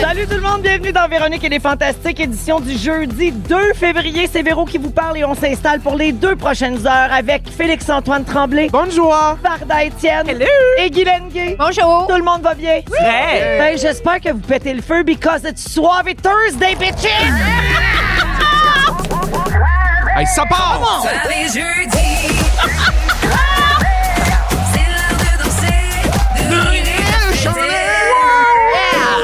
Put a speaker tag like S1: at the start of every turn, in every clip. S1: Salut tout le monde, bienvenue dans Véronique et les Fantastiques, édition du jeudi 2 février. C'est Véro qui vous parle et on s'installe pour les deux prochaines heures avec Félix-Antoine Tremblay,
S2: Bonjour!
S1: Varda Étienne et Guylaine Gay.
S3: Bonjour.
S1: Tout le monde va bien? Ben, j'espère que vous pétez le feu because it's Suave Thursday, bitches!
S2: Hey, ça part!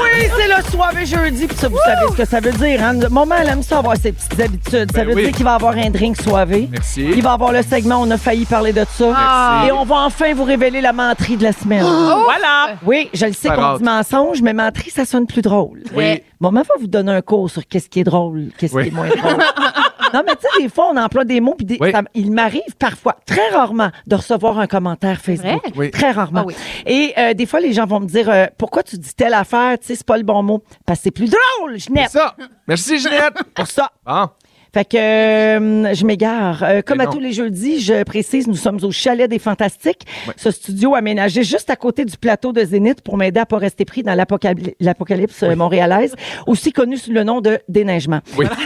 S1: Oui, c'est le soirée jeudi, puis ça, vous savez ce que ça veut dire. Hein? Le moment, elle aime ça avoir ses petites habitudes. ça
S2: Ben
S1: veut
S2: oui.
S1: dire qu'il va avoir un drink soivé.
S2: Merci.
S1: Il va avoir le segment On a failli parler de ça.
S2: Merci.
S1: Et on va enfin vous révéler la menterie de la semaine.
S4: Voilà.
S1: Oui, je le sais
S2: Pas
S1: qu'on
S2: rare.
S1: dit mensonge, mais menterie, ça sonne plus drôle.
S2: Oui.
S1: Maman va vous donner un cours sur qu'est-ce qui est drôle, qu'est-ce
S2: Oui.
S1: qui est moins drôle. non, mais tu sais, des fois, on emploie des mots, puis des-
S2: Oui.
S1: ça- il m'arrive parfois, très rarement, de recevoir un commentaire Facebook.
S3: vrai?
S2: Oui.
S1: Très rarement.
S3: Ah oui.
S1: Et euh, des fois, les gens vont me dire euh, Pourquoi tu dis telle affaire Tu sais, c'est pas le bon mot. Parce que c'est plus drôle,
S2: C'est
S1: Ginette.
S2: ça! Merci, Ginette!
S1: Pour ça.
S2: Bon,
S1: Fait que euh, je m'égare. Euh, comme
S2: Mais
S1: à
S2: non.
S1: tous les jeudis, je précise, nous sommes au Chalet des Fantastiques. Ce studio aménagé juste à côté du plateau de Zénith pour m'aider à pas rester pris dans l'apocalypse- l'apocalypse euh, montréalaise, aussi connu sous le nom de déneigement.
S2: oui.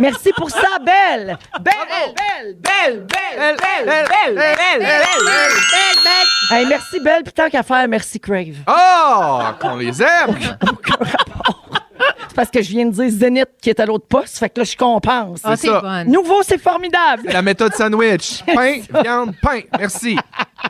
S1: Merci pour ça, belle! Belle!
S4: Belle, belle, belle, belle, belle, belle.
S1: Hey, merci, belle. Puis tant qu'à faire, merci, Crave.
S2: Oh, qu'on les aime!
S1: C'est parce que je viens de dire Zénith qui est à l'autre poste. Fait que là, je compense.
S3: Ah,
S2: C'est
S3: c'est
S2: ça.
S3: bonne.
S1: Nouveau, c'est formidable!
S2: La méthode sandwich. Pain, viande, pain. Merci.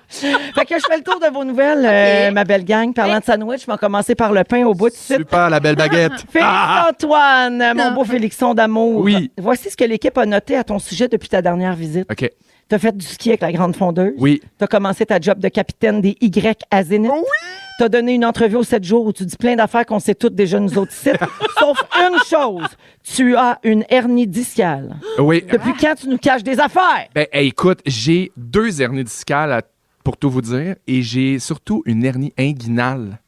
S1: Fait que je fais le tour de vos nouvelles, euh, ma belle gang. Parlant de sandwich, je vais commencer par le pain au bout de suite.
S2: Super, la belle baguette.
S1: Félix-Antoine, mon beau Félixon d'amour.
S2: Oui.
S1: Voici ce que l'équipe a noté à ton sujet depuis ta dernière visite.
S2: OK.
S1: T'as fait du ski avec la grande fondeuse.
S2: Oui.
S1: T'as commencé ta job de capitaine des Y à Zénith. Oui. T'as donné une entrevue aux 7 jours où tu dis plein d'affaires qu'on sait toutes déjà nous autres sites. Sauf une chose, tu as une hernie discale.
S2: Oui.
S1: Depuis quand tu nous caches des affaires?
S2: Ben, hey, écoute, j'ai deux hernies discales à- pour tout vous dire et j'ai surtout une hernie inguinale.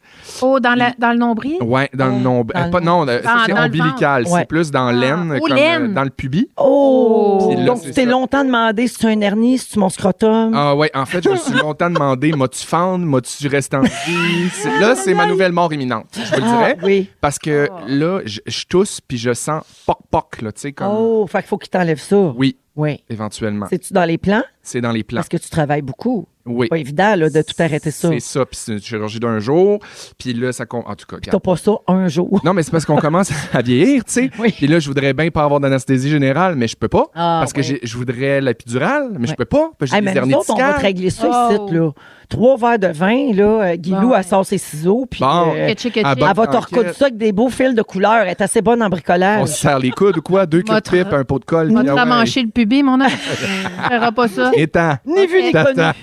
S3: Oh, dans, la, dans le nombril?
S2: Ouais, dans le nombre.
S1: dans le
S2: pas, non, le- ça,
S3: Dans-
S2: c'est
S3: dans le
S2: ombilical.
S1: ventre. Ouais.
S2: C'est plus dans l'aine,
S3: Ah, aux
S2: comme euh,
S3: laines.
S2: dans le pubis.
S1: Oh!
S2: Puis là,
S1: Donc,
S2: c'est
S1: tu t'es
S2: ça.
S1: longtemps demandé si tu as une hernie, si tu mon scrotum.
S2: Ah ouais, en fait, je me suis longtemps demandé, m'as-tu fendre, m'as-tu rester en vie? C'est- Là, c'est ma nouvelle mort imminente, je vous le
S1: Ah,
S2: dirais.
S1: oui.
S2: Parce que là, je, je tousse puis je sens poc-poc, là, tu sais, comme...
S1: Oh, fait qu'il faut qu'il t'enlève ça.
S2: Oui, Ah.
S1: Oui.
S2: éventuellement.
S1: C'est-tu dans les plans?
S2: C'est dans les plans.
S1: Parce que tu travailles beaucoup.
S2: Oui.
S1: Pas évident là, de tout arrêter ça.
S2: C'est ça, puis c'est une chirurgie d'un jour. Puis là, ça... com- En tout cas,
S1: T'as pas ça un jour.
S2: Non, mais c'est parce qu'on commence à vieillir, tu sais.
S1: Oui.
S2: Puis là, je voudrais bien pas avoir d'anesthésie générale, mais je peux pas.
S1: Ah,
S2: parce que
S1: ouais.
S2: j'ai- je voudrais l'épidurale, mais je
S1: Ouais.
S2: peux pas. Parce que j'ai
S1: Hey,
S2: des
S1: mais
S2: hernies
S1: nous autres, on va te
S2: discales.
S1: régler ça
S3: Oh.
S1: ici. Là. Trois verres de vin, là, euh, Guilou,
S3: Bon.
S1: elle sort ses ciseaux, puis
S2: Bon.
S1: euh,
S3: Ketchi, ketchi.
S2: Ah, bon.
S1: elle va te
S2: Enquête.
S1: recoudre ça avec des beaux fils de couleur. Elle est assez bonne en
S2: On
S1: bricolage.
S2: se serre les coudes ou quoi? Deux cubes
S3: Votre-
S2: pipes, un pot de colle.
S3: Va
S2: puis
S3: te
S2: ah ouais.
S3: ramancher le pubis, mon homme. On fera pas ça.
S2: Étant.
S1: Ni vu ni connu.
S2: T'attends.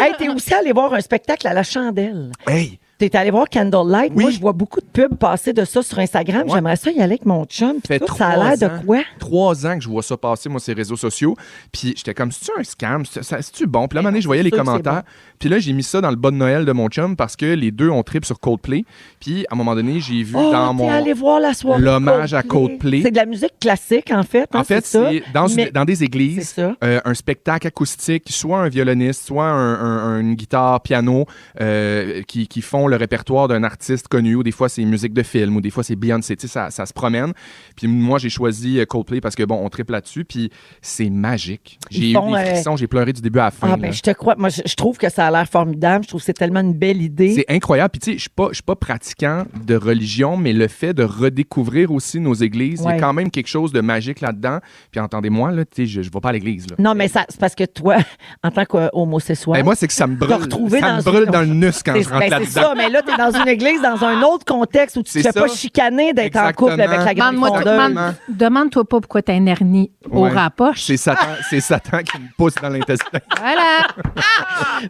S1: hey, t'es aussi allé voir un spectacle à la chandelle.
S2: Hey!
S1: T'es allé voir Candlelight.
S2: Oui.
S1: Moi, je vois beaucoup de pubs passer de ça sur Instagram.
S2: Ouais.
S1: J'aimerais ça y aller avec mon chum. puis
S2: fait
S1: tout.
S2: trois
S1: ça a l'air
S2: ans-
S1: de quoi?
S2: Trois ans que je vois ça passer, moi, ces réseaux sociaux. Puis j'étais comme, c'est-tu un scam? C'est- ça- C'est-tu bon? Puis là, à un moment donné, je voyais les
S1: sûr que c'est
S2: commentaires. Puis là, j'ai mis ça dans le bas de Noël de mon chum parce que les deux ont trip sur Coldplay. Puis à un moment donné, j'ai vu
S1: Oh,
S2: dans
S1: t'es
S2: mon.
S1: allé voir la soirée.
S2: l'hommage à Coldplay.
S1: C'est de la musique classique, en fait. hein,
S2: En fait,
S1: ça.
S2: c'est dans, une-
S1: Mais-
S2: dans des églises,
S1: C'est ça.
S2: euh, un spectacle acoustique, soit un violoniste, soit un- un- une guitare, piano, euh, qui, qui font le répertoire d'un artiste connu, ou des fois c'est musique de film, ou des fois c'est Beyoncé, tu sais, ça, ça se promène. Puis moi, j'ai choisi euh, Coldplay parce que, bon, on triple là-dessus, puis c'est magique. J'ai
S1: Ils
S2: eu
S1: font, euh,
S2: des frissons, j'ai pleuré du début à la fin.
S1: Ah,
S2: là.
S1: ben, je te crois. Moi, je, je trouve que ça a l'air formidable. Je trouve que c'est tellement une belle idée.
S2: C'est incroyable. Puis, tu sais, je suis pas, je suis pas pratiquant de religion, mais le fait de redécouvrir aussi nos églises, il y
S1: Ouais.
S2: a quand même quelque chose de magique là-dedans. Puis, entendez-moi, là, tu sais, je, je vais pas à l'église, là.
S1: Non, mais ça, c'est parce que toi, en tant qu'homosexuel,
S2: Ben, moi, c'est que ça me brûle.
S1: retrouvé
S2: ça
S1: dans
S2: me
S1: une-
S2: brûle dans le nus quand
S1: c'est
S2: je rentre
S1: ben, c'est
S2: là-dedans.
S1: ça, mais là, t'es dans une église, dans un autre contexte où tu te
S2: C'est
S1: fais
S2: ça.
S1: pas chicaner d'être en couple avec la grande
S3: Demande-moi-
S2: Exactement.
S3: demande- Demande-toi pas pourquoi t'as une hernie au
S2: hein. Ouais.
S3: rapoche.
S2: C'est Satan, c'est Satan qui me pousse dans l'intestin.
S3: Voilà.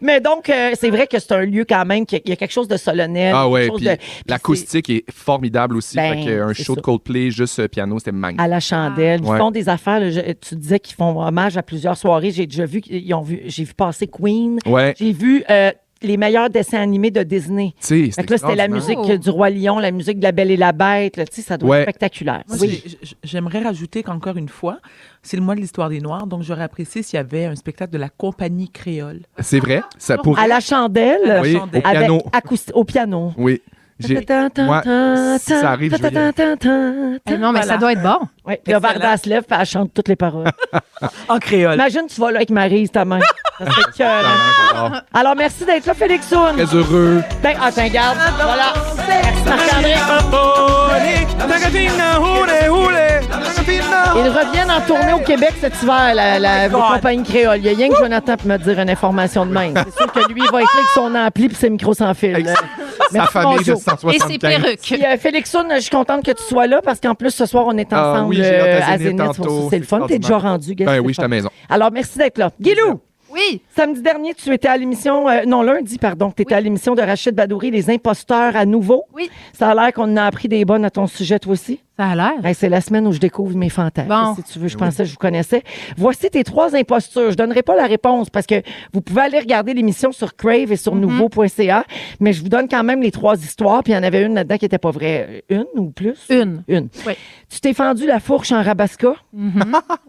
S1: Mais donc, euh, c'est vrai que c'est un lieu quand même, qu'il y a quelque chose de solennel.
S2: Ah
S1: quelque
S2: ouais,
S1: chose
S2: puis
S1: de-
S2: l'acoustique est formidable aussi.
S1: Ben,
S2: fait que un
S1: c'est
S2: show
S1: ça.
S2: de Coldplay, juste euh, piano, c'était magnifique.
S1: à la chandelle. Ils
S2: Ouais.
S1: font des affaires. là, je- tu disais qu'ils font hommage à plusieurs soirées. J'ai déjà vu, qu'ils ont vu, j'ai vu passer Queen.
S2: Ouais, tu
S1: Ah, J'ai vu euh, les meilleurs dessins animés de Disney.
S2: sais,
S1: Fait que là, c'était la musique
S3: Oh.
S1: du Roi Lion, la musique de La Belle et la Bête. là, tu sais, ça doit
S2: Ouais.
S1: être spectaculaire.
S4: Moi,
S1: Oui.
S4: j'ai- j- J'aimerais rajouter qu'encore une fois, c'est le mois de l'histoire des Noirs, donc j'aurais apprécié s'il y avait un spectacle de la compagnie créole.
S2: C'est vrai, ça pourrait.
S1: À la chandelle,
S2: Oui,
S4: chandelle.
S2: au piano.
S1: avec acousti- au piano.
S2: Oui. J'ai- moi, si ça arrive, je vais y aller.
S3: Eh non, mais
S4: Voilà.
S3: ça doit être bon.
S1: Oui, puis là,
S4: Excellent.
S1: Varda se lève, puis elle chante toutes les paroles. Ah,
S4: En créole.
S1: Imagine, tu vas là avec Maryse, ta mère. Ça serait écœurant.
S2: Ah, j'adore.
S1: Alors, merci d'être là, Félix Soun.
S2: Très heureux.
S1: Ben, ah, t'en gardes. Voilà. Merci, Marc-André. Ils reviennent en tournée au Québec cet hiver, la, la
S2: Oh
S1: vos
S4: God.
S1: compagnie créole. Il y a rien que Jonathan pour me dire une information de même. C'est sûr que lui, il va être là avec son ampli et ses micros sans fil.
S2: Exact. Sa
S1: Merci,
S2: famille de
S1: bonjour.
S3: Et c'est
S2: 175.
S3: perruque.
S1: Puis, euh, Félixoun, je suis contente que tu sois là parce qu'en plus, ce soir, on est
S2: Ah
S1: ensemble
S2: oui, j'ai hâte
S1: euh,
S2: à
S1: à
S2: Zénith
S1: Zénith. pour
S2: tantôt.
S1: ça, C'est le fun.
S2: C'est
S1: T'es déjà
S2: extraordinaire.
S1: rendu, Guess,
S2: Ben
S1: c'est
S2: oui,
S1: le
S2: je suis
S1: fun.
S2: à la maison.
S1: Alors, merci d'être là. Guilou,
S3: Oui.
S1: samedi dernier, tu étais à l'émission, euh, non, lundi, pardon, tu étais à l'émission de Rachid Badouri, Les Imposteurs à nouveau.
S3: Oui.
S1: Ça a l'air qu'on en a appris des bonnes à ton sujet, toi aussi.
S3: Ça a l'air.
S1: Hey, c'est la semaine où je découvre mes fantasmes.
S3: Bon.
S1: Si tu veux, je pensais que je vous connaissais. Voici tes trois impostures. Je donnerai pas la réponse parce que vous pouvez aller regarder l'émission sur Crave et sur
S3: Mhm.
S1: nouveau.ca, mais je vous donne quand même les trois histoires. Puis il y en avait une là-dedans qui était pas vraie. Euh, Une ou plus?
S3: Une.
S1: Une.
S3: Oui.
S1: Tu t'es fendu la fourche en rabasca.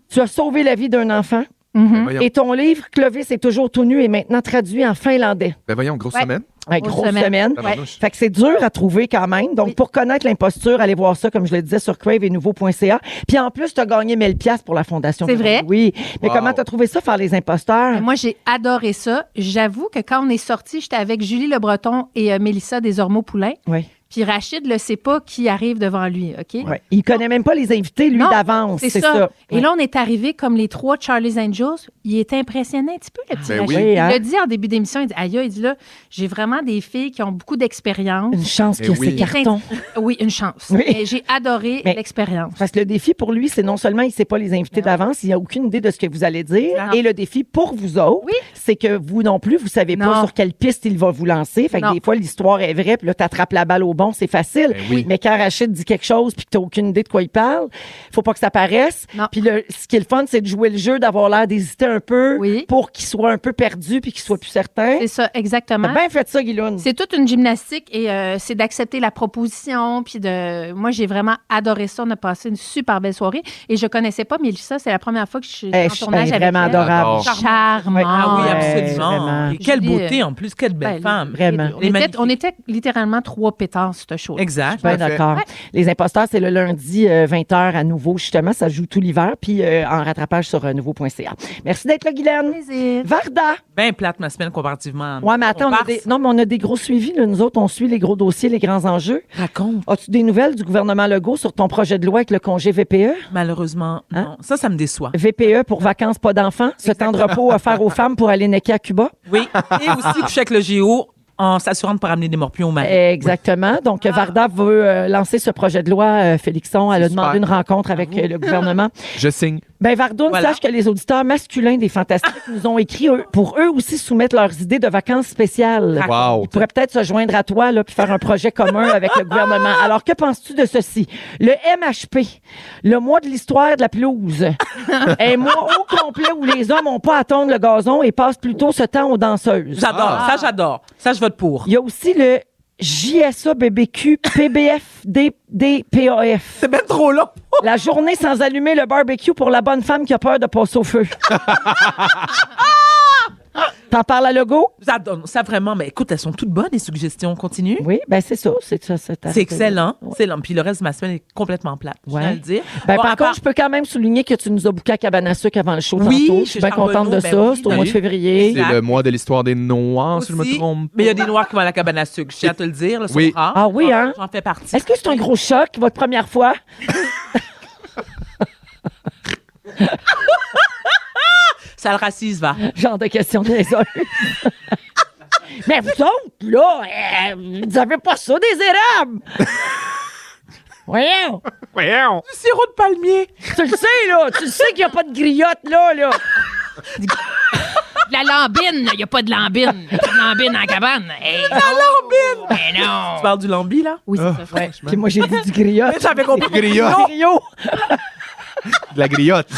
S1: tu as sauvé la vie d'un enfant.
S3: Mhm.
S2: Ben Voyons,
S1: Et ton livre, Clovis est toujours tout nu, est maintenant traduit en finlandais.
S2: ben voyons, grosse
S3: Ouais.
S2: semaine.
S1: Ouais,
S3: Grosse
S1: grosse
S3: semaine.
S1: semaine.
S2: Tabarnouche.
S1: Fait que c'est dur à trouver quand même. Donc,
S3: Oui.
S1: pour connaître l'imposture, allez voir ça, comme je le disais, sur crave et nouveau.ca. Puis en plus, tu as gagné 1000 pièces pour la Fondation.
S3: C'est vrai? Ah,
S1: Oui. Mais
S2: Wow.
S1: comment tu as trouvé ça, faire les imposteurs?
S3: Moi, j'ai adoré ça. J'avoue que quand on est sorti, j'étais avec Julie Le Breton et euh, Mélissa Desormeaux-Poulain.
S1: Oui.
S3: Puis Rachid ne sait pas qui arrive devant lui, OK?
S1: Ouais. Il connaît même pas les invités, lui,
S3: Non,
S1: d'avance.
S3: C'est ça. Et là, on est arrivé comme les trois de Charlie's Angels. Il était impressionné un petit peu, le petit
S2: Ben
S3: Rachid.
S1: oui. Oui, hein?
S3: Il l'a dit en début d'émission, il dit Aïe, il dit là, j'ai vraiment des filles qui ont beaucoup d'expérience.
S1: Une chance
S2: Eh
S1: qu'il y a
S2: oui.
S1: ces cartons.
S3: Oui, une chance.
S1: Oui.
S3: Mais J'ai adoré
S1: Mais-
S3: l'expérience.
S1: Parce que le défi pour lui, c'est non seulement il ne sait pas les invités d'avance, il n'a aucune idée de ce que vous allez dire.
S3: Ben Non.
S1: Et le défi pour vous autres,
S3: Oui.
S1: c'est que vous non plus, vous savez pas
S3: Non.
S1: sur quelle piste il va vous lancer. Fait que
S3: Non.
S1: des fois, l'histoire est vraie, puis là, tu attrapes la balle au bon, c'est facile.
S2: Ben oui.
S1: Mais quand Rachid dit quelque chose, puis que tu n'as aucune idée de quoi il parle, faut pas que ça paraisse.
S3: Non.
S1: Puis le- ce qui est le fun, c'est de jouer le jeu, d'avoir l'air d'hésiter un peu
S3: Oui.
S1: pour qu'il soit un peu perdu, puis qu'il soit plus certain.
S3: C'est ça, exactement.
S1: T'as bien fait ça, Guiloune.
S3: C'est toute une gymnastique et euh, c'est d'accepter la proposition. Puis de, moi, j'ai vraiment adoré ça. On a passé une super belle soirée et je connaissais pas Mélissa. C'est la première fois que je suis
S1: Eh,
S3: en
S1: je suis
S3: tournage avec euh,
S1: vraiment
S3: elle.
S1: adorable.
S2: J'adore.
S3: Charmante.
S4: Ah oui,
S1: Ouais,
S4: absolument.
S1: vraiment.
S4: Et quelle
S3: Julie,
S4: beauté
S3: euh,
S4: en plus, quelle belle
S3: Ben,
S4: femme.
S1: Vraiment.
S3: On
S4: Elle est
S3: était,
S4: magnifique.
S3: on était littéralement trois pétards sur ce show.
S4: Exact.
S1: Ben
S2: Parfait.
S1: d'accord. Les imposteurs, c'est le lundi 20h à nouveau, justement. Ça joue tout l'hiver, puis euh, en rattrapage sur euh, nouveau.ca. Merci d'être là, Guylaine.
S3: Plaisir.
S1: Varda.
S4: Ben plate ma semaine comparativement. à-
S1: Ouais, mais attends, on, a
S4: comparse.
S1: des... non, mais on a des gros suivis. là. Nous autres, on suit les gros dossiers, les grands enjeux.
S4: Raconte.
S1: As-tu des nouvelles du gouvernement Legault sur ton projet de loi avec le congé E? VPE?
S4: Malheureusement,
S1: Hein?
S4: non. Ça, ça me déçoit.
S1: VPE E pour vacances, pas d'enfants. Ce temps de repos offert aux femmes pour aller necker à Cuba.
S4: Oui. Et aussi coucher avec le Géo en s'assurant de ne pas ramener des morpions au
S1: Eh.
S4: mari.
S1: Exactement. Donc, Varda veut euh, lancer ce projet de loi, euh, Félixon. Elle a
S2: C'est
S1: demandé
S2: super.
S1: une rencontre avec euh, le gouvernement.
S2: Je signe.
S1: Ben Vardoune,
S4: Voilà.
S1: sache que les auditeurs masculins des Fantastiques nous ont écrit eux, pour eux aussi soumettre leurs idées de vacances spéciales.
S2: Wow.
S1: Ils pourraient peut-être se joindre à toi là, puis faire un projet commun avec le gouvernement. Alors, que penses-tu de ceci? Le MHP, le mois de l'histoire de la pelouse, un mois au complet où les hommes n'ont pas à tondre le gazon et passent plutôt ce temps aux danseuses.
S4: J'adore. Ça, j'adore. Ça, je vote pour.
S1: Il y a aussi le JSA BBQ PBF DDPAF.
S4: C'est bien trop long.
S1: La journée sans allumer le barbecue pour la bonne femme qui a peur de passer au feu. T'en parles à Logo?
S4: J'adore. Ça, vraiment. Mais écoute, elles sont toutes bonnes, les suggestions. Continue.
S1: Oui, ben c'est ça, c'est ça, c'est
S4: C'est excellent.
S1: Ouais.
S4: C'est long. Puis le reste de ma semaine est complètement plate. Je
S1: Ouais.
S4: viens de le dire.
S1: Ben,
S4: Bon,
S1: par
S4: à part-
S1: contre, je peux quand même souligner que tu nous as bouqué à cabane à sucre avant le show
S4: Oui,
S1: tantôt. Je suis
S4: chez
S1: bien
S4: Charbonneau,
S1: contente de
S4: ben
S1: ça.
S4: oui,
S1: c'est au
S4: ben
S1: mois de
S4: oui.
S1: février.
S2: C'est le mois de l'histoire des Noirs, si je me
S4: aussi.
S2: trompe.
S4: Mais il y a des noirs qui vont à la cabane à sucre. Je tiens à te le dire. Là,
S2: Oui.
S4: sont rares.
S1: Ah oui, hein?
S4: J'en fais partie.
S1: Est-ce que c'est un gros choc, votre première fois?
S4: Ça le racise, va.
S1: Ah. Genre de question des hommes. Mais vous autres, là, euh, vous avez pas ça des érables! Voyons!
S2: Voyons.
S4: Du sirop de palmier.
S1: Tu le sais, là! Tu le sais qu'il n'y a pas de griotte, là, là!
S5: La lambine, il n'y a pas de lambine. Y a pas de lambine en cabane.
S1: Ah.
S5: la lambine! Mais
S4: Tu
S5: non!
S4: parles du lambi, là?
S3: Oui, c'est ça.
S1: Puis moi, j'ai dit du griotte.
S4: Mais J'avais compris.
S2: Griotte.
S4: Non.
S1: Griot.
S2: De la griotte.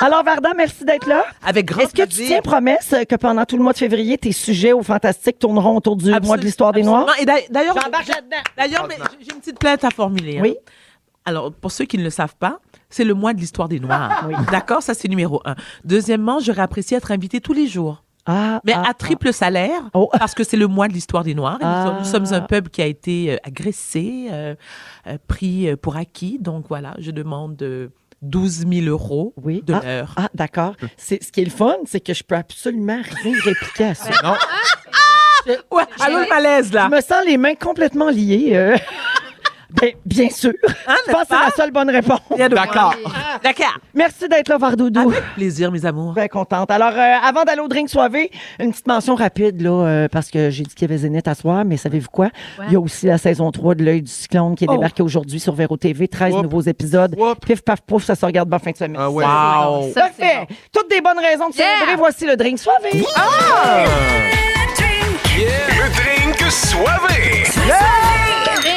S1: Alors, Varda, merci d'être là.
S4: Avec grand
S1: Est-ce que tu
S4: plaisir.
S1: tiens promesse que pendant tout le mois de février, tes sujets au fantastique tourneront autour du mois de
S4: Absolu-
S1: l'histoire des Noirs?
S4: absolument. Et d'ailleurs- d'ailleurs,
S1: J'embarque là-dedans.
S4: d'ailleurs, mais j'ai- j'ai une petite plainte à formuler. hein.
S1: Oui.
S4: Alors, pour ceux qui ne le savent pas, c'est le mois de l'histoire des
S1: Ah,
S4: Noirs. D'accord, ça c'est numéro un. Deuxièmement, j'aurais apprécié être invité tous les jours,
S1: Ah,
S4: mais
S1: ah,
S4: à triple salaire,
S1: Oh.
S4: parce que c'est le mois de l'histoire des Noirs. Et nous
S1: Ah.
S4: sommes- nous, sommes un peuple qui a été euh, agressé, euh, euh, pris euh, pour acquis. Donc voilà, je demande euh, 12 000 euros
S1: Oui.
S4: de
S1: Ah.
S4: l'heure.
S1: Ah, d'accord. C'est, ce qui est le fun, c'est que je peux absolument rien répliquer à ça.
S2: Non.
S1: Ah.
S4: Ouais, allô le malaise là.
S1: Je me sens les mains complètement liées. euh. Ben, bien sûr.
S4: Ah,
S1: je pense que c'est la seule bonne réponse.
S4: Rien de-
S2: D'accord.
S1: Ah.
S4: ah, D'accord.
S1: Merci d'être là, Vardoudou.
S4: Avec plaisir, mes amours.
S1: Très contente. Alors, euh, avant d'aller au drink soivé, une petite mention rapide, là, euh, parce que j'ai dit qu'il y avait Zénith à soir, mais savez-vous quoi? Il y a aussi la saison 3 de l'œil du cyclone qui est
S4: Oh.
S1: débarquée aujourd'hui sur Véro TV. 13
S2: Whoop.
S1: nouveaux épisodes.
S2: Whoop.
S1: Pif, paf, pouf, ça se regarde bien fin de semaine.
S2: Ah ouais.
S4: Wow.
S3: Ça, c'est
S1: Parfait.
S3: bon.
S1: Toutes des bonnes raisons de célébrer.
S3: Yeah.
S1: Voici le drink Ah! soivé.
S6: Le drink soivé.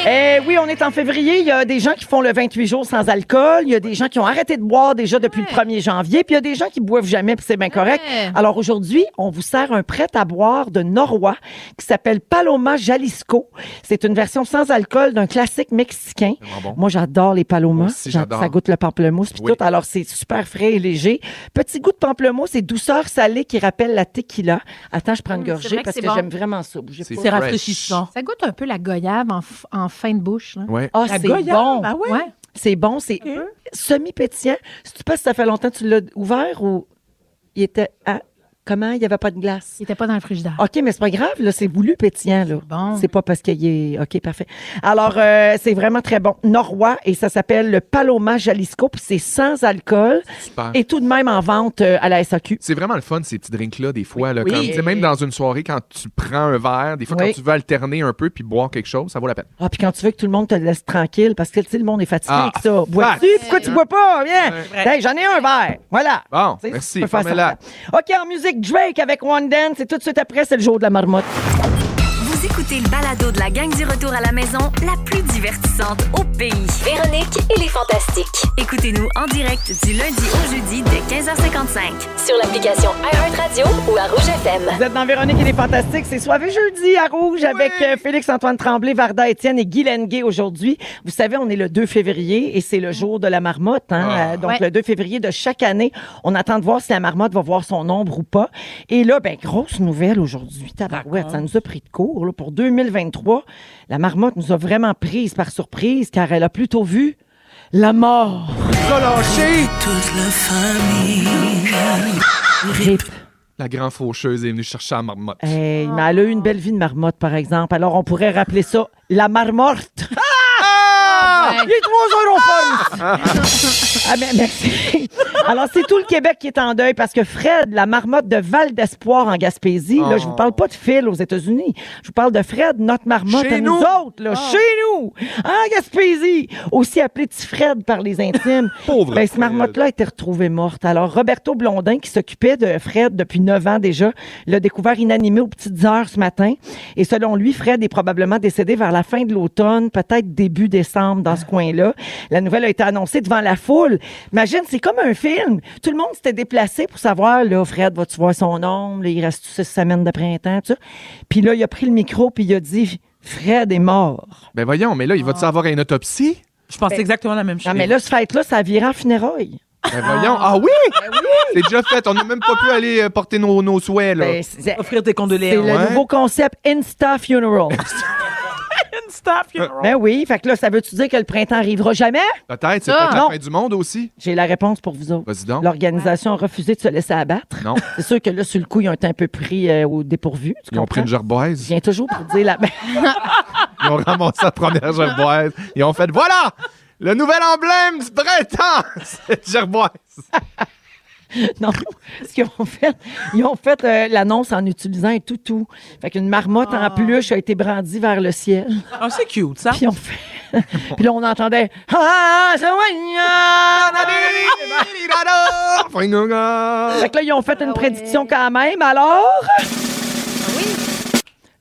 S1: Eh oui, on est en février. Il y a des gens qui font le 28 jours sans alcool. Il y a des gens qui ont arrêté de boire déjà depuis le 1er janvier. Puis il y a des gens qui boivent jamais, puis c'est bien correct.
S5: Ouais.
S1: Alors aujourd'hui, on vous sert un prêt à boire de Norrois qui s'appelle Paloma Jalisco. C'est une version sans alcool d'un classique mexicain.
S2: Vraiment bon.
S1: Moi, j'adore les palomas.
S2: Moi aussi,
S1: J'en-
S2: j'adore.
S1: Ça goûte le pamplemousse puis
S2: Oui.
S1: tout. Alors, c'est super frais et léger. Petit goût de pamplemousse et douceur salée qui rappelle la tequila. Attends, je prends une
S3: Mm, c'est
S1: gorgée
S3: vrai que
S1: parce
S3: c'est
S1: que
S3: bon.
S1: j'aime vraiment ça. Bougez
S2: C'est
S1: pas.
S4: C'est
S2: fresh.
S4: rafraîchissant.
S3: Ça goûte un peu la goyave en, f- en fin de bouche. là.
S2: Ouais.
S1: Ah,
S4: La
S1: c'est
S4: goyave,
S1: bon.
S4: ah ouais?
S3: Ouais.
S1: C'est bon, c'est semi-pétillant. Si tu passes, ça fait longtemps que tu l'as ouvert ou il était à... Comment? Il n'y avait pas de glace.
S3: Il était pas dans le frigidaire.
S1: OK, mais c'est pas grave, là, c'est voulu pétillant, là.
S3: Bon.
S1: C'est pas parce qu'il est... OK, parfait. Alors, euh, c'est vraiment très bon. Norrois, et ça s'appelle le Paloma Jalisco, puis c'est sans alcool
S2: Super.
S1: et tout de même en vente euh, à la SAQ.
S2: C'est vraiment le fun, ces petits drinks-là, des fois. Là,
S1: Oui.
S2: comme, tu sais, même dans une soirée, quand tu prends un verre, des fois,
S1: Oui.
S2: quand tu veux alterner un peu puis boire quelque chose, ça vaut la peine.
S1: Ah, puis quand tu veux que tout le monde te laisse tranquille, parce que, tu sais, le monde est fatigué
S2: Ah,
S1: avec ça. Bois-tu?
S2: fact.
S1: Pourquoi tu bois pas? Viens!
S4: Ouais.
S1: Hey, j'en ai un verre! Voilà!
S2: Bon,
S1: Tu sais,
S2: merci.
S1: tu peux faire
S2: Pamela.
S1: ça. OK, en musique, Drake avec One Dance. Et tout de suite après, c'est le jour de la marmotte.
S7: Vous écoutez le balado de la gang du retour à la maison, la plus divertissante au pays.
S8: Véronique et les Fantastiques.
S7: Écoutez-nous en direct du lundi au jeudi dès 15h55.
S8: Sur l'application iHeartRadio ou à Rouge FM.
S1: Vous êtes dans Véronique et les Fantastiques. C'est soirée jeudi à Rouge avec euh, Félix-Antoine Tremblay, Varda Étienne et Guy Lenguet aujourd'hui. Vous savez, on est le 2 février et c'est le jour de la marmotte. hein.
S2: Ah.
S1: Euh, donc,
S3: Ouais.
S1: le 2 février de chaque année, on attend de voir si la marmotte va voir son ombre ou pas. Et là, ben, grosse nouvelle aujourd'hui, tabarouette. Ça nous a pris de court. là. Pour 2023, la marmotte nous a vraiment prise par surprise car elle a plutôt vu la mort. Ah! Rip.
S2: La grande faucheuse est venue chercher la marmotte.
S1: Hey, mais elle a eu une belle vie de marmotte, par exemple. Alors, on pourrait rappeler ça la marmotte.
S2: Ah!
S1: Il est trois heures au fun. ah, mais merci. Alors, c'est tout le Québec qui est en deuil parce que Fred, la marmotte de Val d'Espoir en Gaspésie, là, je vous parle pas de Phil aux États-Unis. Je vous parle de Fred, notre marmotte
S2: Chez
S1: à nous, Ah.
S2: nous.
S1: autres, là, chez nous, en Gaspésie. Aussi appelé petit Fred par les intimes.
S2: Pauvre
S1: Ben, cette
S2: Fred.
S1: marmotte-là a été retrouvée morte. Alors, Roberto Blondin, qui s'occupait de Fred depuis 9 ans déjà, l'a découvert inanimé aux petites heures ce matin. Et selon lui, Fred est probablement décédé vers la fin de l'automne, peut-être début décembre, dans ce
S2: Ah.
S1: coin-là. La nouvelle a été annoncée devant la foule. Imagine, c'est comme un film. Tout le monde s'était déplacé pour savoir, là, Fred, vas-tu voir son ombre? Là, il reste six semaines de printemps, tout ça. Puis là, il a pris le micro, puis il a dit, Fred est mort.
S2: Ben voyons, mais là, il
S1: Ah.
S2: va-tu avoir une autopsie?
S4: Je pensais exactement la même chose.
S1: Ben, Non, mais là, ce fête-là, ça vira en funérailles.
S2: Ben voyons. Ah oui?
S1: Ben
S2: C'est déjà fait. On n'a même pas pu aller euh, porter nos, nos souhaits, là.
S1: Ben, c'est-
S4: offrir tes
S1: C'est
S4: condoléances.
S1: le
S2: Ouais.
S1: nouveau concept Insta Funeral. ben oui, fait que là, ça veut-tu dire que le printemps arrivera jamais?
S2: Peut-être, c'est
S3: Ça,
S2: peut-être
S1: non.
S2: la fin du monde aussi.
S1: J'ai la réponse pour vous autres.
S2: Vas-y donc.
S1: L'organisation a refusé de se laisser abattre.
S2: Non.
S1: C'est sûr que là, sur le coup, ils ont été un peu pris euh, au dépourvu. Tu
S2: Ils ont
S1: comprends?
S2: pris une
S1: Je
S2: gerboise.
S1: viens toujours pour dire la.
S2: Ils ont ramassé la première gerboise. Ils ont fait voilà le nouvel emblème du printemps, cette gerboise.
S1: Non, ce qu'ils ont fait, ils ont fait euh, l'annonce en utilisant un toutou. Fait qu'une marmotte
S2: Ah.
S1: en peluche a été brandie vers le ciel.
S4: Ah, c'est cute, ça.
S1: Puis on fait... Puis là, on entendait... Ah, ça va, Fait que là, ils ont fait une prédiction quand même. Alors...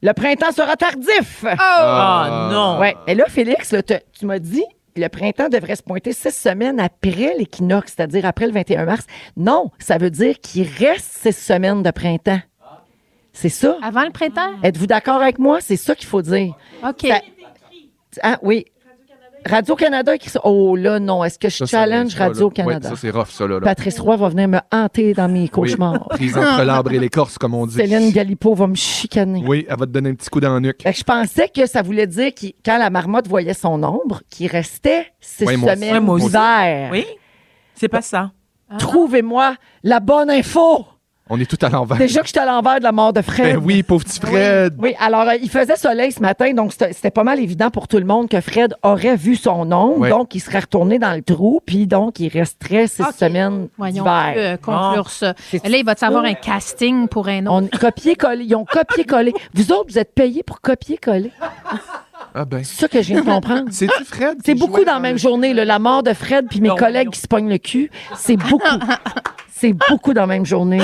S1: Le printemps sera tardif.
S4: Ah, non.
S1: Ouais. Et là, Félix, là, te- tu m'as dit le printemps devrait se pointer six semaines après l'équinoxe, c'est-à-dire après le 21 mars. Non, ça veut dire qu'il reste six semaines de printemps. C'est ça.
S3: Avant le printemps?
S1: Êtes-vous d'accord avec moi? C'est ça qu'il faut dire.
S3: OK.
S1: Ça- Ah oui. Radio-Canada qui... Oh là, non. Est-ce que je
S2: Ça, ça
S1: challenge
S2: vient, ça, là.
S1: Radio-Canada?
S2: Ouais, ça, c'est rough, ça, là. là.
S1: Patrice Roy va venir me hanter dans mes
S2: Oui.
S1: cauchemars.
S2: Prise entre l'arbre et l'écorce, comme on dit.
S1: Céline Galipo va me chicaner.
S2: Oui, elle va te donner un petit coup dans la nuque.
S1: Fait que je pensais que ça voulait dire que quand la marmotte voyait son ombre, qu'il restait six
S2: Ouais, moi aussi. Ah.
S4: Ouais,
S1: semaines
S4: moi aussi.
S1: d'hiver.
S4: Oui? C'est pas ça.
S1: Trouvez-moi la bonne info.
S2: On est tout à l'envers.
S1: Déjà que j'étais à l'envers de la mort de Fred.
S2: Ben oui, pauvre petit Fred.
S1: Oui, alors euh, il faisait soleil ce matin, donc c'était c'était pas mal évident pour tout le monde que Fred aurait vu son ombre,
S2: Ouais.
S1: donc il serait retourné dans le trou, puis donc il resterait six
S3: Ok.
S1: semaines
S3: Voyons
S1: d'hiver.
S3: euh, conclure ça. Là, il va te savoir un casting pour un autre.
S1: On copier-coller, ils ont copié-collé. vous autres, vous êtes payés pour copier-coller.
S2: Ah ben.
S1: C'est ça que je viens de comprendre.
S2: C'est-tu Fred?
S1: C'est
S2: qui
S1: beaucoup
S2: jouait
S1: dans la même
S2: le-
S1: journée. là. la mort de Fred puis mes
S4: Non,
S1: collègues
S4: non.
S1: qui se pognent le cul, c'est beaucoup. C'est beaucoup dans la même journée.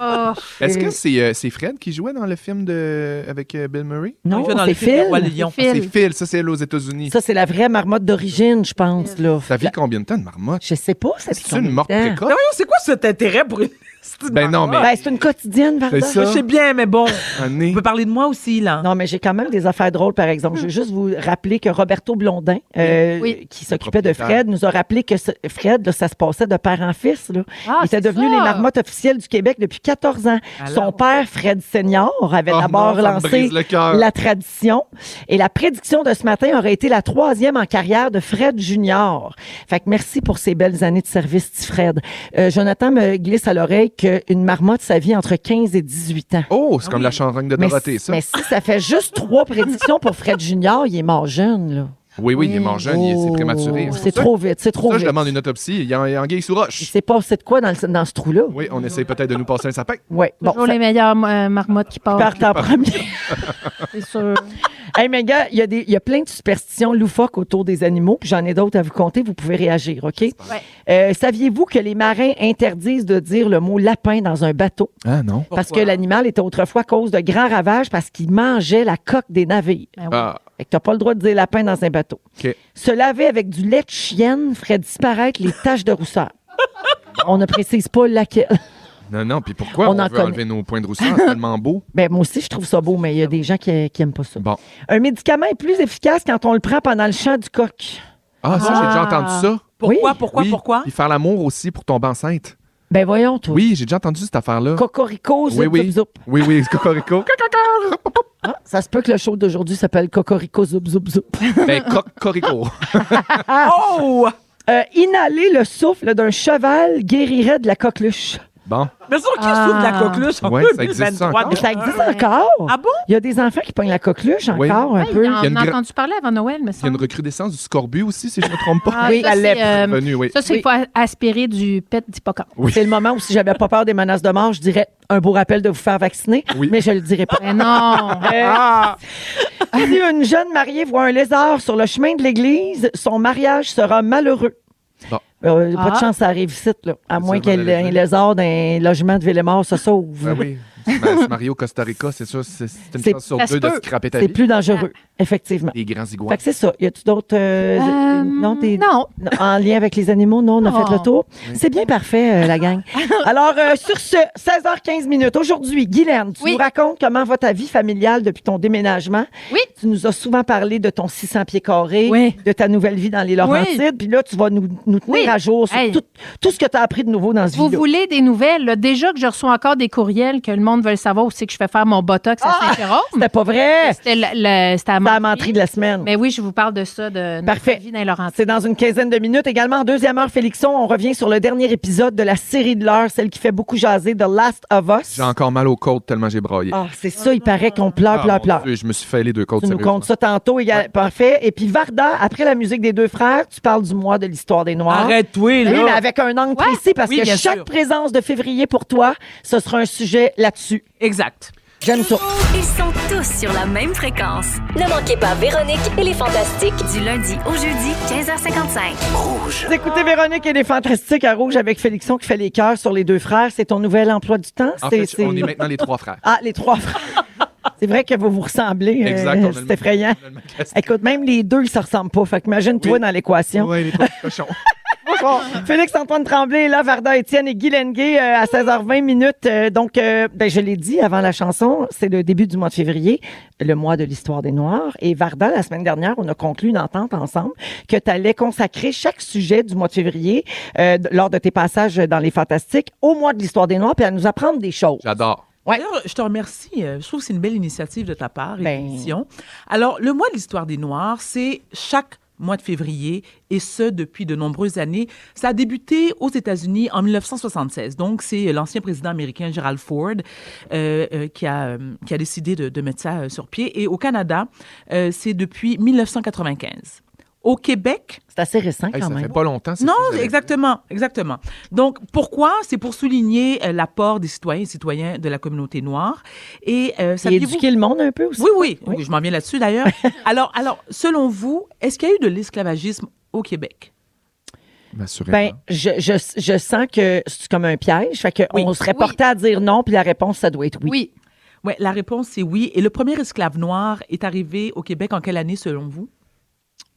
S3: Oh,
S2: Est-ce que c'est euh, c'est Fred qui jouait dans le film de... avec euh, Bill Murray? Ah,
S1: Non,
S4: Il va dans
S1: c'est
S4: le film de Roi
S1: Phil.
S4: Lion.
S2: C'est
S3: Phil.
S2: Phil, ça c'est elle aux États-Unis.
S1: Ça, c'est la vraie marmotte d'origine, je pense. Là.
S2: Ça vit combien de temps de marmotte?
S1: Je sais pas. Ça
S2: C'est une morte
S1: précoce?
S4: Mais
S2: précoce?
S4: voyons, c'est quoi cet intérêt pour une... petite
S2: Ben non,
S4: marmotte?
S2: mais-
S1: Ben, c'est une quotidienne, Varda.
S2: C'est ça,
S4: Je sais bien, mais bon,
S2: année.
S4: on peut parler de moi aussi, là.
S1: Non, mais j'ai quand même des affaires drôles, par exemple. Je veux juste vous rappeler que Roberto Blondin, euh,
S3: Oui.
S1: qui s'occupait de
S2: propriétaire.
S1: Fred, nous a rappelé que ce- Fred, là, ça se passait de père en fils. Là.
S3: Ah,
S1: Il était
S3: c'est
S1: devenu
S3: ça.
S1: les marmottes officielles du Québec depuis 14 ans.
S4: Alors?
S1: Son père, Fred Senior, avait
S2: Oh
S1: d'abord
S2: non, ça me
S1: lancé
S2: brise le cœur.
S1: la tradition. Et la prédiction de ce matin aurait été la troisième en carrière de Fred Junior. Fait que merci pour ces belles années de service, petit Fred. Euh, Jonathan me glisse à l'oreille qu'une marmotte, ça vit entre 15 et 18 ans.
S2: Oh, c'est comme la charogne de
S1: Ah Mais,
S2: Dorothée,
S1: si-
S2: ça.
S1: mais si ça fait juste trois prédictions pour Fred Junior, il est mort jeune, là.
S2: Oui, oui, il est mort jeune, il est- c'est prématuré.
S1: Oh,
S2: Ça,
S1: C'est trop vite, c'est trop
S2: Ça,
S1: vite.
S2: je demande une autopsie. Il y a un anguille sous
S1: Je
S2: roche.
S1: sais pas c'est de quoi dans, le- dans ce trou-là.
S2: Oui, on essaie peut-être de nous passer un sapin.
S1: Ouais, bon.
S3: toujours
S1: ça-
S3: les meilleures euh, marmottes qui partent.
S1: Partent en premier.
S3: C'est sûr.
S1: hey, mes gars, il y, a des- il y a plein de superstitions loufoques autour des animaux, puis j'en ai d'autres à vous compter. Vous pouvez réagir, OK? Euh, Saviez-vous que les marins interdisent de dire le mot lapin dans un bateau?
S2: Ah non.
S1: Parce que
S4: Pourquoi?
S1: l'animal était autrefois cause de grands ravages parce qu'il mangeait la coque des navires.
S2: Ah,
S1: Fait que t'as pas le droit de dire lapin dans un bateau.
S2: OK.
S1: Se laver avec du lait de chienne ferait disparaître les taches de rousseur. On ne précise pas laquelle.
S2: non, non. Puis pourquoi
S1: On
S2: on,
S1: en
S2: veut
S1: connaît.
S2: enlever nos points de rousseur? C'est tellement beau.
S1: Ben, moi aussi, je trouve ça beau, mais il y a des gens qui, qui aiment pas ça.
S2: Bon.
S1: Un médicament est plus efficace quand on le prend pendant le chant du coq.
S2: Ah, ça, j'ai déjà entendu ça.
S4: Pourquoi,
S1: Oui.
S4: pourquoi,
S2: Oui,
S4: pourquoi?
S2: Puis faire l'amour aussi pour tomber enceinte.
S1: Ben, voyons, toi.
S2: Oui, j'ai déjà entendu cette affaire-là.
S1: Euh, Cocorico, zoup,
S2: Oui, oui.
S1: zoup, zoup.
S2: Oui, oui, cocorico.
S1: Ah, ça se peut que le show d'aujourd'hui s'appelle Cocorico, zoup, zoup, zoup.
S2: ben, cocorico. Ah!
S4: Oh!
S1: Euh, inhaler le souffle d'un cheval guérirait de la coqueluche.
S2: Bon.
S4: Mais sur qui s'ouvre la coqueluche en
S2: Ouais, ça existe ça
S4: 2023?
S2: encore?
S1: Mais ça existe encore.
S4: Ah bon?
S1: Il y a des enfants qui pognent la coqueluche encore
S2: Oui.
S1: un
S3: Ouais,
S1: peu.
S3: on en
S2: Il y a une
S3: a
S2: gra-
S3: entendu parler avant Noël, mais
S2: Il y a
S3: ça.
S2: une recrudescence du scorbut aussi, si je ne me trompe pas.
S3: Ah,
S1: Oui,
S3: ça,
S1: la
S3: c'est,
S1: lèpre.
S3: euh,
S2: Venu, oui.
S3: Ça, c'est
S1: Oui.
S3: qu'il faut aspirer du pet d'hippocampe.
S2: Oui.
S1: C'est le moment où, si j'avais pas peur des menaces de mort, je dirais un beau rappel de vous faire vacciner,
S2: Oui.
S1: mais je le dirais pas.
S3: Mais Ben non!
S1: Si une jeune mariée voit un lézard sur le chemin de l'église, son mariage sera malheureux.
S2: Bon.
S1: Euh, pas de
S3: Ah.
S1: chance, ça arrive ici, là. À
S2: C'est
S1: moins
S2: ça, j'en
S1: qu'un
S2: allais dire.
S1: lézard d'un logement de Villemort se sauve.
S2: Ah oui. Ma- Mario Costa Rica, c'est sûr, c'est c'est une
S1: C'est-
S2: chance sur
S3: ça se
S2: deux de
S3: peut.
S2: scraper ta
S1: C'est
S2: vie.
S1: plus dangereux, effectivement.
S2: Des grands
S1: Fait
S2: iguanes.
S1: que c'est ça. Y a-tu d'autres. euh,
S3: Euh,
S1: non, des-
S3: non.
S1: non, En lien avec les animaux, non, on a
S3: Non.
S1: fait le tour. C'est bien parfait, euh, la gang. Alors, euh, sur ce, 16h15 minutes. Aujourd'hui, Guylaine, tu
S3: Oui.
S1: nous racontes comment va ta vie familiale depuis ton déménagement.
S3: Oui.
S1: Tu nous as souvent parlé de ton 600 pieds carrés,
S3: Oui.
S1: de ta nouvelle vie dans les Laurentides. Puis là, tu vas nous, nous tenir
S3: Oui.
S1: à jour sur
S3: Hey.
S1: tout, tout ce que tu as appris de nouveau dans ce
S3: Vous
S1: vidéo.
S3: voulez des nouvelles? là? Déjà que je reçois encore des courriels que le monde monde veulent savoir où c'est que je fais faire mon botox à Saint-Jérôme.
S1: C'était pas Ah! vrai.
S3: C'était le- le- c'était à
S1: C'était la
S3: Montréal.
S1: menterie de la semaine.
S3: Mais oui, je vous parle de ça, de
S1: Parfait.
S3: Parfait. dans Laurent.
S1: C'est dans une quinzaine de minutes. Également, en deuxième heure, Félixon, on revient sur le dernier épisode de la série de l'heure, celle qui fait beaucoup jaser, The Last of Us.
S2: J'ai encore mal aux côtes tellement j'ai braillé.
S1: Ah, c'est ça, il paraît qu'on pleure,
S2: Ah,
S1: pleure,
S2: mon
S1: pleure.
S2: Dieu, je me suis fait les deux côtes.
S1: Tu nous
S2: sérieusement.
S1: comptes ça tantôt, égal- parfait. Et puis Varda, après la musique des deux frères, tu parles du mois de l'histoire des Noirs.
S4: Arrête-toi,
S1: Oui,
S4: là.
S1: mais avec un angle précis, parce
S4: Oui,
S1: que
S4: bien
S1: chaque
S4: sûr.
S1: présence de février pour toi, ce sera un sujet là-dessus.
S4: Exact.
S1: J'aime ça.
S7: Ils sont tous sur la même fréquence.
S8: Ne manquez pas Véronique et les Fantastiques.
S7: Du lundi au jeudi, 15h55.
S1: Vous écoutez Véronique et les Fantastiques à Rouge avec Félixon qui fait les cœurs sur les deux frères. C'est ton nouvel emploi du temps?
S2: En
S1: C'est-
S2: fait, on
S1: c'est-
S2: est maintenant les trois frères.
S1: Ah, les trois frères. C'est vrai que vous vous ressemblez. euh,
S2: Exact, on a le
S1: C'est
S2: même-
S1: effrayant.
S2: on a le même casting.
S1: Écoute, même les deux, ils se ressemblent pas. Fait qu'imagine-toi
S2: Oui.
S1: dans l'équation.
S2: Ouais, les trois cochons.
S1: Bon, Félix-Antoine Tremblay est là, Varda Étienne et Guy Lenguet euh, à 16h20 minutes. Euh, donc, euh, ben, je l'ai dit avant la chanson, c'est le début du mois de février, le mois de l'histoire des Noirs. Et Varda, la semaine dernière, on a conclu une entente ensemble que tu allais consacrer chaque sujet du mois de février euh, d- lors de tes passages dans les Fantastiques au mois de l'histoire des Noirs, puis à nous apprendre des choses.
S2: J'adore.
S4: D'ailleurs, je te remercie. euh, Je trouve que c'est une belle initiative de ta part, et
S1: Ben.
S4: l'émission. Alors, le mois de l'histoire des Noirs, c'est chaque mois de février, et ce, depuis de nombreuses années. Ça a débuté aux États-Unis en 1976. Donc, c'est euh, l'ancien président américain Gerald Ford euh, euh, qui, a, euh, qui a décidé de, de mettre ça euh, sur pied. Et au Canada, euh, c'est depuis 1995. Au Québec,
S1: C'est assez récent
S2: Hey,
S1: quand
S2: ça fait
S1: même.
S2: pas longtemps. c'est
S4: non,
S2: ça, j'avais-
S4: exactement, exactement. Donc, pourquoi? C'est pour souligner euh, l'apport des citoyens et citoyens de la communauté noire. Et euh,
S1: Et
S4: saviez-vous-
S1: éduquer le monde un peu aussi.
S4: Oui, oui,
S1: Oui.
S4: je m'en viens là-dessus d'ailleurs. alors, alors, selon vous, est-ce qu'il y a eu de l'esclavagisme au Québec?
S2: Ben, assurément.
S1: Ben, je, je, je sens que c'est comme un piège. Fait que
S4: Oui.
S1: on serait porté à dire non, puis la réponse, ça doit être oui.
S3: Oui.
S4: Oui, la réponse c'est oui. Et le premier esclave noir est arrivé au Québec en quelle année selon vous?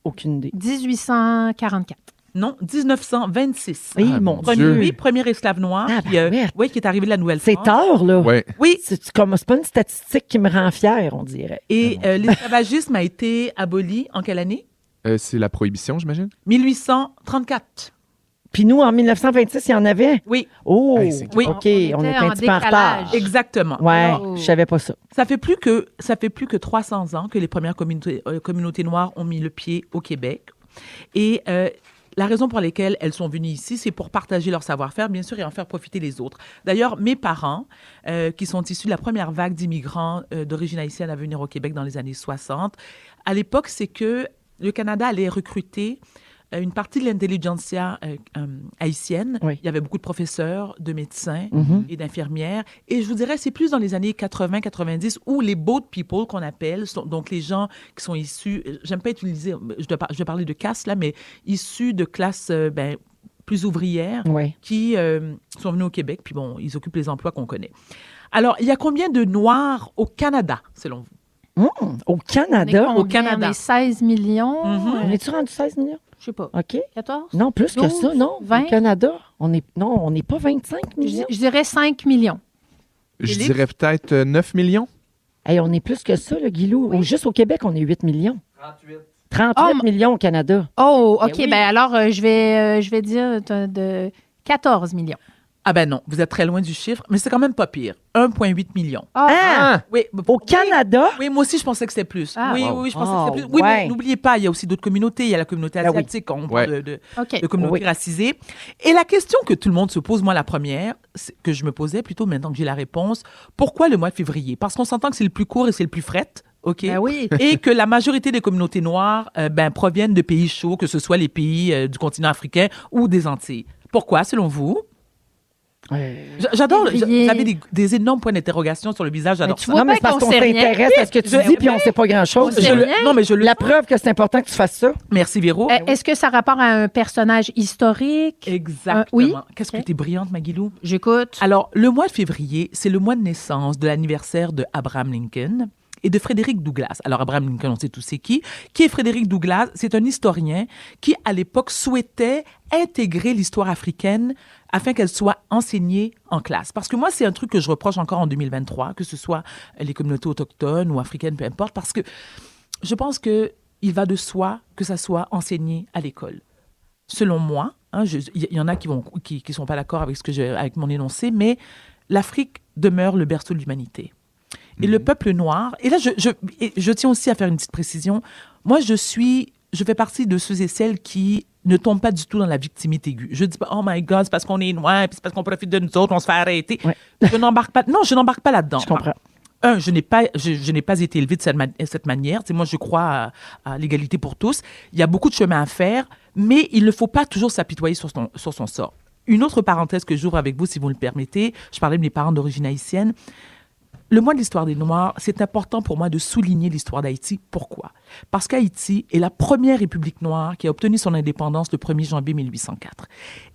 S1: Aucune
S2: Ah,
S1: idée.
S3: 1844.
S4: Non, 1926.
S1: Oui,
S2: Ah,
S1: mon
S2: mon
S4: Premier,
S1: Dieu.
S4: oui, premier esclave noir
S1: Ah,
S4: qui, euh,
S1: barouette.
S4: ouais, qui est arrivé de la
S1: C'est
S4: Nouvelle-France.
S1: tard, là.
S2: Ouais.
S4: Oui,
S1: C'est c'est comme, c'est pas une statistique qui me rend fière, on dirait.
S4: et euh, l'esclavagisme a été aboli en quelle année?
S2: Euh, c'est la prohibition, j'imagine.
S4: 1834.
S1: Puis nous, en 1926, il y en avait.
S4: Oui,
S1: Oh,
S2: Hey, c'est
S4: Oui.
S1: OK, on,
S3: On- on
S1: est
S3: était
S1: un
S3: en
S1: petit peu en
S3: décalage.
S1: retard.
S4: exactement.
S1: Ouais,
S3: Oh.
S1: je savais pas ça.
S4: Ça fait plus que ça fait plus que 300 ans que les premières communautés, euh, communautés noires ont mis le pied au Québec et euh, la raison pour laquelle elles sont venues ici, c'est pour partager leur savoir-faire, bien sûr, et en faire profiter les autres. D'ailleurs, mes parents, euh, qui sont issus de la première vague d'immigrants euh, d'origine haïtienne à venir au Québec dans les années 60, à l'époque, c'est que le Canada allait recruter euh, une partie de l'intelligentsia euh, euh, haïtienne.
S1: Oui.
S4: Il y avait beaucoup de professeurs, de médecins,
S1: Mhm.
S4: et d'infirmières. Et je vous dirais, c'est plus dans les années 80-90 où les boat people qu'on appelle, sont- donc les gens qui sont issus, euh, j'aime pas utiliser, je, dois par- je vais parler de casse là, mais issus de classes euh, ben, plus ouvrières
S2: Mm-hmm.
S1: Oui.
S4: qui euh, sont venus au Québec, puis bon, ils occupent les emplois qu'on connaît. Alors, il y a combien de Noirs au Canada, selon vous?
S1: Hum, Au
S3: On est hein?
S1: Canada, Mm-hmm.
S3: combien?
S4: Canada.
S3: On est 16 millions.
S4: Mhm.
S1: on est-tu rendu 16 millions?
S3: Je sais pas.
S1: OK.
S3: 14?
S1: Non, plus que ça, non. Au
S3: 20.
S1: Canada, on est, non, on n'est pas 25
S3: Je, dis-
S1: millions.
S3: je dirais 5 millions.
S2: Je
S4: Philippe?
S2: dirais peut-être euh, 9 millions.
S1: Hey, on est plus que ça, le Guilou. Au- Juste au Québec, on est 8 millions. 38.
S3: Oh,
S1: 38
S3: mon-
S1: millions au Canada.
S3: Oh, OK.
S4: oui.
S3: Ben alors, euh, je vais, euh, je vais dire de, de 14 millions.
S4: Ah ben non, vous êtes très loin du chiffre, mais c'est quand même pas pire. 1,8 million.
S1: Ah!
S4: Oui,
S1: Au Canada?
S4: Oui, moi aussi, je pensais que c'était plus.
S3: Ah.
S4: oui,
S2: Wow.
S4: oui, je pensais
S1: Ah,
S4: que c'était plus. Oui,
S1: ouais.
S4: mais n'oubliez pas, il y a aussi d'autres communautés. Il y a la communauté
S1: Ah oui.
S4: asiatique, on
S2: Ouais.
S4: parle de, de,
S1: Ah!
S3: OK.
S4: de communautés
S1: Oui.
S4: racisées. Et la question que tout le monde se pose, moi la première, c'est- que je me posais plutôt maintenant que j'ai la réponse, pourquoi le mois de février Parce qu'on s'entend que c'est le plus court et c'est le plus fret. OK.
S3: Ben oui.
S4: Et que la majorité des communautés noires euh, ben, proviennent de pays chauds, que ce soit les pays euh, du continent africain ou des Antilles. Pourquoi, selon vous?
S1: Euh,
S4: J- J'adore. j-
S3: Février.
S4: J'avais des, des énormes points d'interrogation sur le visage. J'adore
S3: tu
S4: ça.
S3: vois
S1: Euh, non, mais
S3: bien
S1: c'est parce
S3: qu'on
S1: qu'on
S3: sait rien.
S1: s'intéresse à ce que tu
S4: Je-
S1: dis, puis on sait pas grand-chose.
S3: On sait
S4: Je le-
S3: rien.
S4: non, mais je le.
S1: La preuve que c'est important que tu fasses ça.
S4: Merci, Véro.
S3: Euh, Est-ce que ça a rapport à un personnage historique?
S4: Exactement.
S3: euh, oui.
S4: Qu'est-ce
S3: Ok.
S4: que tu es brillante, Maguilou?
S3: J'écoute.
S4: Alors, le mois de février, c'est le mois de naissance de l'anniversaire de Abraham Lincoln et de Frédéric Douglass. Alors, Abraham Lincoln, on sait tous c'est qui. Qui est Frédéric Douglass? C'est un historien qui, à l'époque, souhaitait intégrer l'histoire africaine afin qu'elle soit enseignée en classe. Parce que moi, c'est un truc que je reproche encore en 2023, que ce soit euh, les communautés autochtones ou africaines, peu importe, parce que je pense que il va de soi que ça soit enseigné à l'école. Selon moi, hein, je- il y, il y en a qui vont qui, qui sont pas d'accord avec ce que je, avec mon énoncé, mais l'Afrique demeure le berceau de l'humanité. Et
S1: Mhm.
S4: le peuple noir, et là, je, je, et je tiens aussi à faire une petite précision. Moi, je suis, je fais partie de ceux et celles qui ne tombent pas du tout dans la victimité aiguë. Je dis pas, oh my God, c'est parce qu'on est noir, puis c'est parce qu'on profite de nous autres, on se fait arrêter.
S1: Ouais.
S4: Je n'embarque pas, non, je n'embarque pas là-dedans.
S1: Je comprends.
S4: Un, je n'ai pas, je, je n'ai pas été élevée de cette, ma- cette manière. Tu sais, moi, je crois à, à l'égalité pour tous. Il y a beaucoup de chemin à faire, mais il ne faut pas toujours s'apitoyer sur son, sur son sort. Une autre parenthèse que j'ouvre avec vous, si vous le permettez, je parlais de mes parents d'origine haïtienne. Le mois de l'histoire des Noirs, c'est important pour moi de souligner l'histoire d'Haïti. Pourquoi? Parce qu'Haïti est la première république noire qui a obtenu son indépendance le 1er janvier 1804.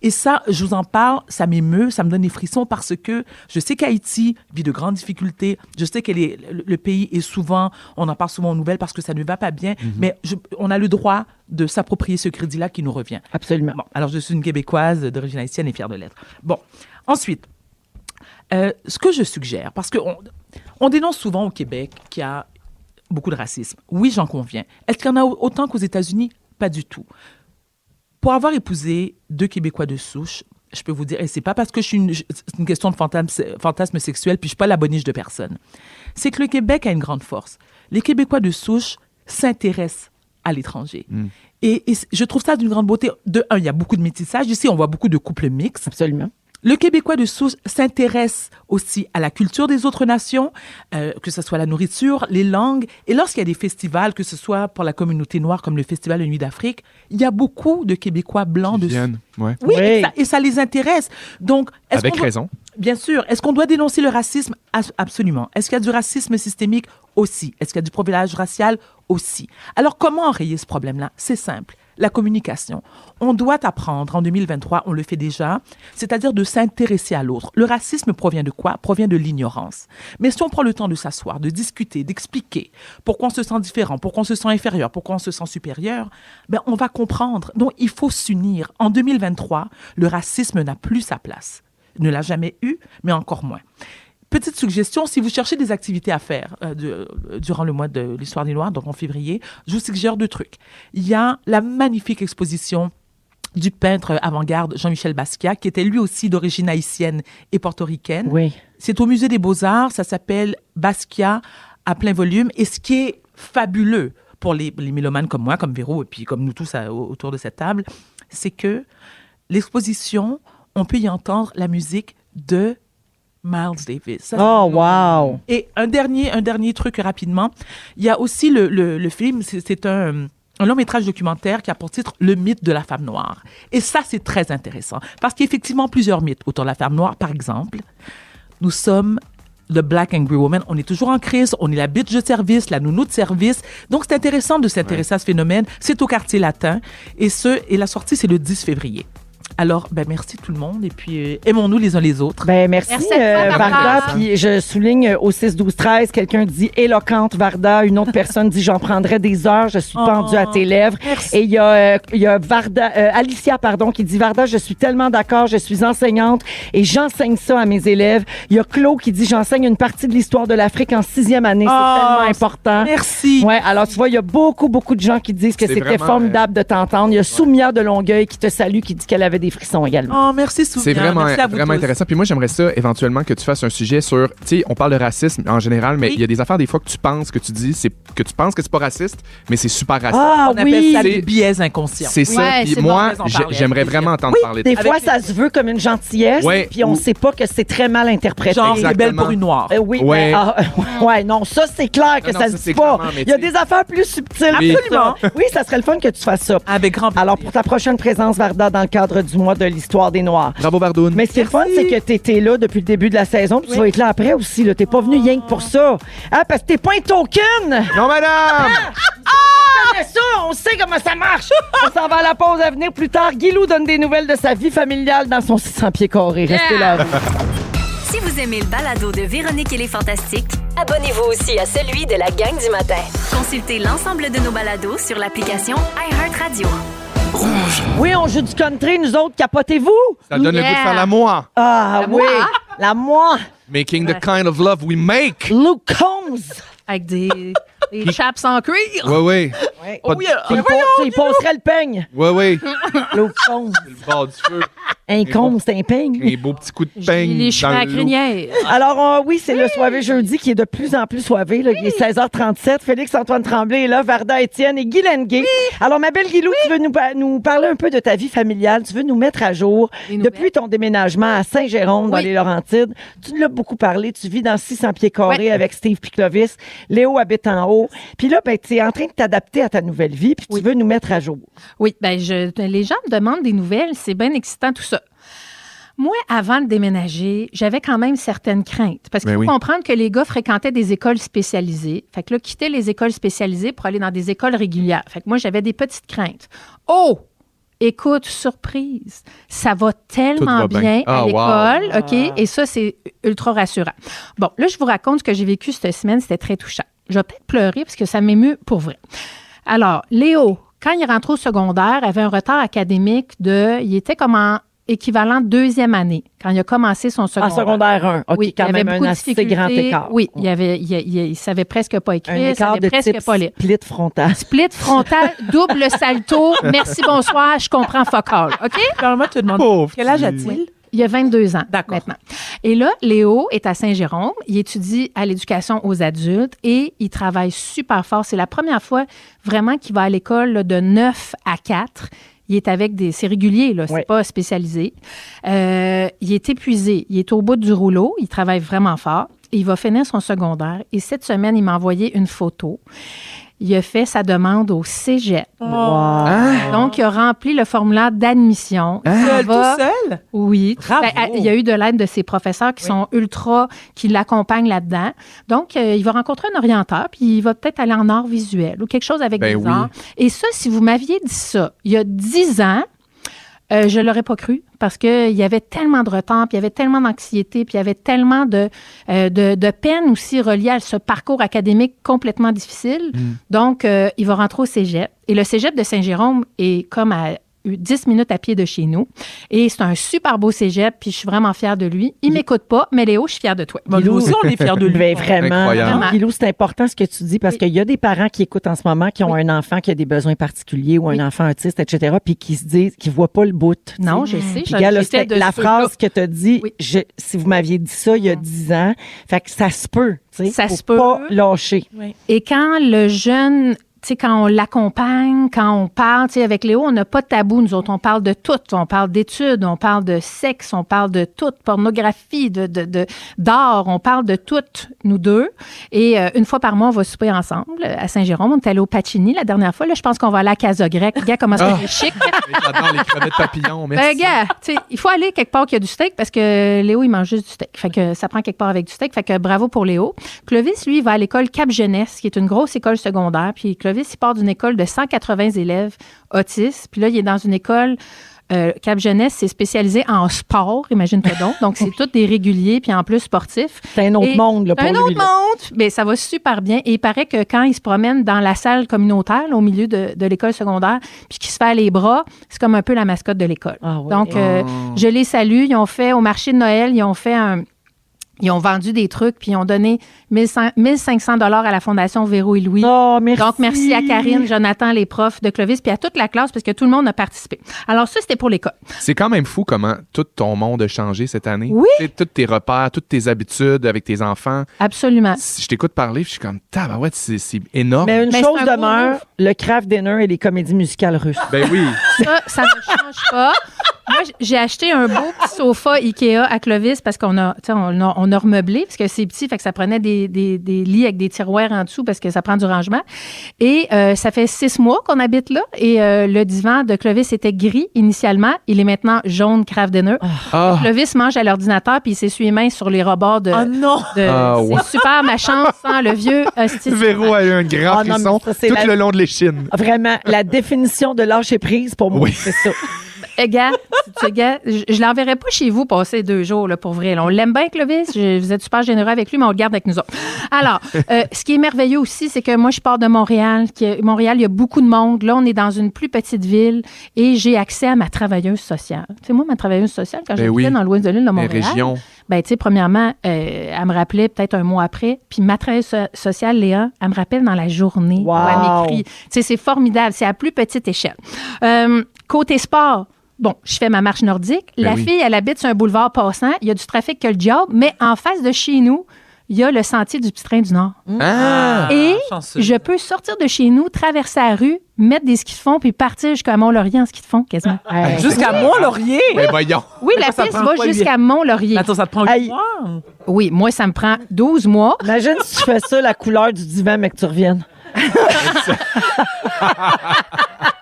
S4: Et ça, je vous en parle, ça m'émeut, ça me donne des frissons parce que je sais qu'Haïti vit de grandes difficultés. Je sais que le, le pays est souvent, on en parle souvent aux nouvelles parce que ça ne va pas bien, mais je- on a le droit de s'approprier ce crédit-là qui nous revient.
S1: Absolument.
S4: Bon, alors je suis une Québécoise d'origine haïtienne et fière de l'être. Bon, ensuite, euh, ce que je suggère, parce qu'on on dénonce souvent au Québec qu'il y a beaucoup de racisme. Oui, j'en conviens. Est-ce qu'il y en a au- autant qu'aux États-Unis? Pas du tout. Pour avoir épousé deux Québécois de souche, je peux vous dire, et c'est pas parce que je suis une, je- c'est une question de fantasme, fantasme sexuel, puis je suis pas la boniche de personne. C'est que le Québec a une grande force. Les Québécois de souche s'intéressent à l'étranger. Et, et c- je trouve ça d'une grande beauté. De un, il y a beaucoup de métissage. Ici, on voit beaucoup de couples mixtes.
S1: Absolument.
S4: Le Québécois de souche s'intéresse aussi à la culture des autres nations, euh, que ce soit la nourriture, les langues. Et lorsqu'il y a des festivals, que ce soit pour la communauté noire comme le Festival de Nuit d'Afrique, il y a beaucoup de Québécois blancs de souche.
S2: Vienne, ouais.
S4: Oui,
S1: Oui.
S4: Et, ça, et ça les intéresse. Donc, est-ce
S2: Avec
S4: qu'on doit-
S2: raison.
S4: Bien sûr. Est-ce qu'on doit dénoncer le racisme As- Absolument. Est-ce qu'il y a du racisme systémique Aussi. Est-ce qu'il y a du profilage racial Aussi. Alors, comment enrayer ce problème-là C'est simple. La communication. On doit apprendre en 2023, on le fait déjà, c'est-à-dire de s'intéresser à l'autre. Le racisme provient de quoi Provient de l'ignorance. Mais si on prend le temps de s'asseoir, de discuter, d'expliquer pourquoi on se sent différent, pourquoi on se sent inférieur, pourquoi on se sent supérieur, ben on va comprendre. Donc il faut s'unir. En 2023, le racisme n'a plus sa place ne l'a jamais eu, mais encore moins. Petite suggestion, si vous cherchez des activités à faire euh, de- euh, durant le mois de l'histoire des Noirs, donc en février, je vous suggère deux trucs. Il y a la magnifique exposition du peintre avant-garde Jean-Michel Basquiat, qui était lui aussi d'origine haïtienne et portoricaine.
S1: Oui.
S4: C'est au musée des Beaux-Arts, ça s'appelle Basquiat à plein volume. Et ce qui est fabuleux pour les, les mélomanes comme moi, comme Véro, et puis comme nous tous à- au- autour de cette table, c'est que l'exposition, on peut y entendre la musique de Miles Davis. Ça, c'est
S1: Oh,
S3: Ah,
S4: un
S1: wow.
S4: et un dernier, un dernier truc rapidement. Il y a aussi le, le- le film, c'est c'est un, un long métrage documentaire qui a pour titre Le mythe de la femme noire. Et ça, c'est très intéressant. Parce qu'il y a effectivement plusieurs mythes autour de la femme noire. Par exemple, nous sommes le Black Angry Woman. On est toujours en crise. On est la bitch de service, la nounou de service. Donc, c'est intéressant de s'intéresser à ce phénomène. C'est au quartier latin. Et, ce, et la sortie, c'est le 10 février. Alors, ben, merci tout le monde. Et puis, euh, aimons-nous les uns les autres.
S1: Ben, merci,
S3: Merci à toi,
S1: euh,
S3: Varda.
S1: Varda. Puis je souligne euh, au 6-12-13, quelqu'un dit éloquente, Varda. Une autre personne dit j'en prendrais des heures, je
S3: Oh.
S1: suis pendue à tes lèvres.
S4: merci.
S1: Et il y a, euh, il y a Varda, euh, Alicia pardon, qui dit Varda, je suis tellement d'accord, je suis enseignante et j'enseigne ça à mes élèves. Il y a Claude qui dit j'enseigne une partie de l'histoire de l'Afrique en sixième année. C'est
S4: Ah,
S1: tellement important.
S4: Merci.
S1: Ouais, alors tu vois, il y a beaucoup, beaucoup de gens qui disent que
S2: C'est
S1: c'était
S2: vraiment,
S1: formidable de t'entendre. Il y a Soumia de Longueuil qui te salue, qui dit qu'elle avait des frissons également.
S4: Oh, merci Soumia.
S2: C'est vraiment,
S4: Merci à vous
S2: vraiment
S4: tous.
S2: intéressant. Puis moi, j'aimerais ça éventuellement que tu fasses un sujet sur. Tu sais, on parle de racisme en général, mais il
S4: Oui.
S2: y a des affaires des fois que tu penses que tu dis, c'est que tu penses que c'est pas raciste, mais c'est super raciste.
S1: Ah
S4: On appelle
S1: oui!
S4: ça
S2: C'est-
S4: des biais inconscients.
S2: C'est ça.
S3: Ouais,
S2: Puis
S3: c'est
S2: moi,
S4: bon, on va en
S2: j'ai-
S4: parler.
S2: j'aimerais vraiment entendre
S4: Oui,
S2: parler de
S1: Des
S4: Avec
S1: fois,
S4: les-
S1: ça se veut comme une gentillesse,
S2: Ouais.
S1: puis on
S2: Ou-
S1: sait pas que c'est très mal interprété.
S4: Genre, elle est belle
S2: Exactement.
S4: pour une noire.
S1: Euh, oui,
S2: Ouais.
S1: mais, ah, euh, ouais, non, ça, c'est clair que
S2: Non, non,
S1: ça
S2: ça,
S1: se
S2: c'est
S1: dit pas.
S2: clairement, mais
S1: Il y a
S2: tu sais-
S1: des affaires plus subtiles.
S2: Mais-
S1: que ça. Oui, ça serait le fun que tu fasses ça.
S4: Avec grand plaisir.
S1: Alors, pour ta prochaine présence, Varda, dans le cadre du mois de l'histoire des Noirs.
S2: Bravo, Vardoun.
S1: Mais ce qui est le fun, c'est que tu étais là depuis le début de la saison, puis tu vas être là après aussi. Tu n'es pas venu rien que pour ça. Ah, parce que t'es pas un token!
S2: Non,
S4: Ah!
S2: madame! Ah!
S1: connaît ça, on sait comment ça marche. On s'en va à la pause à venir plus tard. Guilou donne des nouvelles de sa vie familiale dans son 600 pieds carrés. Restez là. vous.
S7: Si vous aimez le balado de Véronique et les Fantastiques,
S8: Abonnez-vous aussi à celui de la gang du matin.
S7: consultez l'ensemble de nos balados sur l'application iHeartRadio.
S1: Oui, on joue du country, nous autres, capotez-vous.
S2: Ça donne le goût de
S3: Yeah.
S2: faire la moi.
S1: Ah oui, la moi,
S2: Making the kind of love we make.
S1: Luke Combs.
S2: Euh,
S3: Avec des, des chaps en cuir.
S2: Ouais, ouais.
S1: Ouais.
S2: Pas de-
S4: Oui, euh,
S1: Il, pa- il passerait le peigne,
S2: Ouais, ouais.
S1: Luke Combs.
S2: Le bord du feu.
S1: Un con, c'est un ping.
S2: Les beaux petits coups de
S3: J'ai
S2: peigne.
S3: les cheveux
S2: dans
S3: à
S2: le
S3: crinière.
S1: Alors, euh, oui, c'est le soirée jeudi qui est de plus en plus soivé. là. Il est 16h37. Félix-Antoine Tremblay est là, Varda Étienne et Guy Lenguet. Alors, ma belle Guilou, tu veux nous, pa- nous parler un peu de ta vie familiale. Tu veux nous mettre à jour.
S3: Des nouvelles.
S1: Depuis ton déménagement à Saint-Jérôme, dans
S3: Oui.
S1: les Laurentides, tu nous l'as beaucoup parlé. Tu vis dans 600 pieds carrés
S3: Ouais.
S1: avec Steve Piclovis. Léo habite en haut. Puis là, ben, tu es en train de t'adapter à ta nouvelle vie, puis
S3: Oui.
S1: tu veux nous mettre à jour.
S3: Oui, ben je, les gens me demandent des nouvelles, c'est bien excitant tout ça. Moi, avant de déménager, j'avais quand même certaines craintes. Parce qu'il
S2: Ben
S3: faut
S2: oui.
S3: comprendre que les gars fréquentaient des écoles spécialisées. Fait que là, quitter les écoles spécialisées pour aller dans des écoles régulières. Fait que moi, j'avais des petites craintes. Oh! Écoute, surprise, ça va tellement
S2: va bien.
S3: bien,
S2: Ah, wow.
S3: à l'école, OK? Et ça, c'est ultra rassurant. Bon, là, je vous raconte ce que j'ai vécu cette semaine, c'était très touchant. Je vais peut-être pleurer parce que ça m'émeut pour vrai. Alors, Léo, quand il rentre au secondaire, avait un retard académique de. Il était comme en équivalent deuxième année quand il a commencé son
S1: En
S3: secondaire.
S1: secondaire 1. OK,
S3: oui, il
S1: quand
S3: y avait
S1: même un
S3: beaucoup de
S1: assez grand
S3: difficultés.
S1: écart.
S3: Oui, il, y avait, il, il- il savait presque pas écrire,
S1: un
S3: il
S1: écart
S3: savait
S1: de
S3: presque
S1: type
S3: pas lire.
S1: split frontal.
S3: Split frontal, double salto, merci, bonsoir, je comprends focal. OK?
S4: Normalement, tu te demandes
S2: Pauvre
S4: quel âge
S2: petit.
S4: a-t-il?
S3: Il y a 22 ans
S4: D'accord.
S3: maintenant. Et là, Léo est à Saint-Jérôme. Il étudie à l'éducation aux adultes et il travaille super fort. C'est la première fois vraiment qu'il va à l'école là, de 9 à 4. Il est avec des... C'est régulier, là. C'est
S1: Ouais.
S3: pas spécialisé. Euh, il est épuisé. Il est au bout du rouleau. Il travaille vraiment fort. Il va finir son secondaire. Et cette semaine, il m'a envoyé une photo. Il a fait sa demande au cégep.
S4: Oh.
S1: Wow.
S3: Donc, il a rempli le formulaire d'admission. Il s'en
S4: Seul,
S3: va-
S4: Ah. tout seul?
S3: oui, tout-
S4: Bravo.
S3: ben, à- il y a eu de l'aide de ses professeurs qui sont ultra, qui l'accompagnent là-dedans. Donc, euh, il va rencontrer un orienteur, puis il va peut-être aller en art visuel ou quelque chose avec
S2: Ben
S3: des
S2: oui.
S3: arts. Et ça, si vous m'aviez dit ça il y a 10 ans, euh, je l'aurais pas cru parce qu'il y avait tellement de retard, puis il y avait tellement d'anxiété, puis il y avait tellement de, euh, de, de peine aussi reliée à ce parcours académique complètement difficile. Donc, euh, il va rentrer au cégep. Et le cégep de Saint-Jérôme est comme à 10 minutes à pied de chez nous. Et c'est un super beau cégep, puis je suis vraiment fière de lui. Il m'écoute pas, mais Léo, je suis fière de toi.
S4: Bon, nous aussi, on est fiers de lui.
S1: Ben, vraiment,
S2: Incroyable.
S1: vraiment, Guilou, c'est important ce que tu dis parce qu'il y a des parents qui écoutent en ce moment qui ont un enfant qui a des besoins particuliers ou un
S3: Oui.
S1: enfant autiste, etc., puis qui se disent, qui voient pas le bout. tu sais.
S3: Non, je sais.
S1: Puis
S3: je-
S1: gars, là,
S3: j'étais
S1: c'était
S3: de
S1: la
S3: ceux-là.
S1: phrase que tu as dit,
S3: Oui.
S1: je- si vous m'aviez dit ça il y a 10 ans, fait que ça se peut, tu sais,
S3: Ça
S1: faut
S3: se peut.
S1: pas lâcher.
S3: Et quand le jeune, tu sais, quand on l'accompagne, quand on parle, tu sais, avec Léo, on n'a pas de tabou, nous autres, on parle de tout. On parle d'études, on parle de sexe, on parle de tout, pornographie, de, de, de- d'art, on parle de tout, nous deux. Et euh, une fois par mois, on va souper ensemble euh, à Saint-Jérôme. On est allé au Pacini la dernière fois. Là, je pense qu'on va aller à Casa Grecque. Les Gars, comment ça
S2: Ah.
S3: c'est chic.
S2: J'adore les crevettes papillons,
S3: Ben,
S2: merci.
S3: gars, tu sais, il faut aller quelque part qu'il y a du steak parce que Léo, il mange juste du steak. Fait que ça prend quelque part avec du steak. Fait que bravo pour Léo. Clovis, lui, va à l'école Cap Jeunesse, qui est une grosse école secondaire. Puis Clovis, il part d'une école de 180 élèves autistes. Puis là, il est dans une école. euh, Cap Jeunesse, c'est spécialisé en sport, imagine-toi donc. Donc, c'est tous des réguliers, puis en plus sportifs.
S1: C'est un autre
S3: Et
S1: monde, là, pour
S3: Un
S1: lui,
S3: autre
S1: là.
S3: monde! Mais ça va super bien. Et il paraît que quand il se promène dans la salle communautaire, là, au milieu de, de l'école secondaire, puis qu'il se fait les bras, c'est comme un peu la mascotte de l'école.
S1: Ah oui.
S3: Donc, euh,
S2: Oh.
S3: je les salue. Ils ont fait, au marché de Noël, ils ont fait un... Ils ont vendu des trucs, puis ils ont donné 1100 1500 dollars à la Fondation Véro et Louis.
S1: Oh, merci.
S3: Donc, merci à Karine, Jonathan, les profs de Clovis, puis à toute la classe, parce que tout le monde a participé. Alors, ça, c'était pour l'école.
S2: C'est quand même fou comment tout ton monde a changé cette année.
S3: Oui.
S2: Tu sais, tous tes repères, toutes tes habitudes avec tes enfants.
S3: Absolument.
S2: Si je t'écoute parler, puis je suis comme, tabarouette, c'est c'est énorme.
S1: Mais une
S3: Mais c'est
S1: chose
S3: un gros
S1: demeure,
S3: move.
S1: le craft dinner et les comédies musicales russes.
S2: Ben oui.
S3: Ça, ça ne change pas. Moi, j- j'ai acheté un beau petit sofa Ikea à Clovis parce qu'on a, tu sais, on a, on a remeublé, parce que c'est petit, fait que ça prenait des, des- des lits avec des tiroirs en dessous parce que ça prend du rangement. Et euh, ça fait six mois qu'on habite là. Et euh, le divan de Clovis était gris initialement. Il est maintenant jaune craft dinner.
S2: Ah,
S3: Clovis mange à l'ordinateur puis il s'essuie les mains sur les rebords de...
S4: Oh non!
S3: de-
S2: Ah, ouais.
S3: C'est super, ma chance, sans le vieux. euh, hostie.
S2: Véro a eu un grand
S1: Ah, non, mais
S2: frisson
S1: ça,
S2: tout
S1: c'est la-
S2: le long de l'échine.
S1: Vraiment, la définition de lâcher prise, pour moi,
S2: Oui.
S1: c'est ça.
S3: Eh, gars, tu- tu- gars, je, je l'enverrai pas chez vous passer deux jours là, pour vrai. là. On l'aime bien, Clovis. Je- vous êtes super généreux avec lui, mais on le garde avec nous autres. Alors, euh, ce qui est merveilleux aussi, c'est que moi, je pars de Montréal. que- Montréal, il y a beaucoup de monde. Là, on est dans une plus petite ville et j'ai accès à ma travailleuse sociale. Tu sais, moi, ma travailleuse sociale, quand
S2: Ben
S3: j'étais
S2: oui.
S3: dans l'Ouest de l'île de
S2: Les
S3: Montréal,
S2: régions.
S3: ben, tu sais, premièrement, euh, elle me rappelait peut-être un mois après. Puis ma travailleuse so- sociale, Léa, elle me rappelle dans la journée. où
S1: Wow.
S3: Elle m'écrit. Tu sais, c'est formidable. C'est à plus petite échelle. Euh, côté sport, Bon, je fais ma marche nordique.
S2: Ben
S3: la
S2: oui.
S3: fille, elle habite sur un boulevard passant. Il y a du trafic que le diable, mais en face de chez nous, il y a le sentier du petit train du Nord.
S2: Ah!
S3: Et
S4: chanceux.
S3: je peux sortir de chez nous, traverser la rue, mettre des skis de fond, puis partir jusqu'à Mont-Laurier en ski de fond, quasiment.
S1: Hey.
S4: Jusqu'à Mont-Laurier.
S2: Ben voyons!
S3: Oui, la
S4: Attends, ça
S3: piste
S4: prend
S3: va
S4: quoi, lui?
S3: jusqu'à Mont-Laurier.
S4: Attends, ça te prend hein? huit
S1: Aïe.
S4: mois?
S3: Oui, moi, ça me prend 12 mois.
S1: Imagine si tu fais ça, la couleur du divan, mais que tu reviennes.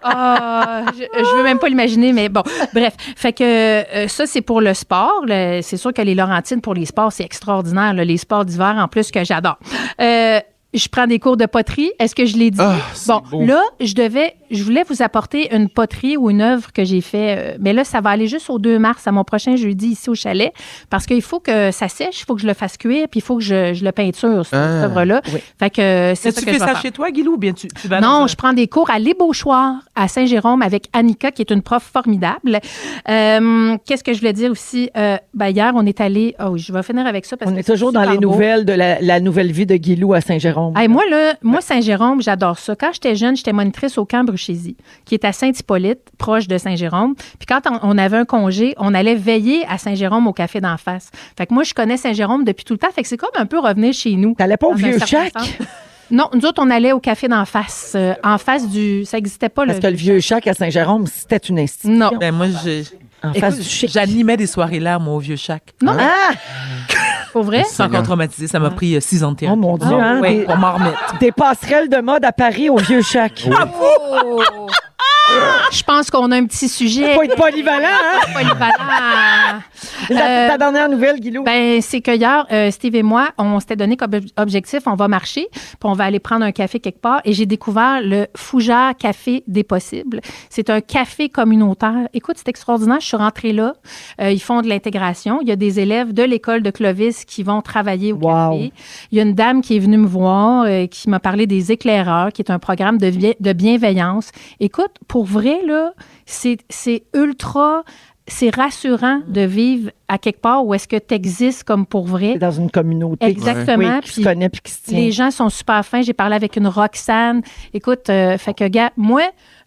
S3: Ah, je, je veux même pas l'imaginer, mais bon, bref. Fait que euh, ça, c'est pour le sport. Le- C'est sûr que les Laurentines, pour les sports, c'est extraordinaire. là, les sports d'hiver, en plus, que j'adore. Euh, je prends des cours de poterie. Est-ce que je l'ai dit?
S2: Ah, c'est
S3: bon,
S2: beau.
S3: là, je devais, je voulais vous apporter une poterie ou une œuvre que j'ai fait, euh, mais là, ça va aller juste au 2 mars, à mon prochain jeudi, ici au chalet, parce qu'il faut que ça sèche, il faut que je le fasse cuire, puis il faut que je, je le peinture, cette
S2: Ah,
S3: œuvre-là.
S1: oui.
S3: Fait que euh, c'est
S4: Mais
S3: ça
S4: tu
S3: que je
S4: fais
S3: vais
S4: ça
S3: faire.
S4: chez toi, Guilou, ou bien tu, tu vas dans
S3: Non,
S4: un-
S3: je prends des cours à L'Ébauchoir, à Saint-Jérôme, avec Annika, qui est une prof formidable. Euh, Qu'est-ce que je voulais dire aussi? Euh, ben, hier, on est allé. Oh, je vais finir avec ça parce
S1: On
S3: que
S1: est
S3: c'est
S1: toujours dans
S3: super
S1: les
S3: beau.
S1: nouvelles de la, la nouvelle vie de Guilou à Saint-Jérôme.
S3: Hey, moi, là, moi, Saint-Jérôme, j'adore ça. Quand j'étais jeune, j'étais monitrice au camp Bruchésie, qui est à Saint-Hippolyte, proche de Saint-Jérôme. Puis quand on, on avait un congé, on allait veiller à Saint-Jérôme au café d'en face. Fait que moi, je connais Saint-Jérôme depuis tout le temps. Fait que c'est comme un peu revenir chez nous.
S1: T'allais pas au
S3: Dans un
S1: vieux
S3: certain
S1: shack?
S3: sens. Non, nous autres, on allait au café d'en face. euh, en face du. Ça n'existait pas,
S1: Parce que le vieux shack à Saint-Jérôme, c'était une institution.
S3: Non.
S4: Ben, moi, je-
S1: En face
S4: Écoute,
S1: du chic.
S4: j'animais des soirées là, moi, au vieux chac.
S3: Non, hein?
S1: Ah!
S3: pour vrai?
S4: Je suis encore traumatisée. Ça m'a pris euh, six ans de
S1: Oh
S4: thérapie. Ah,
S1: mon Dieu, hein,
S4: Ouais,
S1: des-
S4: pour m'en remettre.
S1: Des passerelles de mode à Paris au vieux Ah, shack.
S3: Je pense qu'on a un petit sujet.
S1: Faut être polyvalent, hein?
S3: Polyvalent.
S1: La-
S3: Euh,
S1: ta dernière nouvelle, Guilou.
S3: Ben, c'est que hier, euh, Steve et moi, on s'était donné comme ob- objectif, on va marcher, puis on va aller prendre un café quelque part. Et j'ai découvert le Fougère Café des Possibles. C'est un café communautaire. Écoute, c'est extraordinaire. Je suis rentrée là. Euh, ils font de l'intégration. Il y a des élèves de l'école de Clovis qui vont travailler au
S1: Wow.
S3: café. Il y a une dame qui est venue me voir, euh, qui m'a parlé des éclaireurs, qui est un programme de, bien- de bienveillance. Écoute, pour vrai, là, c'est c'est ultra... C'est rassurant de vivre à quelque part où est-ce que tu existes comme pour vrai.
S1: C'est dans une communauté.
S3: Exactement.
S1: Oui, qui se
S3: Puis
S1: connaît puis qui se tient.
S3: les gens sont super fins. J'ai parlé avec une Roxane. Écoute, euh, fait que, gars, moi,